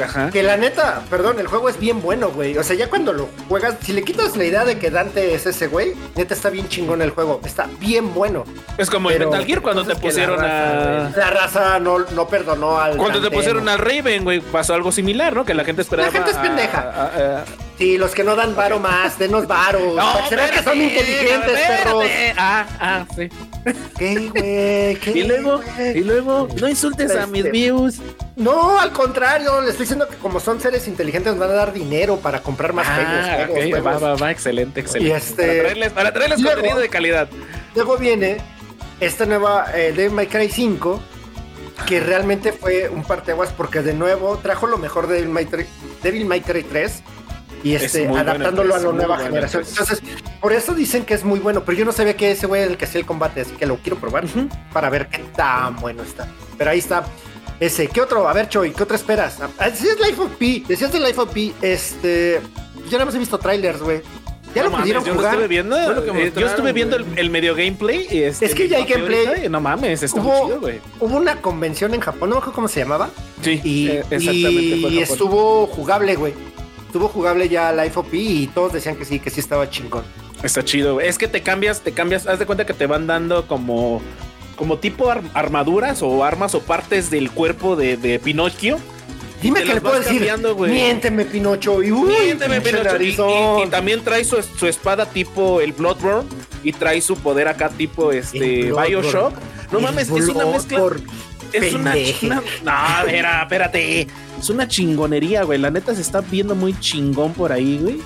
Ajá.
Que la neta, perdón, el juego es bien bueno, güey. O sea, ya cuando lo juegas, si le quitas la idea de que Dante es ese güey, neta está bien chingón el juego. Está bien bueno.
Es como el
Pero-
Metal Gear cuando te
entonces que la
pusieron
raza,
a...
La raza no, no perdonó al.
Cuando te
Dante,
pusieron
¿no?
al Raven, güey, pasó algo similar, ¿no? Que la gente esperaba...
gente es
a-
pendeja. Pues,
a- a-
Sí, los que no dan varo más, denos varo. Para que se vea que son
espérate,
inteligentes,
espérate.
perros.
Ah, ah, sí.
¿Qué, güey? ¿Qué,
Y luego,
güey?
y luego, no insultes a mis
Este-
views.
No, al contrario, les estoy diciendo que como son seres inteligentes, nos van a dar dinero para comprar más juegos,
Ah,
juegos,
ok, va,
juegos.
va, va, excelente, excelente.
Y este-
Para traerles, para traerles
Luego-
contenido de calidad.
Luego viene esta nueva eh, Devil May Cry 5, que realmente fue un parteaguas porque de nuevo trajo lo mejor de Devil May, Cry- Devil May Cry 3 y
Es
este,
muy buena
adaptándolo a
empresa,
la
muy
nueva
buena
generación.
empresa.
Entonces, por eso dicen que es muy bueno, pero yo no sabía que ese güey era el que hacía el combate, así que lo quiero probar para ver qué tan bueno está. Pero ahí está. Ese, ¿qué otro? A ver, Choy, ¿qué otro esperas? Así es Life of P, decías de Life of P, este... Yo nada más he visto trailers, güey. Ya
No
lo
mames,
pudieron
yo
jugar.
Lo estuve viendo,
Fue lo que
eh, yo
mostraron,
estuve viendo el,
güey.
el medio gameplay. y este,
Es que ya hay
papi
gameplay.
ahorita, y no mames, está muy
Hubo-
chido, güey.
Hubo una convención en Japón, no me acuerdo cómo se llamaba,
Sí,
y,
eh,
y
fue en Japón.
estuvo jugable, güey. Estuvo jugable ya la FOP y todos decían que sí, que sí estaba chingón.
Está chido, güey. Es que te cambias, te cambias. Haz de cuenta que te van dando como, como tipo ar- armaduras o armas o partes del cuerpo de, de Pinocchio.
Dime
te
que le
las
puedo
vas
decir,
cambiando, güey.
miénteme Pinocho y uy,
Miénteme,
pinche
Pinocho. este Y- y-
narizón.
Y, también trae su, su espada tipo el Bloodborne, y trae su poder acá tipo este
El Bloodborne.
Bioshock. No mames, es una mezcla.
Bloodborne,
Es una,
pendeje.
una- No, espera, espérate. Es una chingonería, güey. La neta se está viendo muy chingón por ahí, güey.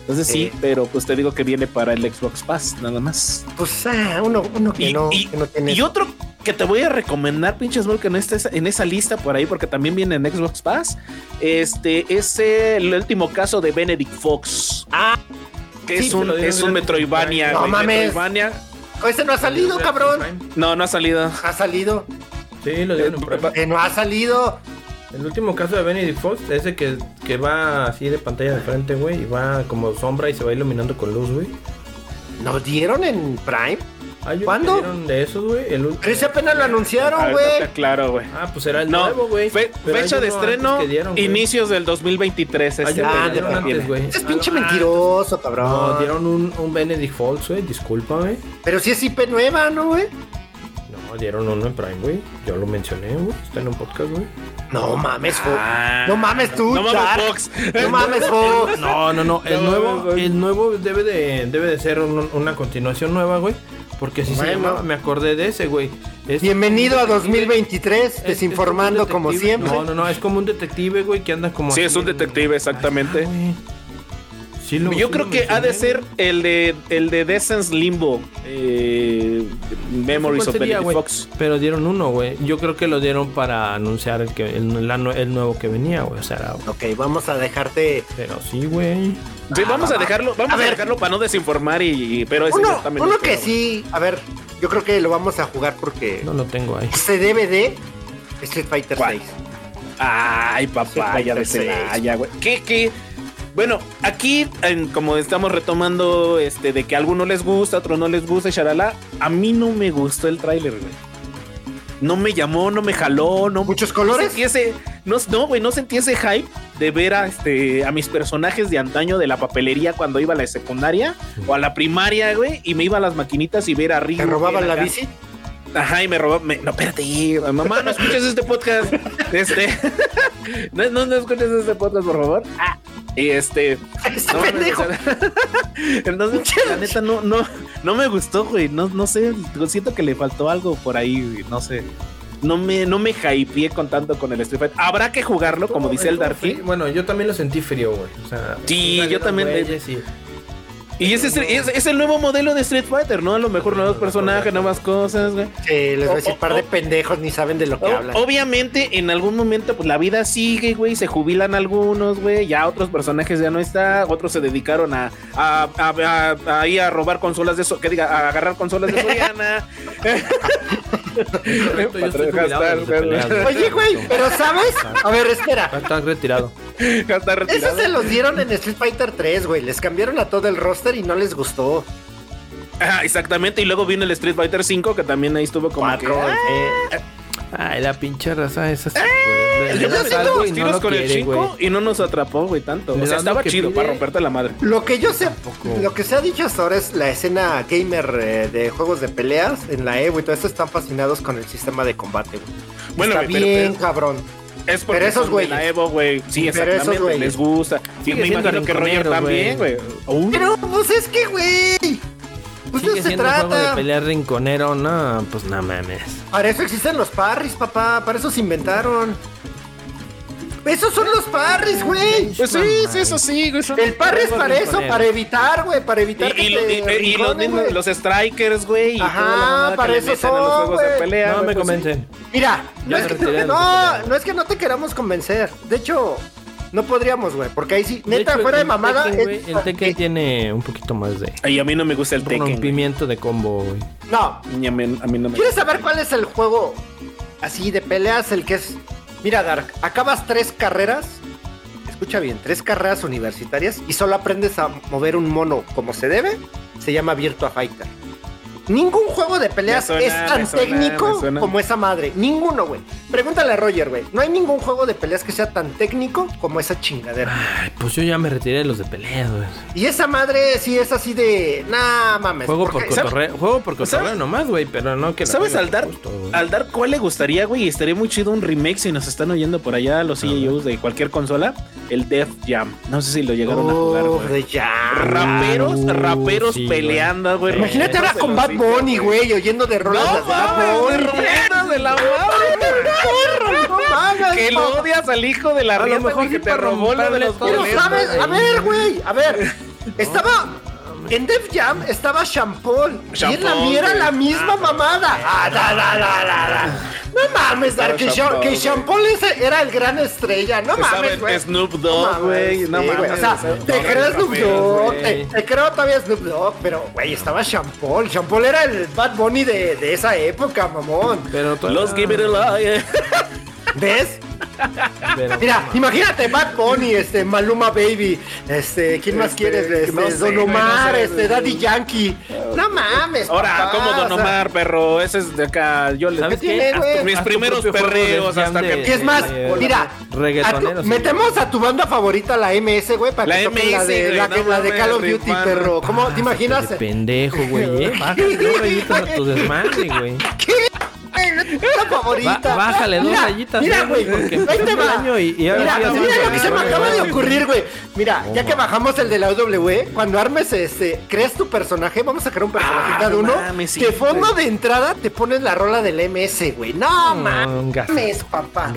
Entonces sí,
Sí.
pero pues te digo que viene para el Xbox Pass, nada más.
Pues ah, uno, uno que
Y-
no,
y-
que no tiene.
Y otro que te voy a recomendar, pinches Small, que no estés en esa lista por ahí, porque también viene en Xbox Pass. Este es el último caso de Benedict Fox. Ah, que
sí,
es
se
un,
lo dieron
es un
en
Metroidvania.
No
güey,
mames.
Metroidvania.
Ese no ha salido, cabrón.
No, no ha salido.
Ha salido.
Sí, lo dieron en prueba.
Que no ha salido.
El último caso de Benedict Fox, ese que, que va así de pantalla de frente, güey, y va como sombra y se va iluminando con luz, güey.
¿Nos dieron en Prime?
Hay uno
¿Cuándo?
que dieron de esos, güey? El último.
Ese apenas lo anunciaron, güey.
Claro, güey.
Ah, pues era el
No,
nuevo, güey.
fe-
Ah, Pero hay
fecha de
uno antes
estreno,
que dieron, güey.
inicios del 2023.
Hay
Este
uno que
Ah,
güey,
de
dieron
lo que
antes,
tiene.
güey.
Ese es pinche
Ah, no,
mentiroso, cabrón.
No, dieron un, un Benedict Fox, güey. Discúlpame.
Pero si es IP nueva, ¿no, güey?
No, dieron uno en Prime, güey. Yo lo mencioné, güey. Está en un podcast, güey.
No mames, Fox.
Ah.
no mames tú,
No mames,
Char.
Fox.
No mames, Fox.
No, no, no. El
No,
nuevo,
güey.
el nuevo debe de, debe de ser un- una continuación nueva, güey. Porque si
Bueno.
se llamaba, me acordé de ese, güey. Es-
Bienvenido a
es-
2023,
es
desinformando
como
como
un detective.
siempre.
No, no, no, es como un detective, güey, que anda como.
Sí,
así
es un
en-
detective, exactamente.
Ah, güey. Sí lo-
Yo
sí
creo
lo
que ha de
mencioné,
ser
güey.
el de el de Descent Limbo. eh, Memories
¿Cuál
of
sería,
Benedict
güey?
Fox.
Pero dieron uno, güey. Yo creo que lo dieron para anunciar el, que, el, la nue- el nuevo que venía, güey. O sea, era-
Ok, vamos a dejarte.
pero sí, güey.
Sí,
Ah,
vamos a
va, va.
dejarlo, vamos
A
a,
ver.
dejarlo para no desinformar y, y- pero es
Uno,
exactamente
uno
esto,
que
güey.
sí. A ver, yo creo que lo vamos a jugar porque
No lo tengo ahí.
se debe de Street Fighter
¿Cuál?
6.
Ay, papá,
Street
ya de
Fighter
Celaya, güey. ¿Qué, qué? Bueno, aquí, en- como estamos retomando este, de que a algunos les gusta, a otros no les gusta, y charalá, a mí no me gustó el tráiler, güey. No me llamó, no me jaló, no
¿Muchos
no
colores?
sentí ese, no, no, güey, no sentí ese hype de ver a este a mis personajes de antaño de la papelería cuando iba a la secundaria o a la primaria, güey, y me iba a las maquinitas y ver a Ringo.
¿Te robaban
güey,
la
acá.
bici?
Ajá, y me robó. me- no, espérate, mamá, no escuches este podcast. Este. no, no, no escuches este podcast, por favor. Ah, y este.
Este
No, mames,
pendejo.
o sea, entonces, la neta, no, no, no me gustó, güey. No, no sé, siento que le faltó algo por ahí, güey, no sé. No me, no me hypeé con tanto con el Street Fighter. Habrá que jugarlo, como dice el
Estuvo
Darky.
frío. Bueno, yo también lo sentí frío, güey. O sea,
Sí,
salieron
yo también-
güeyes y-
Y ese es, es- es el nuevo modelo de Street Fighter, ¿no? A lo mejor nuevos personajes, nuevas cosas, güey.
Sí, les voy a decir,
Oh, oh,
par de
oh.
pendejos ni saben de lo que
O-
hablan.
obviamente, en algún momento, pues la vida sigue, güey. Se jubilan algunos, güey. Ya otros personajes ya no están. Otros se dedicaron a, a, a- a- a ir a robar consolas de. So que diga, a agarrar consolas de Soriana.
Correcto, yo estoy
Hashtag,
jubilado de los de peleas,
hashtag.
güey.
Oye, güey, pero ¿sabes? A ver, espera.
Hashtag retirado.
ya está
Eso
retirado.
se los dieron en Street Fighter 3, güey. Les cambiaron a todo el roster y no les gustó.
Ajá, Ah, exactamente. Y luego vino el Street Fighter 5, que también ahí estuvo como que.
Cuatro,
Ah.
eh,
Ay, la pinche raza esa. pues,
Le
Yo
das
pensé
algo
¡Eh! los
y no
tiros
lo
con el
quiere,
5 y no nos atrapó, güey, tanto.
Le
O sea,
das lo
estaba
que
chido
pide.
para romperte la madre.
Lo que yo sé,
Tampoco.
lo que se ha dicho hasta ahora es la escena gamer eh, de juegos de peleas en la E, Evo y todo esto están fascinados con el sistema de combate, güey.
Bueno,
Está
güey, pero-
bien, cabrón.
Es porque
Pero esos
son de la
güeyes.
Evo, güey. Sí,
Pero esos
exactamente.
güeyes.
les gusta. Y
Sigue
me
siendo
imagino que Roger
rinconeros,
también, güey.
güey.
Uy.
Pero, pues es que, güey. Pues no
Sigue
se
siendo juego de
trata.
pelear rinconero, no, pues no mames.
Para eso existen los parries, papá. Para eso se inventaron. Esos son los parries, güey.
Pues sí, sí, eso sí, güey. son-
El parry es para eso,
rinconero.
para evitar, güey, para
Y,
evitar
y lo- y-
te
y los,
rinconen,
mismos-
güey.
los strikers, güey. y toda la
Ajá,
mamada que
para
le
eso
meten a los
son,
juegos de
güey.
No
pelea,
me
güey, pues sí.
convencen.
Mira, no
Ya
es,
me
que,
retiré de los
no,
comentarios.
no es que no te queramos convencer. De hecho, no podríamos, güey, porque ahí sí, neta,
hecho,
fuera de
el
mamada.
Tekken,
es-
güey, el Tekken tiene un poquito más de
Ay, a mí no me gusta el Tekken. güey.
rompimiento de combo, güey.
No,
Ni A mí, a mí no me
¿quieres saber cuál es el juego así de peleas? El que es. Mira, Dark, acabas tres carreras. Escucha bien, tres carreras universitarias y solo aprendes a mover un mono como se debe. Se llama Virtua Fighter. Ningún juego de peleas
Me suena,
es
me
tan
suena,
técnico
me suena.
como esa madre. Ninguno, güey. Pregúntale a Roger, güey. No hay ningún juego de peleas que sea tan técnico como esa chingadera.
Ay, pues yo ya me retiré de los de peleas, güey.
Y esa madre sí es así de. Nah, mames.
Juego
¿por
por
qué?
cotorreo, juego por
Pues, ¿Sabes?
cotorreo nomás, güey, pero no que la
¿Sabes
juegues
al dar,
por gusto, güey.
al dar cuál le gustaría, güey? Estaría muy chido un remake si nos están oyendo por allá los CEOs de cualquier consola. El Def Jam. No sé si lo llegaron a jugar,
Oh,
güey.
de ya.
Raperos, raperos
sí, güey.
peleando, güey.
Imagínate ahora
Rompiéndose
con
los
Bad
hijos,
Bunny, güey, oyendo de rolas
No
las de Bad
mames,
Bunny.
rompiéndose la madre.
No mames,
Que lo
papá.
odias al hijo de la
lo
rienda,
mejor
güey,
sí
que te
para
robó la de
romperle
los
todo el
Pero
boletos.
sabes, a ver, güey, a ver. Estaba. En Def Jam estaba Champol. Y
Sean
en la
Paul,
mía era
güey.
la misma mamada. Ah, da, da, da, da, da. No mames, Dar, que,
Sean
Sean-
Paul,
que
güey.
Sean Paul ese era el gran estrella. No
Te
mames,
saben
güey.
Snoop
No
Dogg, güey. No
sí,
mames.
güey, O sea, te
no,
creo Snoop
raperos,
Dogg.
güey.
Te, te creo todavía Snoop Dogg. Pero, güey, estaba Champol. Champol era el Bad Bunny de, de esa época, mamón.
Pero todavía-
Los give it a lie.
¿Ves?
pero-
Mira, imagínate Bad Bunny, este, Maluma Baby, este, ¿quién más quieres? Este,
no sé,
Don
güey, no
Omar,
sé,
este, Daddy Yankee. No mames. papá,
Ahora, ¿cómo Don
Ah, o sea,
Omar, perro? Ese es de acá. Yo le
¿Qué tiene, güey?
mis
Haz tu
primeros
propio juego de
perreos
Jam
hasta
de-
que.
Y es más,
Eh,
mira,
reggaetoneros,
a tu-
sí.
metemos a tu banda favorita, la MS, güey, para que
La
toquen la
MS,
de,
güey,
la, que-
no
la de
mames,
Call of Duty,
hermano.
perro. ¿Cómo te imaginas?
De pendejo, güey, eh. Bájale dos rayitas a tu desmadre, güey.
Ay, no es La favorita.
Ba- bájale dos
Mira,
rayitas,
Mira,
¿no?
güey,
Porque
ahí te
empezó el
va.
año y- y ahora
mira,
sí
mira
ya vamos
lo que
a
se me
ver,
acaba de
güey.
ocurrir, güey. Mira, ya que bajamos el de la W, cuando armes este, creas tu personaje, vamos a crear un personaje
Ah,
cada
no
uno.
mames, sí,
que fondo de entrada te pones la rola del MS, güey. No, mames, papá.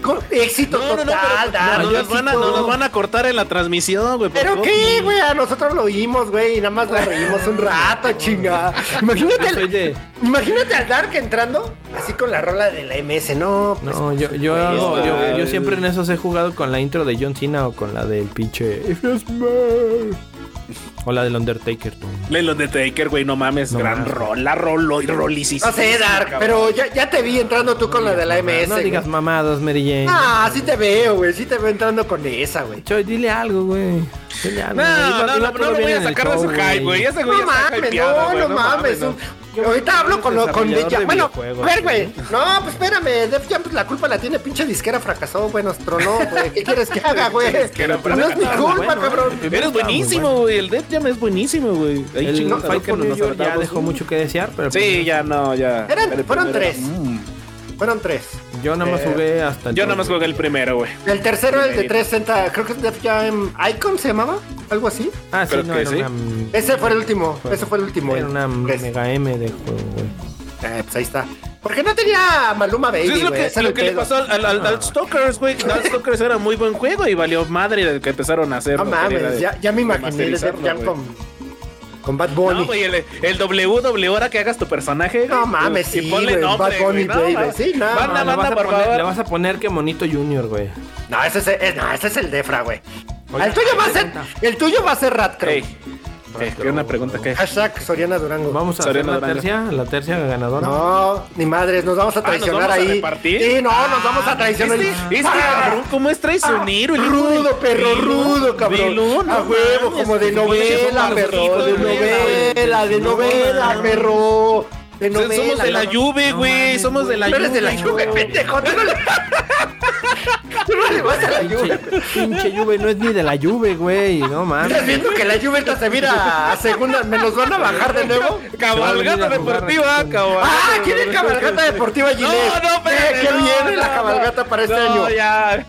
Con- éxito
No, no, no,
total,
pero- pues,
dar,
no, las van a,
éxito.
no las van a cortar en la transmisión, güey. por
¿Pero
favor.
qué, güey? A nosotros lo oímos, güey, y nada más la reímos un rato, chinga. Imagínate, al-
de-
imagínate al Dark entrando así con la rola de la MS, no. pues,
No, yo, yo, hago- yo, yo siempre en esos he jugado con la intro de John Cena o con la del pinche. If you smell.
O la del Undertaker.
Lelo de Taker, güey, no mames. gran rola, rolo y rolis.
No sé, Dark, pero ya, ya te vi entrando tú con la de la MS.
no digas
güey.
mamadas, Mary Jane.
Ah, sí te veo, güey, sí te veo entrando con esa, güey.
Choy, dile algo, güey. Dile algo,
No,
güey.
no,
Iba-
no,
iba
no,
todo
lo voy
bien
a
en el
sacar de su
show,
hype, güey. Ese güey
No
ya está
mames,
hypeado,
no,
güey,
no mames.
no.
un- Ahorita hablo con, lo, con Def Jam.
desarrollador de
Bueno,
videojuegos,
ver, güey. No, pues espérame. Def Jam, pues la culpa la tiene pinche disquera fracasó, güey. Nos tronó, güey. ¿Qué quieres que haga, güey?
Disquera
No es mi
fracasó,
culpa,
bueno,
cabrón.
Eres buenísimo, güey. El Death Jam es buenísimo, güey. Ahí
El
chingón,
Fight
que
for
nos
New York ya
aventamos.
dejó mucho que desear, pero.
Sí, ya no, ya.
Eran-
El
fueron
primero.
tres.
Mm.
Fueron tres.
Yo nada más jugué hasta. el
Eh, Yo nada más
dos,
jugué el primero, güey.
El tercero, el de 360, creo que es Def Jam Icon se llamaba, algo así.
güey. Ah, sí,
Creo
no,
que
era
sí.
una.
Ese fue el último, ese fue el último.
Era
el
una
tres.
mega M de juego, güey.
Eh, pues ahí está. Porque no tenía Maluma Baby,
Eso es lo
güey,
que,
ese era
lo
el
que le
pedo.
pasó al, al, al- al Stalkers, güey. Al Stalkers era muy buen juego y valió madre del que empezaron a hacer.
No
lo que era
mames,
de-
ya, ya me
de
imaginé el Def
masterizarlo,
Jam
güey.
con, con Bad Bunny.
No, güey, el, el WW ahora que hagas tu personaje. güey,
No mames,
y
sí,
ponle
güey,
nombre,
Bad Bunny,
güey, no,
güey,
mames.
sí, no,
No,
Banda,
le, vas
banda,
a
por
poner, le
favor.
vas a poner que Monito Junior, güey.
No, ese es, eh, no, ese es el Defra, güey.
Oiga,
El tuyo va
eh,
a ser, el tuyo va a ser Rat Crow.
Ey, ey, que Eh, una pregunta que.
Hashtag Soriana Durango.
Vamos a hacer
Soriano
la
Durango.
tercia, la tercia ganadora.
No, ni madres, nos vamos a traicionar
vamos a
ahí.
repartir?
Sí, no, nos vamos a traicionar.
¿Viste? ¿Viste,
Ah,
cabrón? ¿Cómo es traicionero? el hijo del-
Rudo, perro,
Velo,
rudo, cabrón.
velo, no
a huevo,
mames,
como de
velo,
novela,
somos
perro.
hijos
De
güey.
novela, de
No
novela,
mames.
perro. De
O sea,
novela.
somos de la
no-
lluvia, güey. Somos de la
Ah. Tú eres de la
Juve,
Juve, pendejo. Tú no le Tú no le vas a la
Pinche,
Juve.
pinche Juve, no es ni de la Juve, güey. No mames.
¿Estás viendo que la Juve ahorita se mira a segunda? ¿Me los van a bajar de nuevo?
Cabalgata
Se va a venir a jugar
deportiva,
aquí con-
cabalgata.
¡Ah! ¿Quién es Cabalgata Deportiva Gilet?
No, no,
Eh,
espérate,
¡Qué
no,
viene la
no,
cabalgata para este
no,
año!
ya.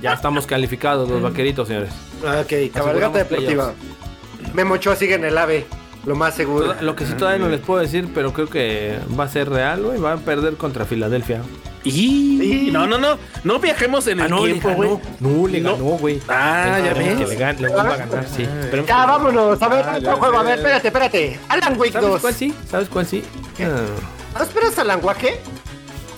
Ya estamos calificados los vaqueritos, señores.
Ah, Ok, cabalgata deportiva. Memo Ochoa sigue en el AVE, lo más seguro.
Toda- Lo que sí todavía no les puedo decir, pero creo que va a ser real, güey. Va a perder contra Filadelfia.
Y... No, no, no. Ah, No viajemos
Ah,
en el tiempo, güey.
No, le
No.
ganó, güey.
Ah, ya
Esperemos
ves.
Que le, gan- le vuelva a ganar, sí. Esperemos
Ya,
que-
vámonos, a ver, otro juego, a ver, espérate, espérate. Alan Wake
¿Sabes
2.
cuál sí? ¿Sabes cuál sí? Ah,
¿No esperas al lenguaje?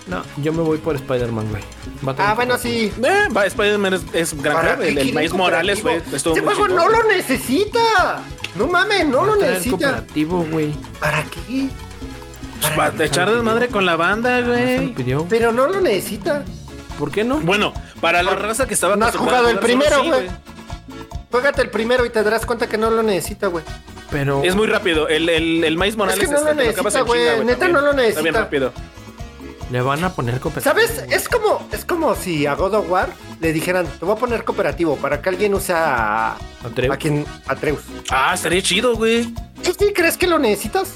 no, yo me voy por Spider-Man, güey. Va a tener
Ah,
que
bueno,
pasar.
sí.
Eh, va, Spider-Man es, es gran
Ahora,
juego, El,
¿qué
el
quieren
Miles Morales, güey.
cooperativo?
estuvo
Este
muy
juego no
chingón.
lo necesita. No mames, no
Va
lo
a traer
necesita.
cooperativo, güey.
¿Para qué?
Pues, Va a echar desmadre con la banda,
Se lo
güey.
pidió.
Pero no lo necesita.
¿Por qué no?
Bueno, para la raza que estaba
No has
acostumbrada
jugado
a
el
jugar solo,
primero,
sí,
güey. Juégate el primero y te darás cuenta que no lo necesita, güey.
Pero.
Es muy rápido. El, el, el Maíz Morales este,
que no lo
te acabas
necesita,
en
güey.
chinga,
Neta,
también.
no lo
Está bien
necesita.
rápido.
Le van a poner competencia.
¿Sabes? Es como, es como si a God of War le dijeran, te voy a poner cooperativo para que alguien usa a,
Atreus.
a quien Atreus.
Ah, estaría chido, güey.
¿Sí, sí, crees que lo necesitas?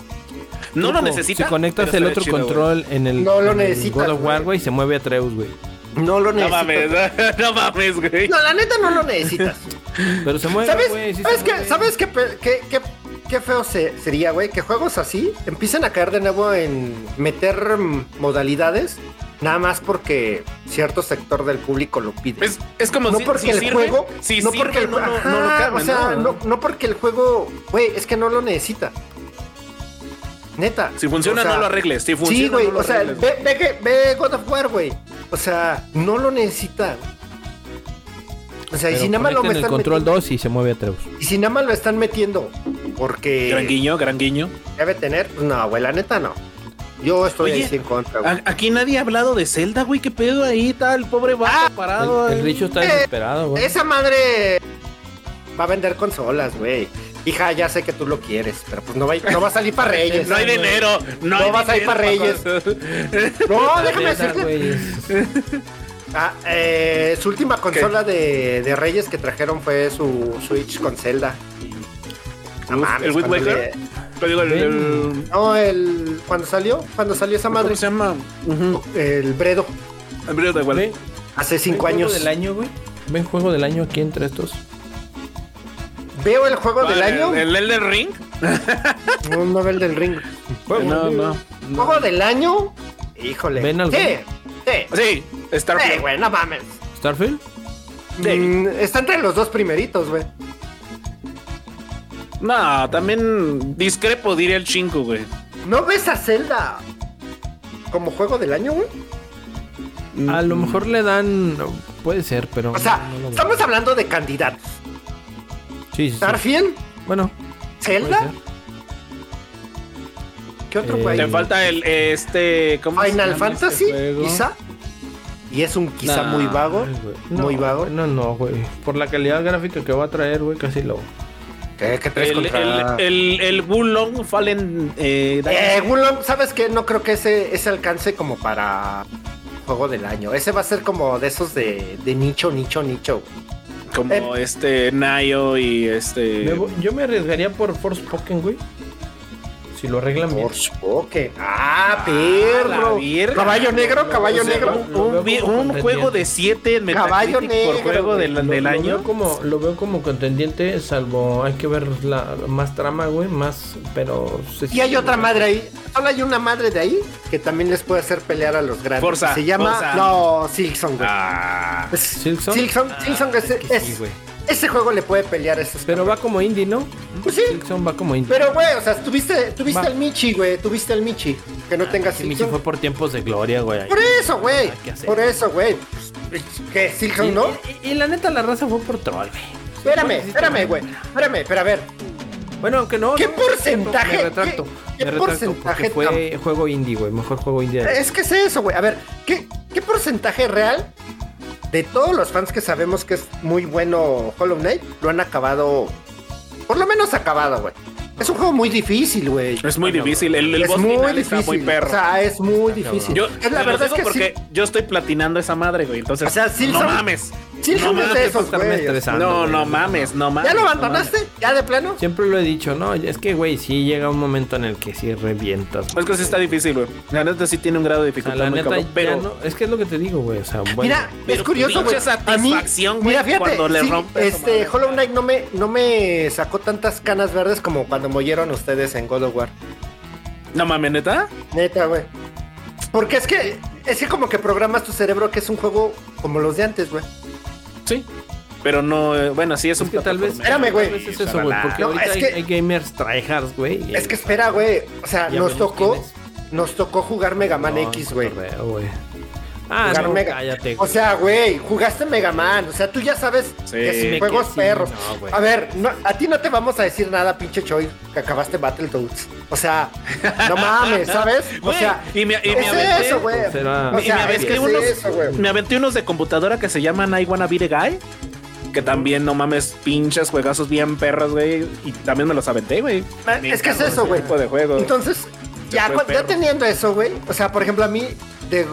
No lo
Tipo,
necesitas.
Si conectas el otro control en el,
No lo
en el
necesitas,
God of War,
güey.
güey, se mueve Atreus, güey.
No lo
No
necesitas.
mames, no mames, güey.
No, la neta no lo necesitas.
Pero se mueve,
¿Sabes?
güey. sí se
¿Sabes qué?
mueve.
¿Sabes qué, pe- qué- qué- qué feo se- sería, güey? Que juegos así empiecen a caer de nuevo en meter mm, modalidades nada más porque cierto sector del público lo pide.
Es, es como
no
si,
porque
si
el
sirve,
juego
si
no
sirve,
porque el
no, no,
ajá,
no lo
o
cambia,
sea no, no porque el juego güey es que no lo necesita neta
Si funciona,
o sea,
no lo arregles. Si funciona,
sí güey
no lo
o sea
arregles.
ve, ve que- ve God of War güey o sea no lo necesita o sea y
Pero
si nada más lo me
conectan el
están
control
metiendo,
2 y se mueve Atreus.
y si nada más lo están metiendo
Gran
porque
guiño, gran guiño.
debe tener pues no güey la neta no yo estoy
Oye,
ahí sí en contra güey.
A- Aquí nadie ha hablado de Zelda, güey. ¿Qué pedo ahí? Tal, pobre
Ah,
vato parado.
El, el
ahí.
Richo está
Eh,
desesperado, güey.
Esa madre va a vender consolas, güey. Hija, ya sé que tú lo quieres, pero pues no va, no va a salir para Reyes.
No hay
güey.
dinero. No, hay
No vas a ir
dinero
para Reyes. No, déjame decirte. Ah, eh, su última consola de, de Reyes que trajeron fue su Switch con Zelda. No
Uf,
mames,
¿el Wind
cuando
Waker?
le-
Pero digo, el- el-
No, el. Cuando salió, cuando salió esa
¿Cómo
madre,
se llama? Ujú.
el Bredo,
El brillo de igual.
hace cinco años.
del año, güey? ¿Ven juego del año aquí entre estos?
Veo el juego del año,
Ah, ¿El el del Ring?
no, no veo el del ring.
No, no.
Juego del año, híjole.
¿Ven algo?
Sí, sí.
Sí,
Eh,
Starfield.
güey, no mames.
¿Starfield?
Mm, está entre los dos primeritos, güey.
No, también discrepo, diría el chingo, güey.
¿No ves a Zelda como juego del año, güey?
A lo mejor le dan. Puede ser, pero.
Mm. O sea,
no, no lo veo.
estamos hablando de candidatos.
Sí, sí, sí.
Starfield,
Bueno,
Zelda,
puede ser.
¿qué otro
Eh,
güey?
Te falta el este. ¿cómo se
Final
llama
Fantasy,
este juego?
quizá. Y es un quizá
Nah,
muy vago.
güey.
muy
No,
vago.
No, no, güey. Por la calidad gráfica que va a traer, güey, casi lo.
¿Qué, qué traes
El,
contra-
el, el, el Wulong Fallen. Eh,
Eh, Wulong, ¿sabes qué? No creo que ese, ese alcance como para juego del año. Ese va a ser como de esos de, de nicho, nicho, nicho.
como
eh.
este Nayo y este.
Me voy- Yo me arriesgaría por Forspoken, güey. Si lo arreglan bien.
Por que. Ah,
la
perro.
verga.
Caballo negro, caballo
O sea,
negro.
un- Un, vi- un juego de 7 en Metacritic
Caballo negro,
por juego
güey.
del, del
Lo
año.
veo como, lo veo como contendiente, salvo hay que ver la más trama, güey, más, pero... se-
Y hay otra madre ahí. Solo hay una madre de ahí que también les puede hacer pelear a los grandes.
Forza,
Se llama.
Forza.
No, Silksong, güey.
Ah,
Es-
¿Silksong?
Silksong, Silksong es- es-
Sí, güey.
ese juego le puede pelear a esos.
Pero va como indie, ¿no?
Pues sí.
Silksong va como indie.
Pero, güey, o sea, tuviste, tuviste
Va.
al Michi, güey. Tuviste al Michi. Que no tengas
Y se fue
Silksong.
por tiempos de gloria, güey.
Por eso, güey.
Ah, ¿qué hacer?
Por eso, güey. ¿Qué?
Y,
¿Silksong no?
y- y la neta, la raza fue por troll, güey.
Espérame,
Sí, sí,
espérame, güey. Espérame, pero a ver.
Bueno, aunque no...
¿Qué
no,
porcentaje?
Me retracto,
¿Qué-
me
qué
retracto,
porcentaje
porque fue juego indie, güey, mejor juego indie.
Es que es eso, güey. A ver, ¿qué, ¿qué porcentaje real de todos los fans que sabemos que es muy bueno Hollow Knight lo han acabado? Por lo menos acabado, güey. Es un juego muy difícil, güey.
es muy difícil. El, el
es
boss final está muy perro.
O sea, es muy difícil.
yo,
es la
te lo
verdad es
digo
que
porque yo estoy platinando esa madre, güey. Entonces,
O sea, sí
no
son-
mames.
sí, sí,
no
son
mames,
de
te
esos,
estarme
güey.
estresando,
No,
güey.
no mames, no mames.
¿Ya lo
no
abandonaste? ¿Ya de plano?
Siempre lo he dicho, ¿no? Es que, güey, sí llega un momento en el que sí revientas.
mames. Es que sí está difícil, güey. La neta sí tiene un grado de
O sea,
dificultad
la
muy
neta,
cabrón,
ya
pero
no- es que es lo que te digo, güey. O sea, bueno.
Mira,
Pero
es curioso, güey.
pinche satisfacción,
A mí-
güey,
mira, fíjate,
cuando le
sí,
rompes su
este
madre.
Hollow Knight no me, no me sacó tantas canas verdes como cuando mollieron ustedes en God of War.
no mames, neta.
Neta, güey. Porque es que es que como que programas tu cerebro que es un juego como los de antes, güey.
Sí. Pero no, eh, bueno, sí es,
es
un
que tal vez.
plataforma.
Espérame, güey.
tal vez es eso, güey. Porque
No,
ahorita
es
hay,
que-
hay gamers tryhards, güey. y-
Es que espera, güey. O sea,
Ya
nos
vemos
tocó
quién es.
nos tocó jugar Mega Man
No,
X, güey.
cotorreo, güey. Ah,
Jugar
no,
Mega-
cállate.
O
güey.
sea, güey, jugaste Mega Man. O sea, tú ya sabes
Sí.
que
Dime
es juegos
que sí,
perros.
no, güey.
a ver, no- a ti no te vamos a decir nada, pinche Choi, que acabaste Battletoads. O sea, no mames, ¿sabes? O
Güey,
sea,
y me, y me
es
aventé-
eso, güey.
será-
O
Y me
sea, es
aventé
que es
unos,
eso, güey.
me aventé unos de computadora que se llaman I Wanna Be the Guy. Que también, no mames, pinches juegazos bien perros, güey. Y también me los aventé, güey.
Man,
Me
es que es
encantó
eso,
ese
güey.
tipo de juego.
Entonces, ya,
fue
cu- ya
perro.
teniendo eso, güey. O sea, por ejemplo, a mí, de-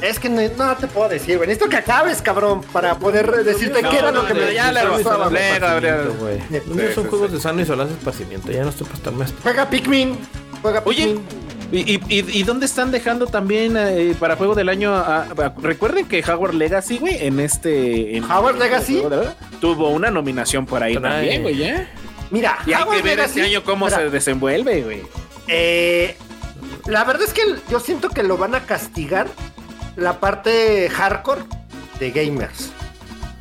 es que no, no te puedo decir, güey. Necesito que acabes, cabrón, para poder decirte qué era lo que me
ya le
gustaba,
gustaba,
güey.
le- Gabriel.
güey.
Sí,
Los míos son
sí,
juegos de sano y solaz esparcimiento. Ya no estoy para estar más.
Juega Pikmin. Juega
Oye,
Pikmin.
¿y, y, y- y dónde están dejando también eh, para juego del año? a- a- recuerden que Howard Legacy, güey, en este. en-
¿Howard Legacy?
juego de- Tuvo una nominación por ahí
Trae.
también, güey, ¿eh?
mira,
Y hay
Hogwarts
que ver
Legacy-
este año cómo
Espera,
se desenvuelve, güey.
eh, la verdad es que el- yo siento que lo van a castigar la parte hardcore de gamers.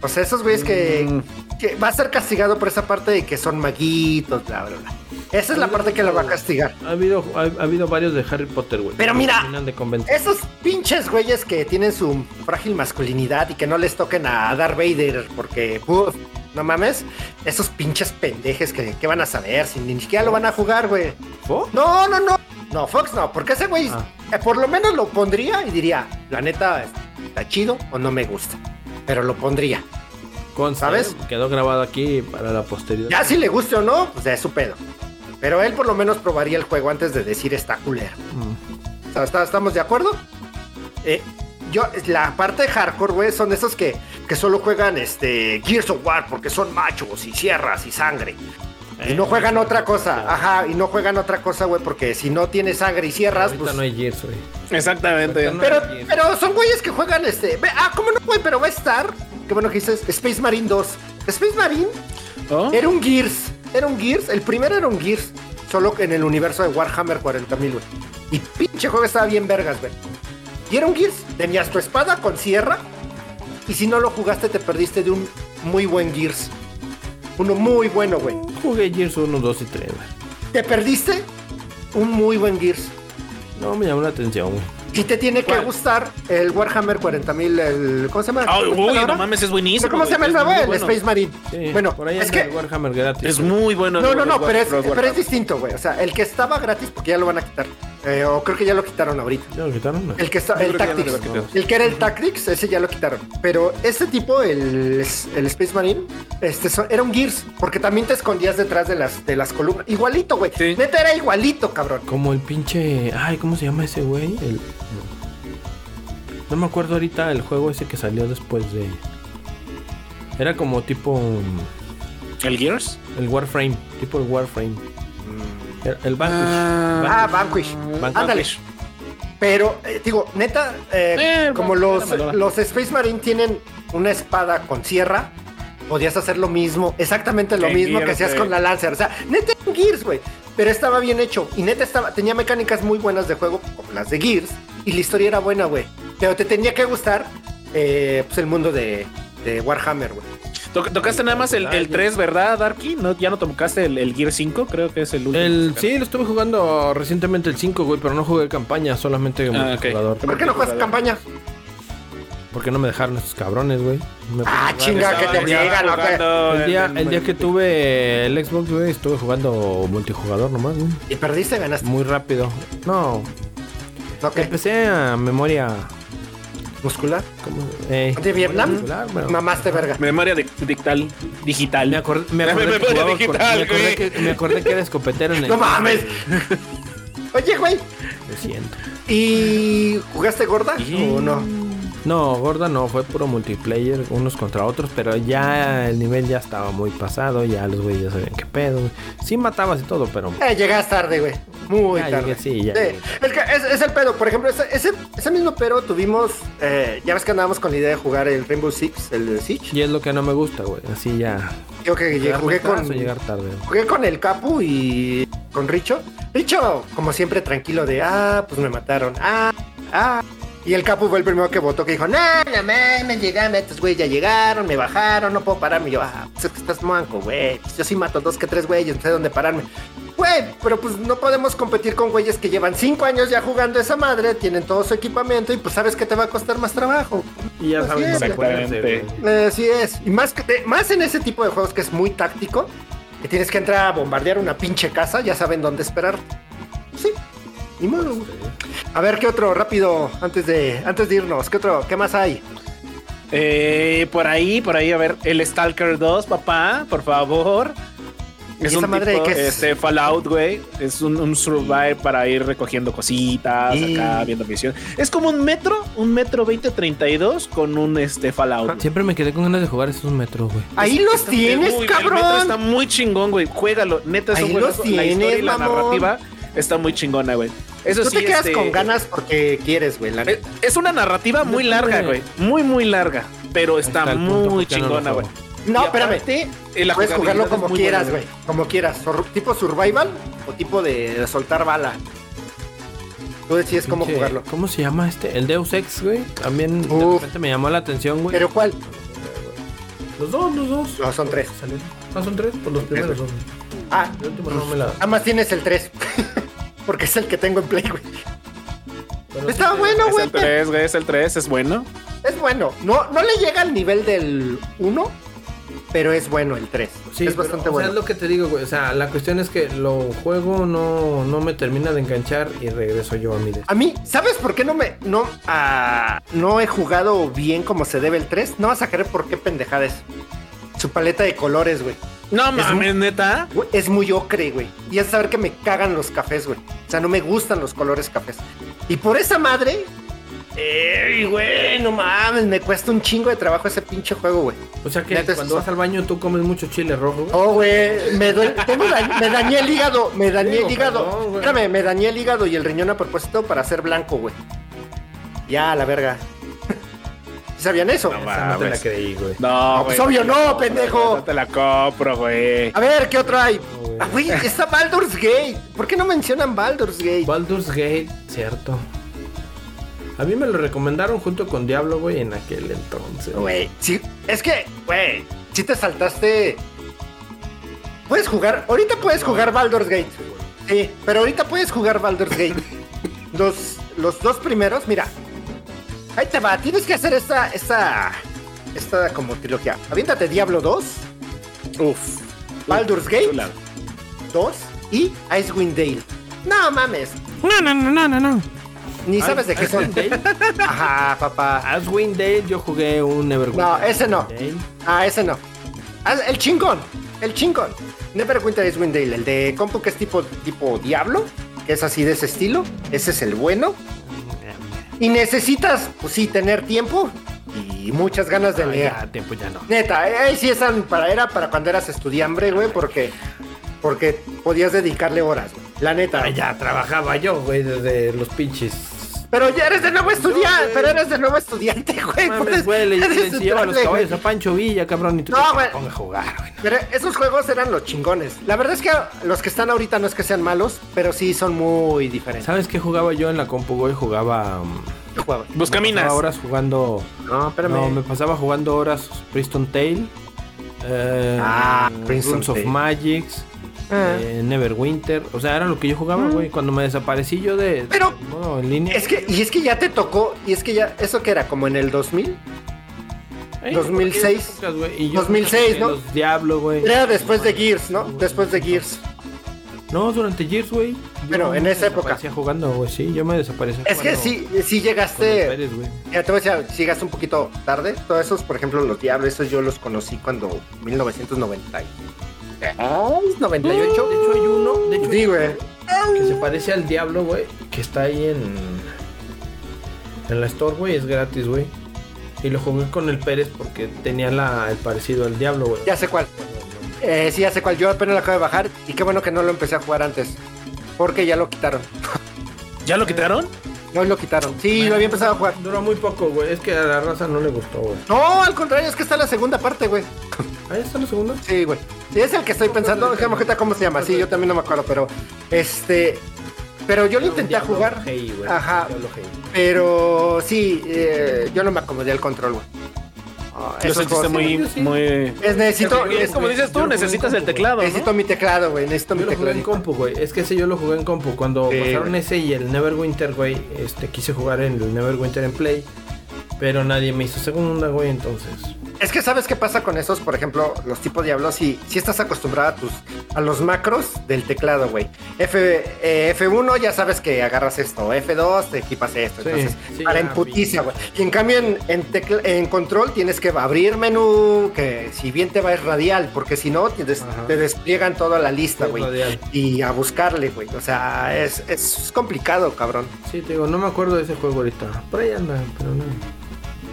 O sea, esos güeyes que,
Mm.
que va a ser castigado por esa parte de que son maguitos, bla, bla, bla. Esa
Mm.
es la parte que lo va a castigar.
Ha habido, ha, ha habido varios de Harry Potter, güey.
Pero mira, ¿eh?
Terminan de convencer.
Esos pinches güeyes que tienen su frágil masculinidad y que no les toquen a Darth Vader porque, uf, no mames, esos pinches pendejes que, que van a saber, si ni siquiera lo van a jugar, güey.
¿Fox?
No, no, no. No, Fox no, porque ese güey
Ah.
eh, por lo menos lo pondría y diría, la neta, está chido o no me gusta. Pero lo pondría.
Consta,
¿sabes?
eh, Quedó grabado aquí para la posteridad.
Ya si le guste o no, pues es su pedo. Pero él por lo menos probaría el juego antes de decir está culero. O sea, ¿está- ¿Estamos de acuerdo? Eh, yo, la parte de hardcore, güey, son esos que, que solo juegan este, Gears of War porque son machos y sierras y sangre. Y no juegan otra cosa. Ajá, y no juegan otra cosa, güey, porque si no tiene sangre y sierras,
Ahorita
pues...
no hay Gears, güey.
Exactamente.
Ahorita no
Pero,
hay Gears.
pero son güeyes que juegan este... ve- Ah, ¿cómo no, güey? Pero va a estar... Qué bueno que dices Space Marine 2. Space Marine
¿no?
era un Gears. Era un Gears. El primero era un Gears. Solo que en el universo de Warhammer 40.000, güey. Y pinche juego estaba bien vergas, güey. Y era un Gears. Tenías tu espada con sierra. Y si no lo jugaste, te perdiste de un muy buen Gears. Uno muy bueno, güey.
Jugué Gears 1, 2 y 3, güey.
Te perdiste un muy buen Gears.
No me llamó la atención, güey.
Y te tiene que gustar el Warhammer 40.000, el... ¿Cómo se llama?
Ay,
¿Cómo se
Ah, uy,
llama?
no mames, es buenísimo.
¿Cómo se llama
güey,
el
es
nuevo?
muy
El
bueno.
Space Marine.
Sí,
bueno,
por ahí
es
anda
que
el Warhammer gratis.
Es
güey.
muy bueno.
No,
el-
no,
el
no,
War-
pero es,
los
pero
Warhammer.
es distinto, güey. O sea, el que estaba gratis, porque ya lo van a quitar. Eh, o creo que ya lo quitaron ahorita.
¿Ya lo quitaron? No.
El que está, el
creo que ya no
Tactics.
lo quitaron.
El que era el Tactics, ese ya lo quitaron. Pero este tipo, el, el Space Marine, este, so- era un Gears, porque también te escondías detrás de las, de las columnas. Igualito, güey.
Sí.
Neta era igualito, cabrón.
Como el pinche. Ay, ¿cómo se llama ese güey? El- No me acuerdo ahorita el juego ese que salió después de. Era como tipo. um,
¿El Gears?
El Warframe. Tipo el Warframe. Era El Vanquish.
Mm. Ah, Vanquish.
Vanquish.
Ándale. Pero, eh, digo, neta, eh,
Eh,
como
va,
los,
espérame, va.
los Space Marine tienen una espada con sierra, podías hacer lo mismo, exactamente lo
En
mismo que
Gears,
hacías
güey.
con la Lancer. O sea, neta en Gears, güey. Pero estaba bien hecho. Y neta estaba, tenía mecánicas muy buenas de juego, como las de Gears. Y la historia era buena, güey. Pero te tenía que gustar eh, pues el mundo de, de Warhammer, güey.
Toc- tocaste nada más el, el 3, ¿verdad, Darky? ¿No, ya no tocaste el, el Gear 5, creo que es el último.
El, sí, lo estuve jugando recientemente el 5, güey, pero no jugué campaña, solamente
Ah, ok.
multijugador.
¿Por qué no juegas campaña?
Porque no me dejaron estos cabrones, güey. Me puse a
Ah,
jugar.
chinga, que te obligan, ¿o qué?
El día, el día que tuve el Xbox, güey, estuve jugando multijugador nomás, güey.
Y perdiste, ganaste.
Muy rápido. No,
Ok.
empecé a memoria.
¿Muscular?
¿Cómo? Eh,
¿De Vietnam?
celular, bueno.
Mamaste verga.
Memoria dic- dictal, digital.
Me acordé, me acordé
Memoria
que jugaba con-
digital,
me acordé
güey.
que, me acordé que era escopetero en el.
¡No mames! Oye, güey,
Lo siento.
¿y jugaste gorda o no?
No, gorda no, fue puro multiplayer, unos contra otros, pero ya el nivel ya estaba muy pasado, ya los güeyes ya sabían qué pedo. güey. Sí matabas y todo, pero
Eh, llegas tarde, güey. Muy
Ya
tarde.
llegué, sí, ya llegué.
Es, que es, es el pedo, por ejemplo, ese, ese, ese mismo pero tuvimos. eh, ya ves que andábamos con la idea de jugar el Rainbow Six, el Siege.
y es lo que no me gusta, güey. Así ya.
Yo que
llegar
jugué
atrás
con.
o llegar tarde.
Jugué con el Capu y con Richo. Richo, como siempre, tranquilo de, ah, pues me mataron, ah, ah. Y el Capu fue el primero que votó, que dijo, no, no mames, llegame, estos güeyes ya llegaron, me bajaron, no puedo pararme. Y yo, ah, pues es que estás manco, güey. Pues Yo sí mato dos que tres güeyes, no sé dónde pararme. Güey, pero pues no podemos competir con güeyes que llevan cinco años ya jugando esa madre, tienen todo su equipamiento y pues sabes que te va a costar más trabajo.
Y ya
Pues saben siempre. cómo
Exactamente.
Así Eh, es. Y más, que- de- más en ese tipo de juegos que es muy táctico, que tienes que entrar a bombardear una pinche casa, ya saben dónde esperar. Sí. Ni modo. A ver, ¿qué otro? Rápido, antes de, antes de irnos. ¿Qué otro? ¿Qué más hay?
Eh, por ahí, por ahí, a ver, el Stalker 2, papá, por favor. Es
¿Y esa
un
madre
tipo,
de qué es?
este Fallout, güey. Es un, un survive para ir recogiendo cositas,
Y-
acá viendo misiones. Es como un metro, un metro 2032 con un este Fallout. güey.
Siempre me quedé con ganas de jugar esos metros, güey.
Ahí los Ah, tienes,
Uy, güey, el metro está
cabrón.
muy chingón, güey. Juégalo, neta es
Ahí
un
lo
juegazo. La historia y
tienes,
la
mamón.
narrativa está muy chingona, güey. Eso
Tú
sí,
te quedas
este,
con ganas porque quieres, güey. la
eh,
neta.
Es una narrativa muy larga, güey. Muy, muy larga. Pero está,
Ahí está el punto,
muy
¿por qué no lo
chingona, güey.
juego?
No,
Y
espérame.
aparte, eh, la
Puedes
jugabilidad
jugarlo
es
como
muy
quieras,
buena,
güey. Como quieras. Sur- tipo survival o tipo de soltar bala. Tú decides cómo
Pinche-
jugarlo.
¿Cómo se llama este? El Deus Ex, güey. También de
Uf.
repente me llamó la atención, güey.
¿Pero cuál?
Los dos, los dos.
No, son tres.
Salieron. Ah, son tres, pues los primeros dos.
Ah,
El último no me la.
nada más tienes el tres. porque es el que tengo en play, güey. Está bueno,
Es
güey.
el 3, güey. Es el 3, es bueno.
Es bueno. No, no le llega al nivel del 1, pero es bueno el 3.
Sí,
es
pero,
bastante
o sea,
bueno.
es lo que te digo, güey. O sea, la cuestión es que lo juego, no, no me termina de enganchar y regreso yo a mi de.
A mí, ¿sabes por qué no me no ah, no he jugado bien como se debe el 3? No vas a creer por qué pendejada es. Su paleta de colores, güey.
No mames,
muy-
neta.
Güey, Es muy ocre, güey. Y es saber que me cagan los cafés, güey. O sea, no me gustan los colores cafés. Y por esa madre. ¡Ey, güey! No mames, me cuesta un chingo de trabajo ese pinche juego, güey.
O sea que
Neta, es-
cuando vas al baño tú comes mucho chile rojo. güey.
Oh, güey, me, duele- tengo da- me dañé el hígado, me dañé
Digo,
el hígado.
perdón, güey.
Espérame, me dañé el hígado y el riñón a propósito para ser blanco, güey. Ya, a la verga. ¿Sabían eso?
No
Esa no te la
mames.
creí, güey.
No,
pues
güey,
obvio
no,
no, pendejo.
No te la compro, güey.
A ver, ¿qué otro hay?
No, güey.
Ah, güey, está Baldur's Gate. ¿Por qué no mencionan Baldur's Gate?
Baldur's Gate, cierto. A mí me lo recomendaron junto con Diablo, güey, en aquel entonces.
Güey, sí, es que, güey, si te saltaste. Puedes jugar, ahorita puedes jugar Baldur's Gate. Sí, pero ahorita puedes jugar Baldur's Gate. Los, los dos primeros, mira. Ahí te va, tienes que hacer esta, esta, esta como trilogía. Aviéntate Diablo 2,
Uf.
Baldur's Gate
chula.
2 y Icewind Dale. No mames,
No, no, no, no, no, no.
ni sabes de qué son. Ajá, papá.
Aswind Dale, yo jugué un Neverwinter.
No, ese no.
Dale.
Ah, ese no. Ah, el chingón. El chingón. Neverwinter is Windale. El de compu que es tipo, tipo Diablo. Que es así de ese estilo. Ese es el bueno. Y necesitas, pues sí, tener tiempo. Y muchas ganas de
Ah,
leer.
ya, tiempo ya no.
Neta, eh, ahí sí esa para, era para cuando eras estudiambre, güey. Porque, porque podías dedicarle horas, güey. La neta.
Ah, ya trabajaba yo, güey, desde los pinches.
Pero ya eres de nuevo estudiante.
güey.
Pero eres de nuevo estudiante, güey.
Mames,
puedes-
güey, le
eres
le enseñaba los
estudiante, güey.
caballos a Pancho Villa, cabrón, y tú
No,
que te
güey.
ponga a jugar, güey.
Pero esos juegos eran los chingones. La verdad es que los que están ahorita no es que sean malos, pero sí son muy diferentes.
¿Sabes qué jugaba yo en la compu, güey? Jugaba... um,
Yo jugaba.
Busca minas.
pasaba horas jugando...
No, espérame.
No, me pasaba jugando horas Priston Tale. Eh,
Ah, Priston
Runes of
Tale.
Magics.
Ah. Mm.
eh, Neverwinter. O sea, era lo que yo jugaba, güey. Cuando me desaparecí yo de,
Pero-
del modo en línea.
Es que, y es que ya te tocó, y es que ya, ¿eso que era? ¿Como en el 2000?
Eh,
2006.
porque esas épocas, güey, y yo
2006, ¿no?
Los Diablo, güey.
Era después de Gears, ¿no? Después de Gears.
No, durante Gears, güey. yo
Pero en
me
esa época.
desaparecía jugando, güey. Sí, yo me desaparecía
Es que
jugando
sí, este, sí
con el
llegaste...
Pérez, güey.
Ya te voy a decir, si llegaste un poquito tarde. Todos esos, por ejemplo, los Diablos, esos yo los conocí cuando 1990. y- Ah, es 98.
De hecho, hay uno. De hecho,
Sí, güey.
que se parece al Diablo, güey. Que está ahí en. En la Store, güey. Es gratis, güey. Y lo jugué con el Pérez porque tenía la, el parecido al Diablo, güey.
Ya sé cuál. Eh, sí, ya sé cuál. Yo apenas lo acabo de bajar y qué bueno que no lo empecé a jugar antes. Porque ya lo quitaron.
¿Ya lo quitaron?
No lo quitaron. Sí, lo había empezado a jugar.
Duró muy poco, güey. Es que a la raza no le gustó, güey.
No, al contrario, es que está la segunda parte, güey.
Ahí está la segunda.
Sí, güey. Sí, es el que estoy pensando. No sé ahorita cómo se llama. Sí, yo también no me acuerdo, pero. Este. Pero yo lo intenté
Diablo
jugar.
Hey, güey.
Ajá.
Diablo Hey.
Pero sí, eh, yo no me acomodé al control, güey. Ah,
Lo
esos
sentiste
juegos-
muy,
yo sí.
muy.
Es, necesito,
Es como dices
Yo
tú,
lo jugué
necesitas
en
el
compu,
teclado. ¿no?
necesito mi teclado, güey. Necesito mi
Yo lo jugué en
teclado.
compu, güey. Es que ese yo lo jugué en compu. Cuando
Sí,
pasaron
güey.
ese y el Neverwinter, güey, este, quise jugar el Neverwinter en Play. Pero nadie me hizo segunda, güey, entonces.
Es que sabes qué pasa con esos, por ejemplo, los tipos diablos, si, si estás acostumbrado a tus pues, a los macros del teclado, güey. F, eh, F1 ya sabes que agarras esto, F2 te equipas esto.
Sí,
entonces,
sí, ah,
para
ya
en putiza, güey. Y en cambio en, en, tecla- en control tienes que abrir menú, que si bien te va es radial, porque si no te, des-
Ajá.
te despliegan toda la lista,
Sí,
güey.
radial.
Y a buscarle, güey. O sea, es, es complicado, cabrón.
Sí, te digo, no me acuerdo de ese juego ahorita. Por ahí anda, pero no.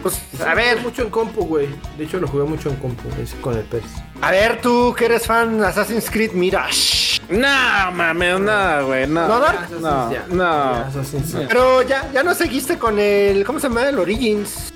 Pues,
Lo
a ver,
jugué mucho en compu, güey. De hecho, lo jugué mucho en compu, ese con el E PES.
a ver tú que eres fan de Assassin's Creed, mira. shh.
No, mames, no, güey, no.
¿No, Dark?
No,
Ya, ya,
no.
Assassin's, ya.
Pero ya, ya no seguiste con el, ¿cómo se llama? El Origins.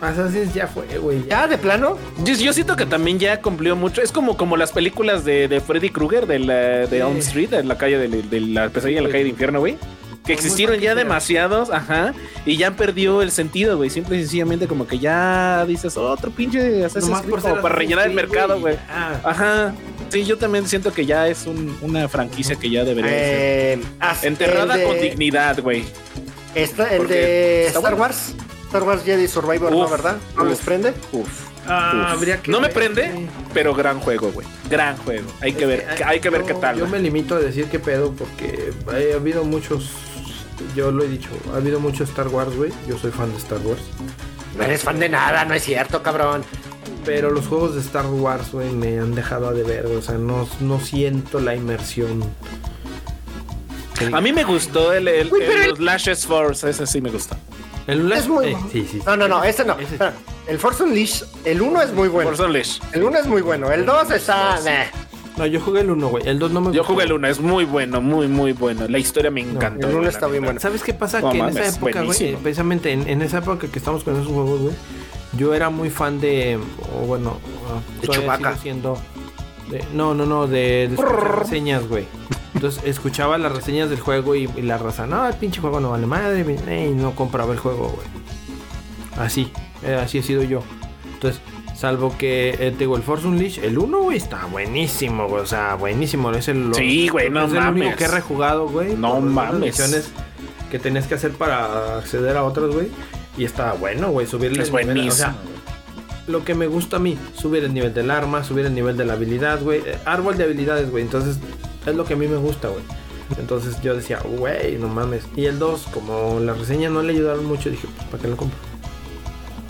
Assassin's ya fue, güey. Ya.
Ya, de plano.
Yo, yo siento que también ya cumplió mucho. Es como, como las películas de, de Freddy Krueger de, la, de Elm Street, en la calle del- de, la pesadilla en la calle de infierno, güey. Que existieron ya demasiados, ajá, y ya perdió el sentido, güey. Simple y sencillamente como que ya dices otro pinche Assassin's
Nomás
Creed
por ser
como para
Assassin's
rellenar el
Creed,
mercado,
güey, Ah,
güey. Ah,
ya.
Ajá. Sí, yo también siento que ya es un- una franquicia que ya debería de ser
Eh, haz-
enterrada
el de-
con dignidad, güey.
esta- el
porque
de
está
Star
bueno.
Wars. Star Wars Jedi Survivor, ¿no?
Uf,
¿Verdad? ¿No
uf.
les prende?
Uf.
Ah,
Uf.
habría que
pues, no me
ver,
prende,
güey.
pero gran juego, güey. Gran juego. Hay que ver,
Es
hay que ver
yo-
qué tal.
Yo
güey.
me limito a decir qué pedo porque ha habido muchos. Yo lo he dicho, ha habido mucho Star Wars, güey. Yo soy fan de Star Wars.
No eres fan de nada, no es cierto, cabrón.
Pero los juegos de Star Wars, güey, me han dejado a deber. O sea, no, no siento la inmersión.
A mí me gustó el, el-
Uy, pero
el-
el-
los Lashes Force, ese sí me gusta.
El
Es muy.
Eh, sí, sí.
No, no, no, ese no. Espera, El Force Unleashed, el 1 es muy bueno.
Force Unleashed.
El 1 es muy bueno. El 2 está. meh.
No, yo jugué el 1, güey. El 2 no me
Yo jugué el 1, es muy bueno, muy, muy bueno. La historia me encantó.
el uno
la
está bien
neta.
bueno.
¿Sabes qué pasa?
No
que en
mames,
esa época, güey,
buenísimo.
precisamente en, en esa época que estamos con esos juegos, güey, yo era muy fan de, o bueno, uh,
De
todavía
Chewbacca.
sigo siendo, de- no, no, no, de, de escuchar reseñas, güey. Entonces escuchaba las reseñas del juego y, y la raza, no, el pinche juego no vale madre, mi- eh, y no compraba el juego, güey. Así, eh, así he sido yo. Entonces, salvo que, eh, te digo, el Force Unleashed, el 1, güey, está buenísimo, güey, o sea, buenísimo, es el...
Sí, güey, no
es el único
mames.
que he rejugado, güey.
No
por las
mames.
misiones que tenías que hacer para acceder a otras, güey. Y está bueno, güey, subirle
Es
el nivel,
buenísimo.
o sea, lo que me gusta a mí, subir el nivel del arma, subir el nivel de la habilidad, güey. eh, Árbol de habilidades, güey. Entonces, es lo que a mí me gusta, güey. Entonces yo decía, güey, no mames. Y el 2, como las reseñas no le ayudaron mucho, dije, pues, ¿para qué lo compro?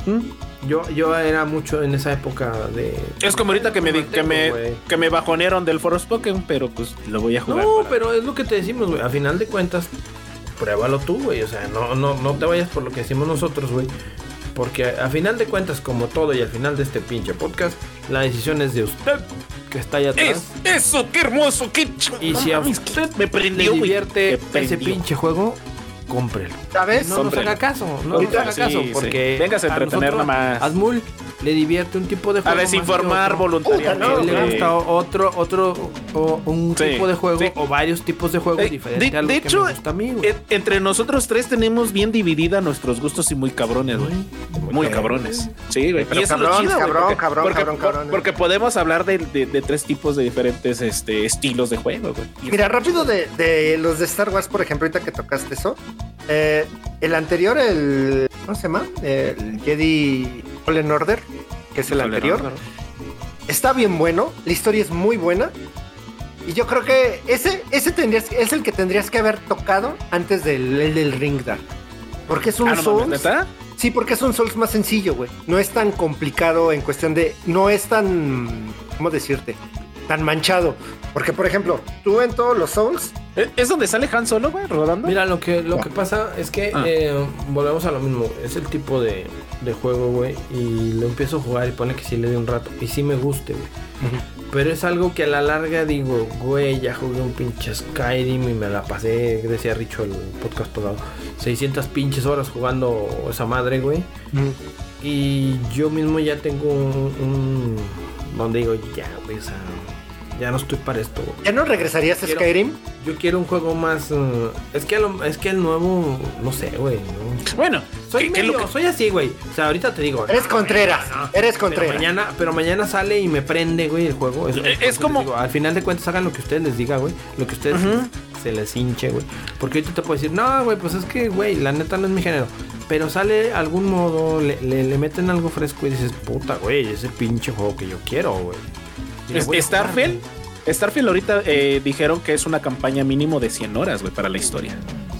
¿Mm?
Yo, yo era mucho en esa época de...
Es como ahorita que me, di- que me,
Güey.
que me bajonearon del Forspoken, pero pues lo voy a jugar.
No,
para-
pero es lo que te decimos, güey. A final de cuentas, pruébalo tú, güey. O sea, no, no, no te vayas por lo que decimos nosotros, güey. Porque a a final de cuentas, como todo y al final de este pinche podcast, la decisión es de usted que está allá atrás.
Es, eso, qué hermoso, qué ch-
y
no
si a
mames,
usted
me
le
prendió, güey.
divierte
Me prendió.
ese pinche juego, cómprelo.
¿Sabes?
No nos
Cómprelo.
haga caso, no nos
Ahorita,
haga caso,
sí, sí.
porque
Véngase a entretener
nosotros,
nomás.
Azmul le divierte un tipo de
A
juego. más que
desinformar
otro.
voluntariamente.
Puta,
Le
güey.
gusta otro, otro, o un
Sí,
tipo de juego
sí.
o varios tipos de juegos
Eh,
diferentes
de-
a lo
de
que
hecho, eh,
me gusta a mí, güey.
En- Entre nosotros tres tenemos bien dividida nuestros gustos y muy cabrones, güey. Muy cabrones. Sí, güey.
Pero
Y eso es lo
cabrón,
güey,
cabrón,
porque-
cabrón,
porque-
cabrón,
por-
cabrón.
Porque podemos hablar de, de- de tres tipos de diferentes este, estilos de juego, güey. Y-
Mira, rápido de, de los de Star Wars, por ejemplo, ahorita que tocaste eso. eh, el anterior, el. ¿Cómo se llama? El Jedi Fallen Order, que es el anterior. Está bien bueno, la historia es muy buena. Y yo creo que ese, ese tendrías, es el que tendrías que haber tocado antes del, el del Ring Dark. Porque es un
Ah, no mames,
Souls.
¿neta?
Sí, porque es un Souls más sencillo, güey. No es tan complicado en cuestión de. No es tan. ¿Cómo decirte? Tan manchado. Porque, por ejemplo, tú en todos los Souls.
¿Es- ¿Es donde sale Han Solo, güey, rodando?
Mira, lo que, lo que pasa es que
Ah.
eh, volvemos a lo mismo. Es el tipo de, de juego, güey. Y lo empiezo a jugar y pone que sí le dé un rato. Y sí me guste, güey. Pero es algo que a la larga digo, güey, ya jugué un pinche Skyrim y me la pasé, decía Richo el podcast pasado, 600 pinches horas jugando esa madre, güey. Y yo mismo ya tengo un, un- donde digo, ya, güey, o sea, ya no estoy para esto, güey.
¿Ya no regresarías a
Quiero-
Skyrim?
Yo quiero un juego más. eh, es, que a lo- es que el nuevo. No sé, güey. no.
Bueno,
Soy,
¿qué- qué es lo
medio-
que-
soy así, güey. O sea, ahorita te digo.
Eres
Pues no,
Contreras.
no, no.
Eres
Pero
Contreras.
mañana, pero mañana sale y me prende, güey, el juego.
Eh,
por
es
eso
como-
les digo, al final de cuentas, hagan lo que ustedes les diga, güey. Lo que ustedes se les hinche, güey. Porque ahorita te puedo decir, no, güey, pues es que, güey, la neta no es mi género. Pero sale algún modo, le, le- le meten algo fresco y dices, puta, güey, ese pinche juego que yo quiero, güey. Y lo
Es-
voy a jugar,
Starfield,
güey.
Starfield ahorita eh, dijeron que es una campaña mínimo de 100 horas, güey, para la historia.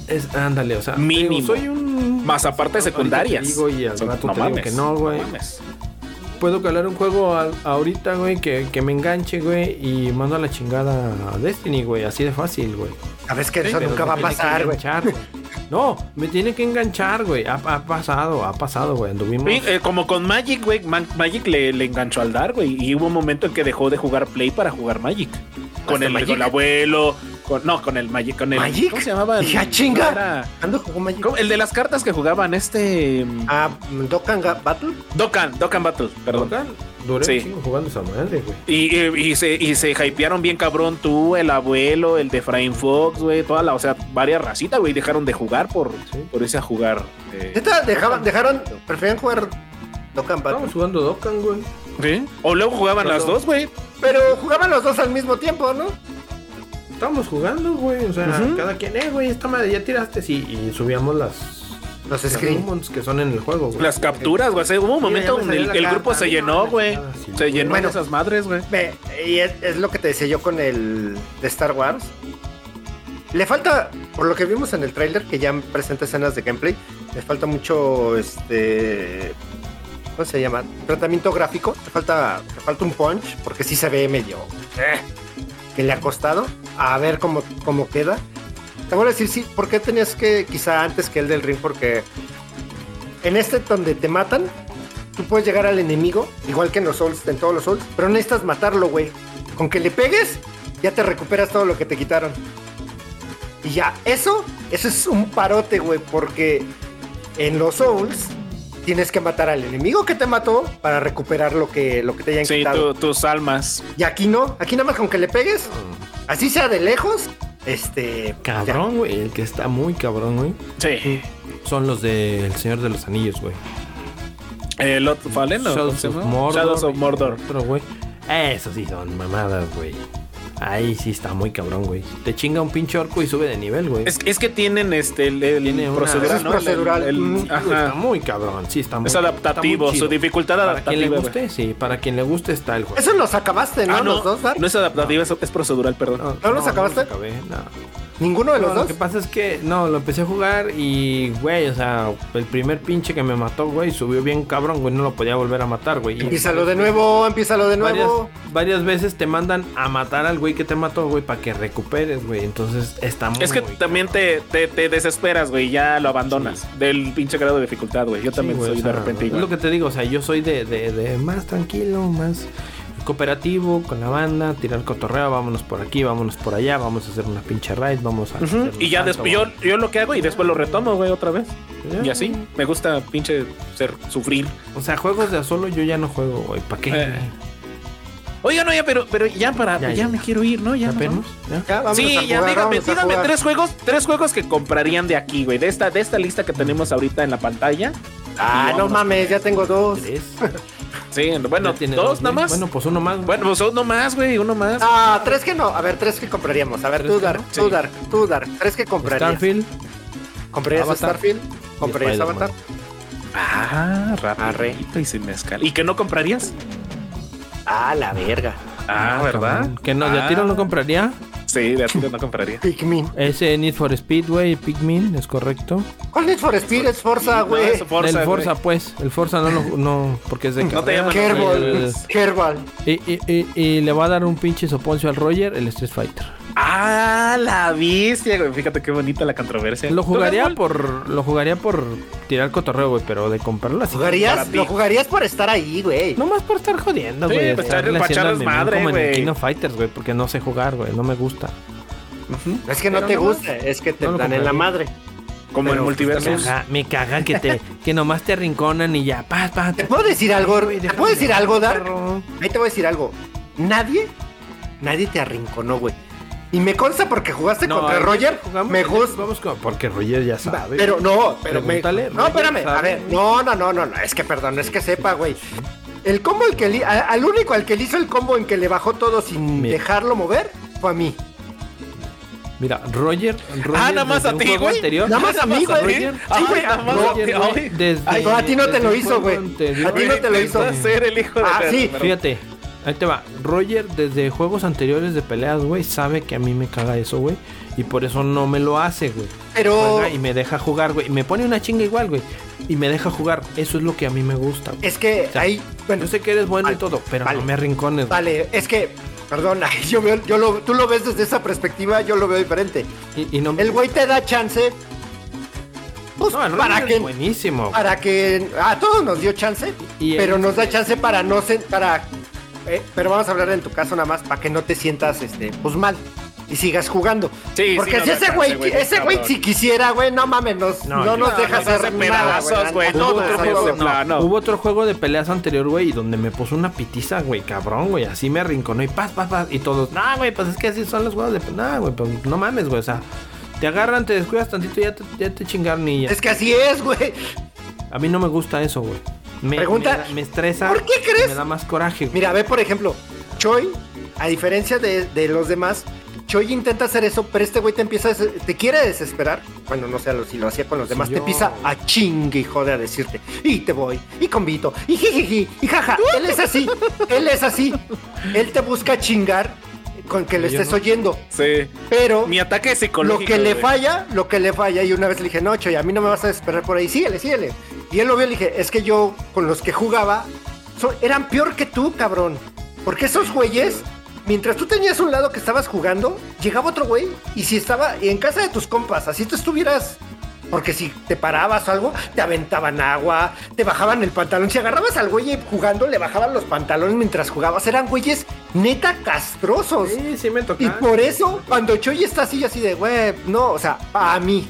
Es, ándale, o sea,
Mínimo.
digo, soy un.
Más aparte
Ahorita
secundarias.
te digo y al
Son-
rato te digo
mames,
que no, güey.
mames.
Puedo calar un juego al- ahorita, güey, que, que me enganche, güey, y mando a la chingada a Destiny, güey, así de fácil, güey.
Sabes que eso
Pero
nunca
me
va a
tiene que
pasar, güey.
enganchar, güey. No, me tiene que enganchar, güey. Ha, ha pasado, ha pasado, güey. Anduvimos.
Sí, eh, como con Magic, güey. Man- Magic le, le enganchó al Dark, güey. Y hubo un momento en que dejó de jugar Play para jugar Magic. Con
¿Hasta
el,
Magic?
con el abuelo. con- no, con el Magic. Con el,
¿Magic?
¿Cómo se llamaba?
Dije, "Ah,
No,
chinga".
era-
¿Cuándo jugó Magic?
¿cómo? El de las cartas que jugaban este.
Ah, Dokkan Ga- Battle.
Dokkan, Dokkan Battle, perdón.
Total, Duré
Sí.
un chingo jugando esa madre, güey.
Y, y- y se, y se hypearon bien cabrón tú, el abuelo, el de Frame Fox, güey, toda la, o sea, varias racitas, güey, dejaron de jugar por, por irse a jugar. eh,
Neta, dejaban, dejaron, preferían jugar Dokkan Battle.
Estamos jugando Dokkan, güey.
¿sí? O luego jugaban las dos, pues, güey.
Pero jugaban los dos al mismo tiempo, ¿no?
Estamos jugando, güey. O sea,
Ujú.
cada quien, eh, güey, esta madre ya tiraste, sí. Y subíamos las.
Los
las
screen.
summons que son en el juego, güey.
Las capturas, güey. o sea, hubo un
Mira, ya
momento
me
donde
salió
el,
la
el
carta.
grupo se llenó, güey.
Ah, Sí,
Se
güey.
llenó
Bueno.
de esas madres, güey.
Ve, y es, es lo que te decía yo con el de Star Wars. Le falta, por lo que vimos en el tráiler, que ya presenta escenas de gameplay, le falta mucho, este, ¿cómo se llama? Tratamiento gráfico. Le falta, le falta un punch, porque sí se ve medio eh, que le ha costado. A ver cómo, cómo queda. Te voy a decir, sí, ¿por qué tenías que, quizá antes que el del ring? Porque en este donde te matan, tú puedes llegar al enemigo, igual que en los Souls, en todos los Souls, pero no necesitas matarlo, güey. Con que le pegues, ya te recuperas todo lo que te quitaron. Y ya, eso, eso es un parote, güey, porque en los Souls tienes que matar al enemigo que te mató para recuperar lo que, lo que te hayan
Sí,
quitado.
tu- tus almas.
Y aquí no, aquí nada más con que le pegues, así sea de lejos, este...
Mm. Cabrón, güey. El que está muy cabrón, güey.
Sí.
Son los del Señor de los Anillos, güey.
Eh, El otro Fallen, ¿no? ¿Cómo
Shadows
se
of
llama?
Mordor.
Shadows of
y
Mordor.
otro, güey. Eso sí son mamadas, güey. Ahí sí está muy cabrón, güey. Te chinga un pinche orco y sube de nivel, güey.
Es, es que tienen este el, el
Tiene una-
procedural,
es
¿no? El-
procedural.
el-
Mm,
Sí, güey,
ajá.
Está muy cabrón, sí, está muy
Es adaptativo,
está muy
su
chido.
dificultad
Para quien le
adaptativa,
guste, sí, para quien le guste está el juego.
Eso los acabaste, ¿no?
Ah, no,
Los dos, Dark?
no es adaptativa, es, es procedural, perdón.
¿No los acabaste?
lo acabé, no.
¿Ninguno de los
No,
dos?
Lo que pasa es que, no, lo empecé a jugar y, güey, o sea, el primer pinche que me mató, güey, subió bien cabrón, güey, no lo podía volver a matar, güey. Y
Empiézalo de nuevo, empiézalo de
varias,
nuevo.
varias veces te mandan a matar al güey que te mató, güey, para que recuperes, güey. Entonces está muy
Es que
cabrón.
también te, te, te desesperas, güey, ya lo abandonas del pinche grado de dificultad, güey. Yo
Sí,
también
güey,
soy
o sea,
de repente
Es
igual.
lo que te digo, o sea, yo soy de, de- de más tranquilo, más cooperativo con la banda, tirar cotorreo, vámonos por aquí, vámonos por allá, vamos a hacer una pinche raid, vamos a...
Ujú,
hacer un
Y ya
salto,
después yo,
vamos-
yo lo que hago y después lo retomo, güey, otra vez. Y
Ya.
así, me gusta pinche ser sufrir.
O sea, juegos de a solo yo ya no juego, güey, ¿para qué?
Eh, Oiga, no, ya, pero, pero ya para,
Ya,
ya,
ya.
me quiero ir, ¿no? Ya,
¿Ya
nos
apenas?
vamos.
¿Ya?
Ya, vámonos
Sí,
a
ya
jugar,
díganme,
vámonos a
díganme
jugar.
tres juegos, tres juegos que comprarían de aquí, güey, de esta, de esta lista que tenemos ahorita en la pantalla.
Ah, no mames, ya tengo dos.
¿Tres?
Sí, bueno,
Ya tiene
dos, nada
güey.
más.
Bueno,
Bueno,
pues uno más. güey.
pues uno más, güey, uno más.
Ah, tres que no. A ver, tres que compraríamos. A ver,
¿Tres
tú,
que
Dark,
no?
tú,
Sí.
Dark, tú, Dark. Tres que comprarías.
Starfield.
¿Comprarías
Avatar.
Starfield? ¿Comprarías
Y
Avatar?
Spider-Man.
Ah, rápido. Y sin mezcal. ¿Y que no comprarías?
Ah, la verga.
Ah,
Cabrón, Que no, de a tiro
Ah.
no compraría.
Sí, de a tiro no compraría.
Pikmin.
Ese Need for Speed, güey, Pikmin, es correcto.
¿Cuál Need for Speed es Forza,
No,
Ah, güey?
es Forza,
el Forza,
güey.
pues. El Forza no, lo, no porque es de
No te
carreras,
llaman
Kerbal.
güey.
Kerbal.
Y, y- y- y le va a dar un pinche soponcio al Roger el Street Fighter.
Ah, la bestia, güey. Fíjate qué bonita la controversia.
Lo
¿Tú
jugaría
Gasbol?
por lo jugaría por tirar cotorreo, güey, pero de comprarlo así.
¿Jugarías?
Para ti.
Lo jugarías por estar ahí, güey.
Nomás por estar jodiendo,
Sí,
güey.
pues,
estarle
echar- pa'
haciendo
echar
al mimín
desmadre,
como en el
güey.
King of Fighters, güey, porque no sé jugar, güey, no me gusta.
No es que no
Pero
te
no más.
gusta, es que te
No lo
dan en la madre.
Como el
Pero, pues,
multiverso.
Me caga, me caga que te que nomás te arrinconan y ya, pa, pa.
¿Te puedo decir algo?
Güey,
¿Te
déjame
puedo decir
hablar,
algo, Dark?
perro.
Ahí te voy a decir algo. Nadie, nadie te arrinconó, güey. Y me consta porque jugaste
No,
contra
ahí
Roger.
jugamos,
me
ahí
gusta.
jugamos con- porque Roger ya sabe.
Pero no, pero me.
Pregúntale,
No,
Roger
espérame. A
sabe.
ver, no, no, no, no, no. Es que perdón, es que sepa, güey. El combo el que li- a- al único al que le hizo el combo en que le bajó todo sin
Mira.
dejarlo mover fue a mí.
Mira, Roger, Roger
Ah, nada más
desde
a
un
ti,
juego
güey.
anterior-
Nada más a mí, güey.
Roger.
Sí, güey.
Ah, nada más
no,
a ti.
Roger,
Ay,
güey, desde-
no, a ti no te
desde
lo
el
hizo,
juego
güey.
anterior.
A ti no te lo hizo.
Intenta ser el hijo de
Ah, sí.
pero-
Fíjate, Ahí te va. Roger, desde juegos anteriores de peleas, güey, sabe que a mí me caga eso, güey. Y por eso no me lo hace, güey.
Pero
Juega Y me deja jugar, güey. Y me pone una chinga igual, güey. Y me deja jugar. Eso es lo que a mí me gusta, güey.
es que
sea,
ahí, Eh, bueno,
Yo sé que eres bueno
Vale,
y todo, pero
vale.
no me arrincones, güey.
vale, es que, perdona, yo veo- yo lo, tú lo ves desde esa perspectiva, yo lo veo diferente.
Y, y no me.
El güey te da chance. Pues,
No, el Roger
para
es
que
buenísimo. güey.
para que a todos nos dio chance,
Y-
pero nos da chance para no sen- para eh, pero vamos a hablar en tu caso nada más para que no te sientas este pues mal y sigas jugando.
Sí, sí
Porque
nos
si
da
ese
chance,
güey
güey,
ese güey
cabrón.
si quisiera, güey, no mames, nos- no,
No, yo-
nos
no,
deja
nos hace
hacer nada,
pedazos, güey,
güey. a
no,
todos
otro
nos hace-
juego,
No,
plano.
Hubo otro juego de peleas anterior, güey, y donde me puso una pitiza, güey, cabrón, güey. Así me arrinconó y paz, paz, paz. Y todos, no, güey, pues es que así son los juegos de peleas. No, güey, pues no mames, güey. O sea, te agarran, te descuidas tantito y ya te, ya te chingaron y ya.
Es que así es, güey.
A mí no me gusta eso, güey. Me,
Pregunta,
me da- me estresa.
¿por qué crees?
Me da más coraje, güey.
Mira, ve por ejemplo, Choi, a diferencia de, de los demás, Choi intenta hacer eso, pero este güey te empieza a des- te quiere desesperar. Bueno, no sé a lo- si lo hacía con los demás, te
yo-
empieza a chingue y jode a decirte, y te voy, y convito, y jijiji, y jaja. Él es así, él es así. Él te busca chingar con que lo
Yo
estés
no.
oyendo,
Sí.
pero
Mi ataque
lo
psicológico.
que le
güey.
falla, lo que le falla, y una vez le dije, no, Choy, a mí no me vas a esperar por ahí, síguele, síguele. Y él lo vio y le dije, es que yo con los que jugaba, so- eran peor que tú, cabrón. Porque esos güeyes, mientras tú tenías un lado que estabas jugando, llegaba otro güey, y si estaba en casa de tus compas, así tú estuvieras... Porque si te parabas o algo, te aventaban agua, te bajaban el pantalón. Si agarrabas al güey jugando, le bajaban los pantalones mientras jugabas. Eran güeyes neta castrosos.
Sí, Ah, sí me
Y
toca.
por eso, cuando Choy está así, yo así de, güey, no, o sea, a mí.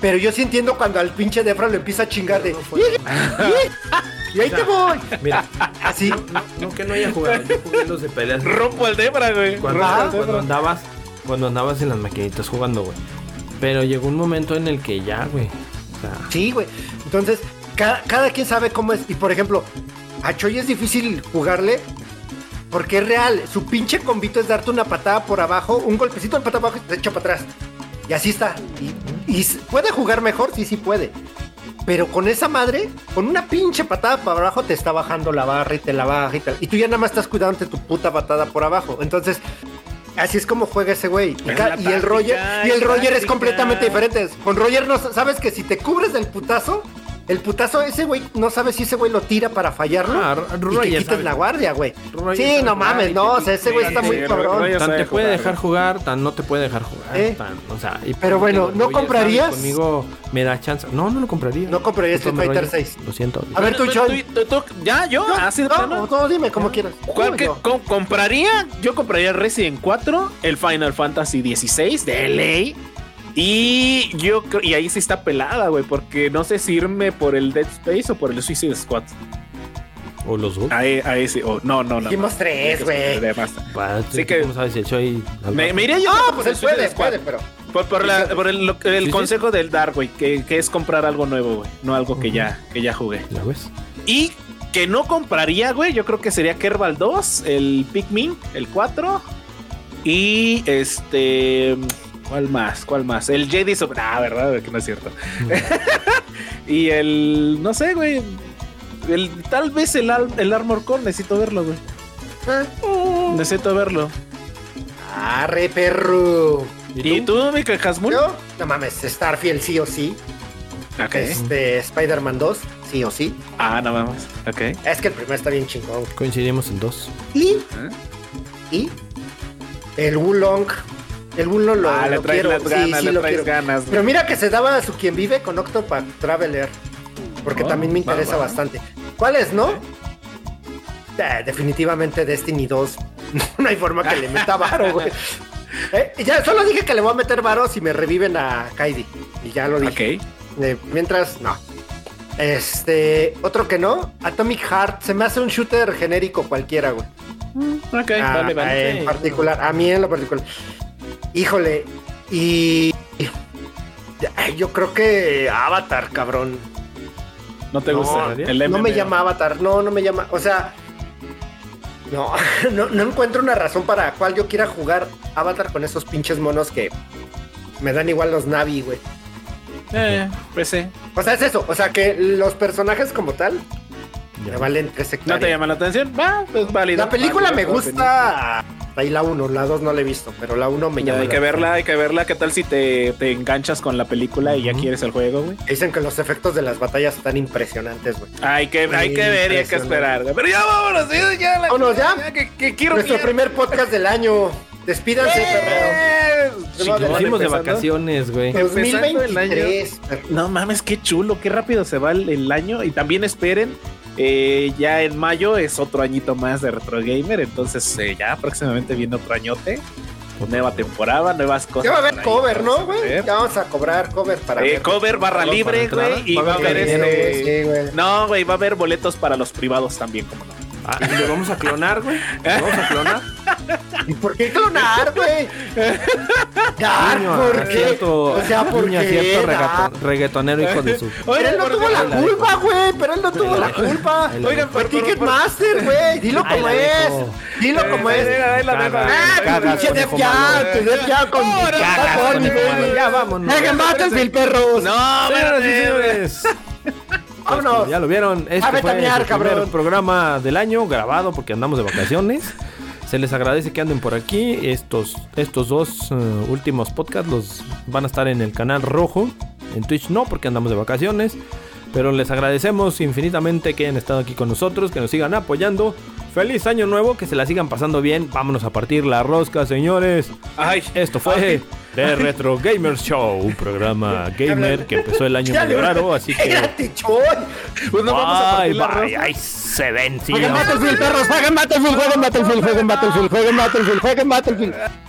Pero yo sí entiendo cuando al pinche Defra lo empieza a chingar de. "Y- y- Y ahí te voy.
Mira,
Así.
no que no haya jugado. Yo jugué los de peleas.
Rompo el Debra, güey.
cuando,
Ajá.
cuando andabas cuando andabas en las maquinitas jugando, güey. Pero llegó un momento en el que ya, güey. O sea,
Sí, güey. Entonces, cada, cada quien sabe cómo es. Y por ejemplo, a Choy es difícil jugarle. Porque es real. Su pinche convito es darte una patada por abajo, un golpecito de patada abajo y te echa para atrás. Y así está. Y, y s- puede jugar mejor, sí, sí puede. Pero con esa madre, con una pinche patada para abajo, te está bajando la barra y te la baja y tal. Y tú ya nada más estás cuidándote tu puta patada por abajo. Entonces, así es como juega ese güey. Y,
Es
ca-
la
y el Roger,
táctica,
y el
es
Roger es
táctica.
completamente diferente. Con Roger no sa- sabes que si te cubres del putazo, el putazo ese güey no sabes si ese güey lo tira para fallarlo.
Ah, R-
y
Roger
te quites
sabe.
la guardia, güey.
Roger
Sí,
sabe
no
jugar y
mames,
te-
no, o sea, ese güey
Sí,
está muy
sí,
cabrón.
Roger-
tan
sabe
te puede
jugar,
dejar
güey.
jugar, tan no te puede dejar jugar.
Eh.
tan- o sea, y-
Pero bueno, ¿no
Oye, ¿sabes?
comprarías?
Conmigo me da chance. No, no lo compraría.
No compraría Street
Discúlpame,
Fighter
Roger.
6.
Lo siento.
A ver, tú, Chon.
tú- tú- ya, yo, así de
No, no,
plano.
no, dime como quieras.
¿Cuál
Dime
que
yo.
com- compraría? Yo compraría Resident 4, el Final Fantasy 16 de LA. Y yo creo- y ahí sí está pelada, güey, porque no sé si irme por el Dead Space o por el Suicide Squad.
O los dos.
Ahí, ahí sí, o no, no, no.
Dijimos tres, güey.
Además,
Pa-
Sí
¿tú
que-
¿Cómo sabes si el Choi-
Me, me iría yo
Ah,
por
pues
el
él puede,
Suicide Squad.
puede, pero.
Por, por la- por el, lo- el
Sí, sí.
consejo del Dark, güey, que, que es comprar algo nuevo, güey, no algo que ya, que ya jugué.
¿Ya ves?
Y que no compraría, güey, yo creo que sería Kerbal 2, el Pikmin, el 4. Y este. ¿Cuál más? ¿Cuál más? El Jedi sobre. Ah, verdad, güey? que no es cierto. y el. No sé, güey. El, tal vez el, al- el Armor Core, necesito verlo, güey. Necesito verlo.
Ah. Arre, perro.
¿Y, tú, mi Hasmul?
Yo, no mames, Starfield sí o sí.
Ok.
Este, Spider-Man 2, sí o sí.
Ah, no vamos. Ok.
Es que el primero está bien chingón.
Coincidimos en dos.
Y. Y. El Wulong. El Wulong lo,
ah, le
lo
traes
quiero. Sí,
las ganas,
sí,
le
lo
traes
quiero.
ganas, güey.
Pero mira que se daba su quien vive con Octopath Traveler. Porque
Ah,
también me
va,
interesa
va.
bastante. ¿Cuáles no? Eh, definitivamente Destiny 2. no hay forma que le meta varo, güey. Eh, ya solo dije que le voy a meter varo si me reviven a Kaidi. Y ya lo dije.
Ok.
Eh, mientras, no. Este, otro que no, Atomic Heart. Se me hace un shooter genérico cualquiera, güey.
Ok,
A-
vale, vale.
a- Ah, En particular, a mí en lo particular. Híjole, y. Ay, Yo creo que Avatar, cabrón.
No te gusta. el
No me
MMO.
llama Avatar, no, no me llama. O sea, no, no, no encuentro una razón para la cual yo quiera jugar Avatar con esos pinches monos que me dan igual los Navi, güey.
Eh, pues sí.
O sea, es eso. O sea, que los personajes como tal Me valen tres
No
hectáreas.
te llama la atención. Va, es válido.
La película me
Válido,
gusta. Ahí la 1, la 2 no la he visto, pero la 1 me
Ya,
llama.
hay
la
que verla,
atención.
hay que verla. ¿Qué tal si te, te enganchas con la película y ya quieres el juego, güey?
Dicen que los efectos de las batallas están impresionantes, güey.
Hay que, hay que ver y hay que esperar. güey. Pero ya vámonos, ya, ya la-
Vámonos, ya.
Que, que quiero
Nuestro
miar-
primer podcast del año. Despídanse, perrero.
¡Eh!
Sí, nos
Fuimos de
Empezando-
vacaciones, güey.
Empezando
2023. perro.
No mames, qué chulo, qué rápido se va el, el año. Y también esperen, eh, ya en mayo es otro añito más de Retro Gamer. Entonces, eh, ya próximamente viene otro añote. Nueva temporada, nuevas cosas.
Ya va a haber
por ahí,
cover,
vamos
¿no, güey?
ver.
Ya vamos a cobrar cover para
Eh,
ver.
cover barra
¿Para
libre,
entrada?
güey. Y
¿Va a
va a haber
haber
Dinero,
este.
güey, sí, güey.
No, güey, va a haber boletos para los privados también, como no.
Ah, ¿y ¿Lo vamos a clonar, güey? ¿Lo vamos a clonar?
¿Y por qué clonar, güey? Dar,
Niño,
Ah, ¿por qué?
acierto-
O sea, ¿por
niño
qué? Ah.
acierto
Dar?
regato- reggaetonero, hijo de su...
Pero él no tuvo la
la
culpa, güey. Pero él no tuvo
la
la
dejo.
culpa.
Ahí la
Oigan,
dejo.
fue Ticketmaster, güey. Dilo
Ahí
como
la
es.
dejo.
Dilo como es.
Ahí la dejo, ahí
Ah,
la dejo.
cagas,
pinche Def
conejo
Jam,
malo.
tu Def Jam con
Ahora,
Bad
cagas,
Bunny,
conejo malo.
baby.
Ya, vámonos.
Hagan Battlefield, perros.
Señoras
No,
y
espérate, güey.
señores,
Vámonos.
Pues, ya lo vieron. Este
vete
fue
a mear,
el primer
cabrón.
programa del año grabado porque andamos de vacaciones. Se les agradece que anden por aquí. Estos, estos dos eh, últimos podcasts los van a estar en el canal rojo. En Twitch no, porque andamos de vacaciones. Pero les agradecemos infinitamente que hayan estado aquí con nosotros, que nos sigan apoyando. Feliz año nuevo, que se la sigan pasando bien. Vámonos a partir la rosca, señores.
Ay,
Esto fue The Retro Gamer Show, un programa gamer que empezó el año
Ya
medio
le-
raro, así que.
Era tichón.
pues no vamos a
Bye,
partir la
bye,
rosa.
ahí se ven, sí.
Hagan
¿no?
Battlefield, perros. Hagan Battlefield, jueguen Battlefield, jueguen Battlefield, jueguen Battlefield, jueguen Battlefield.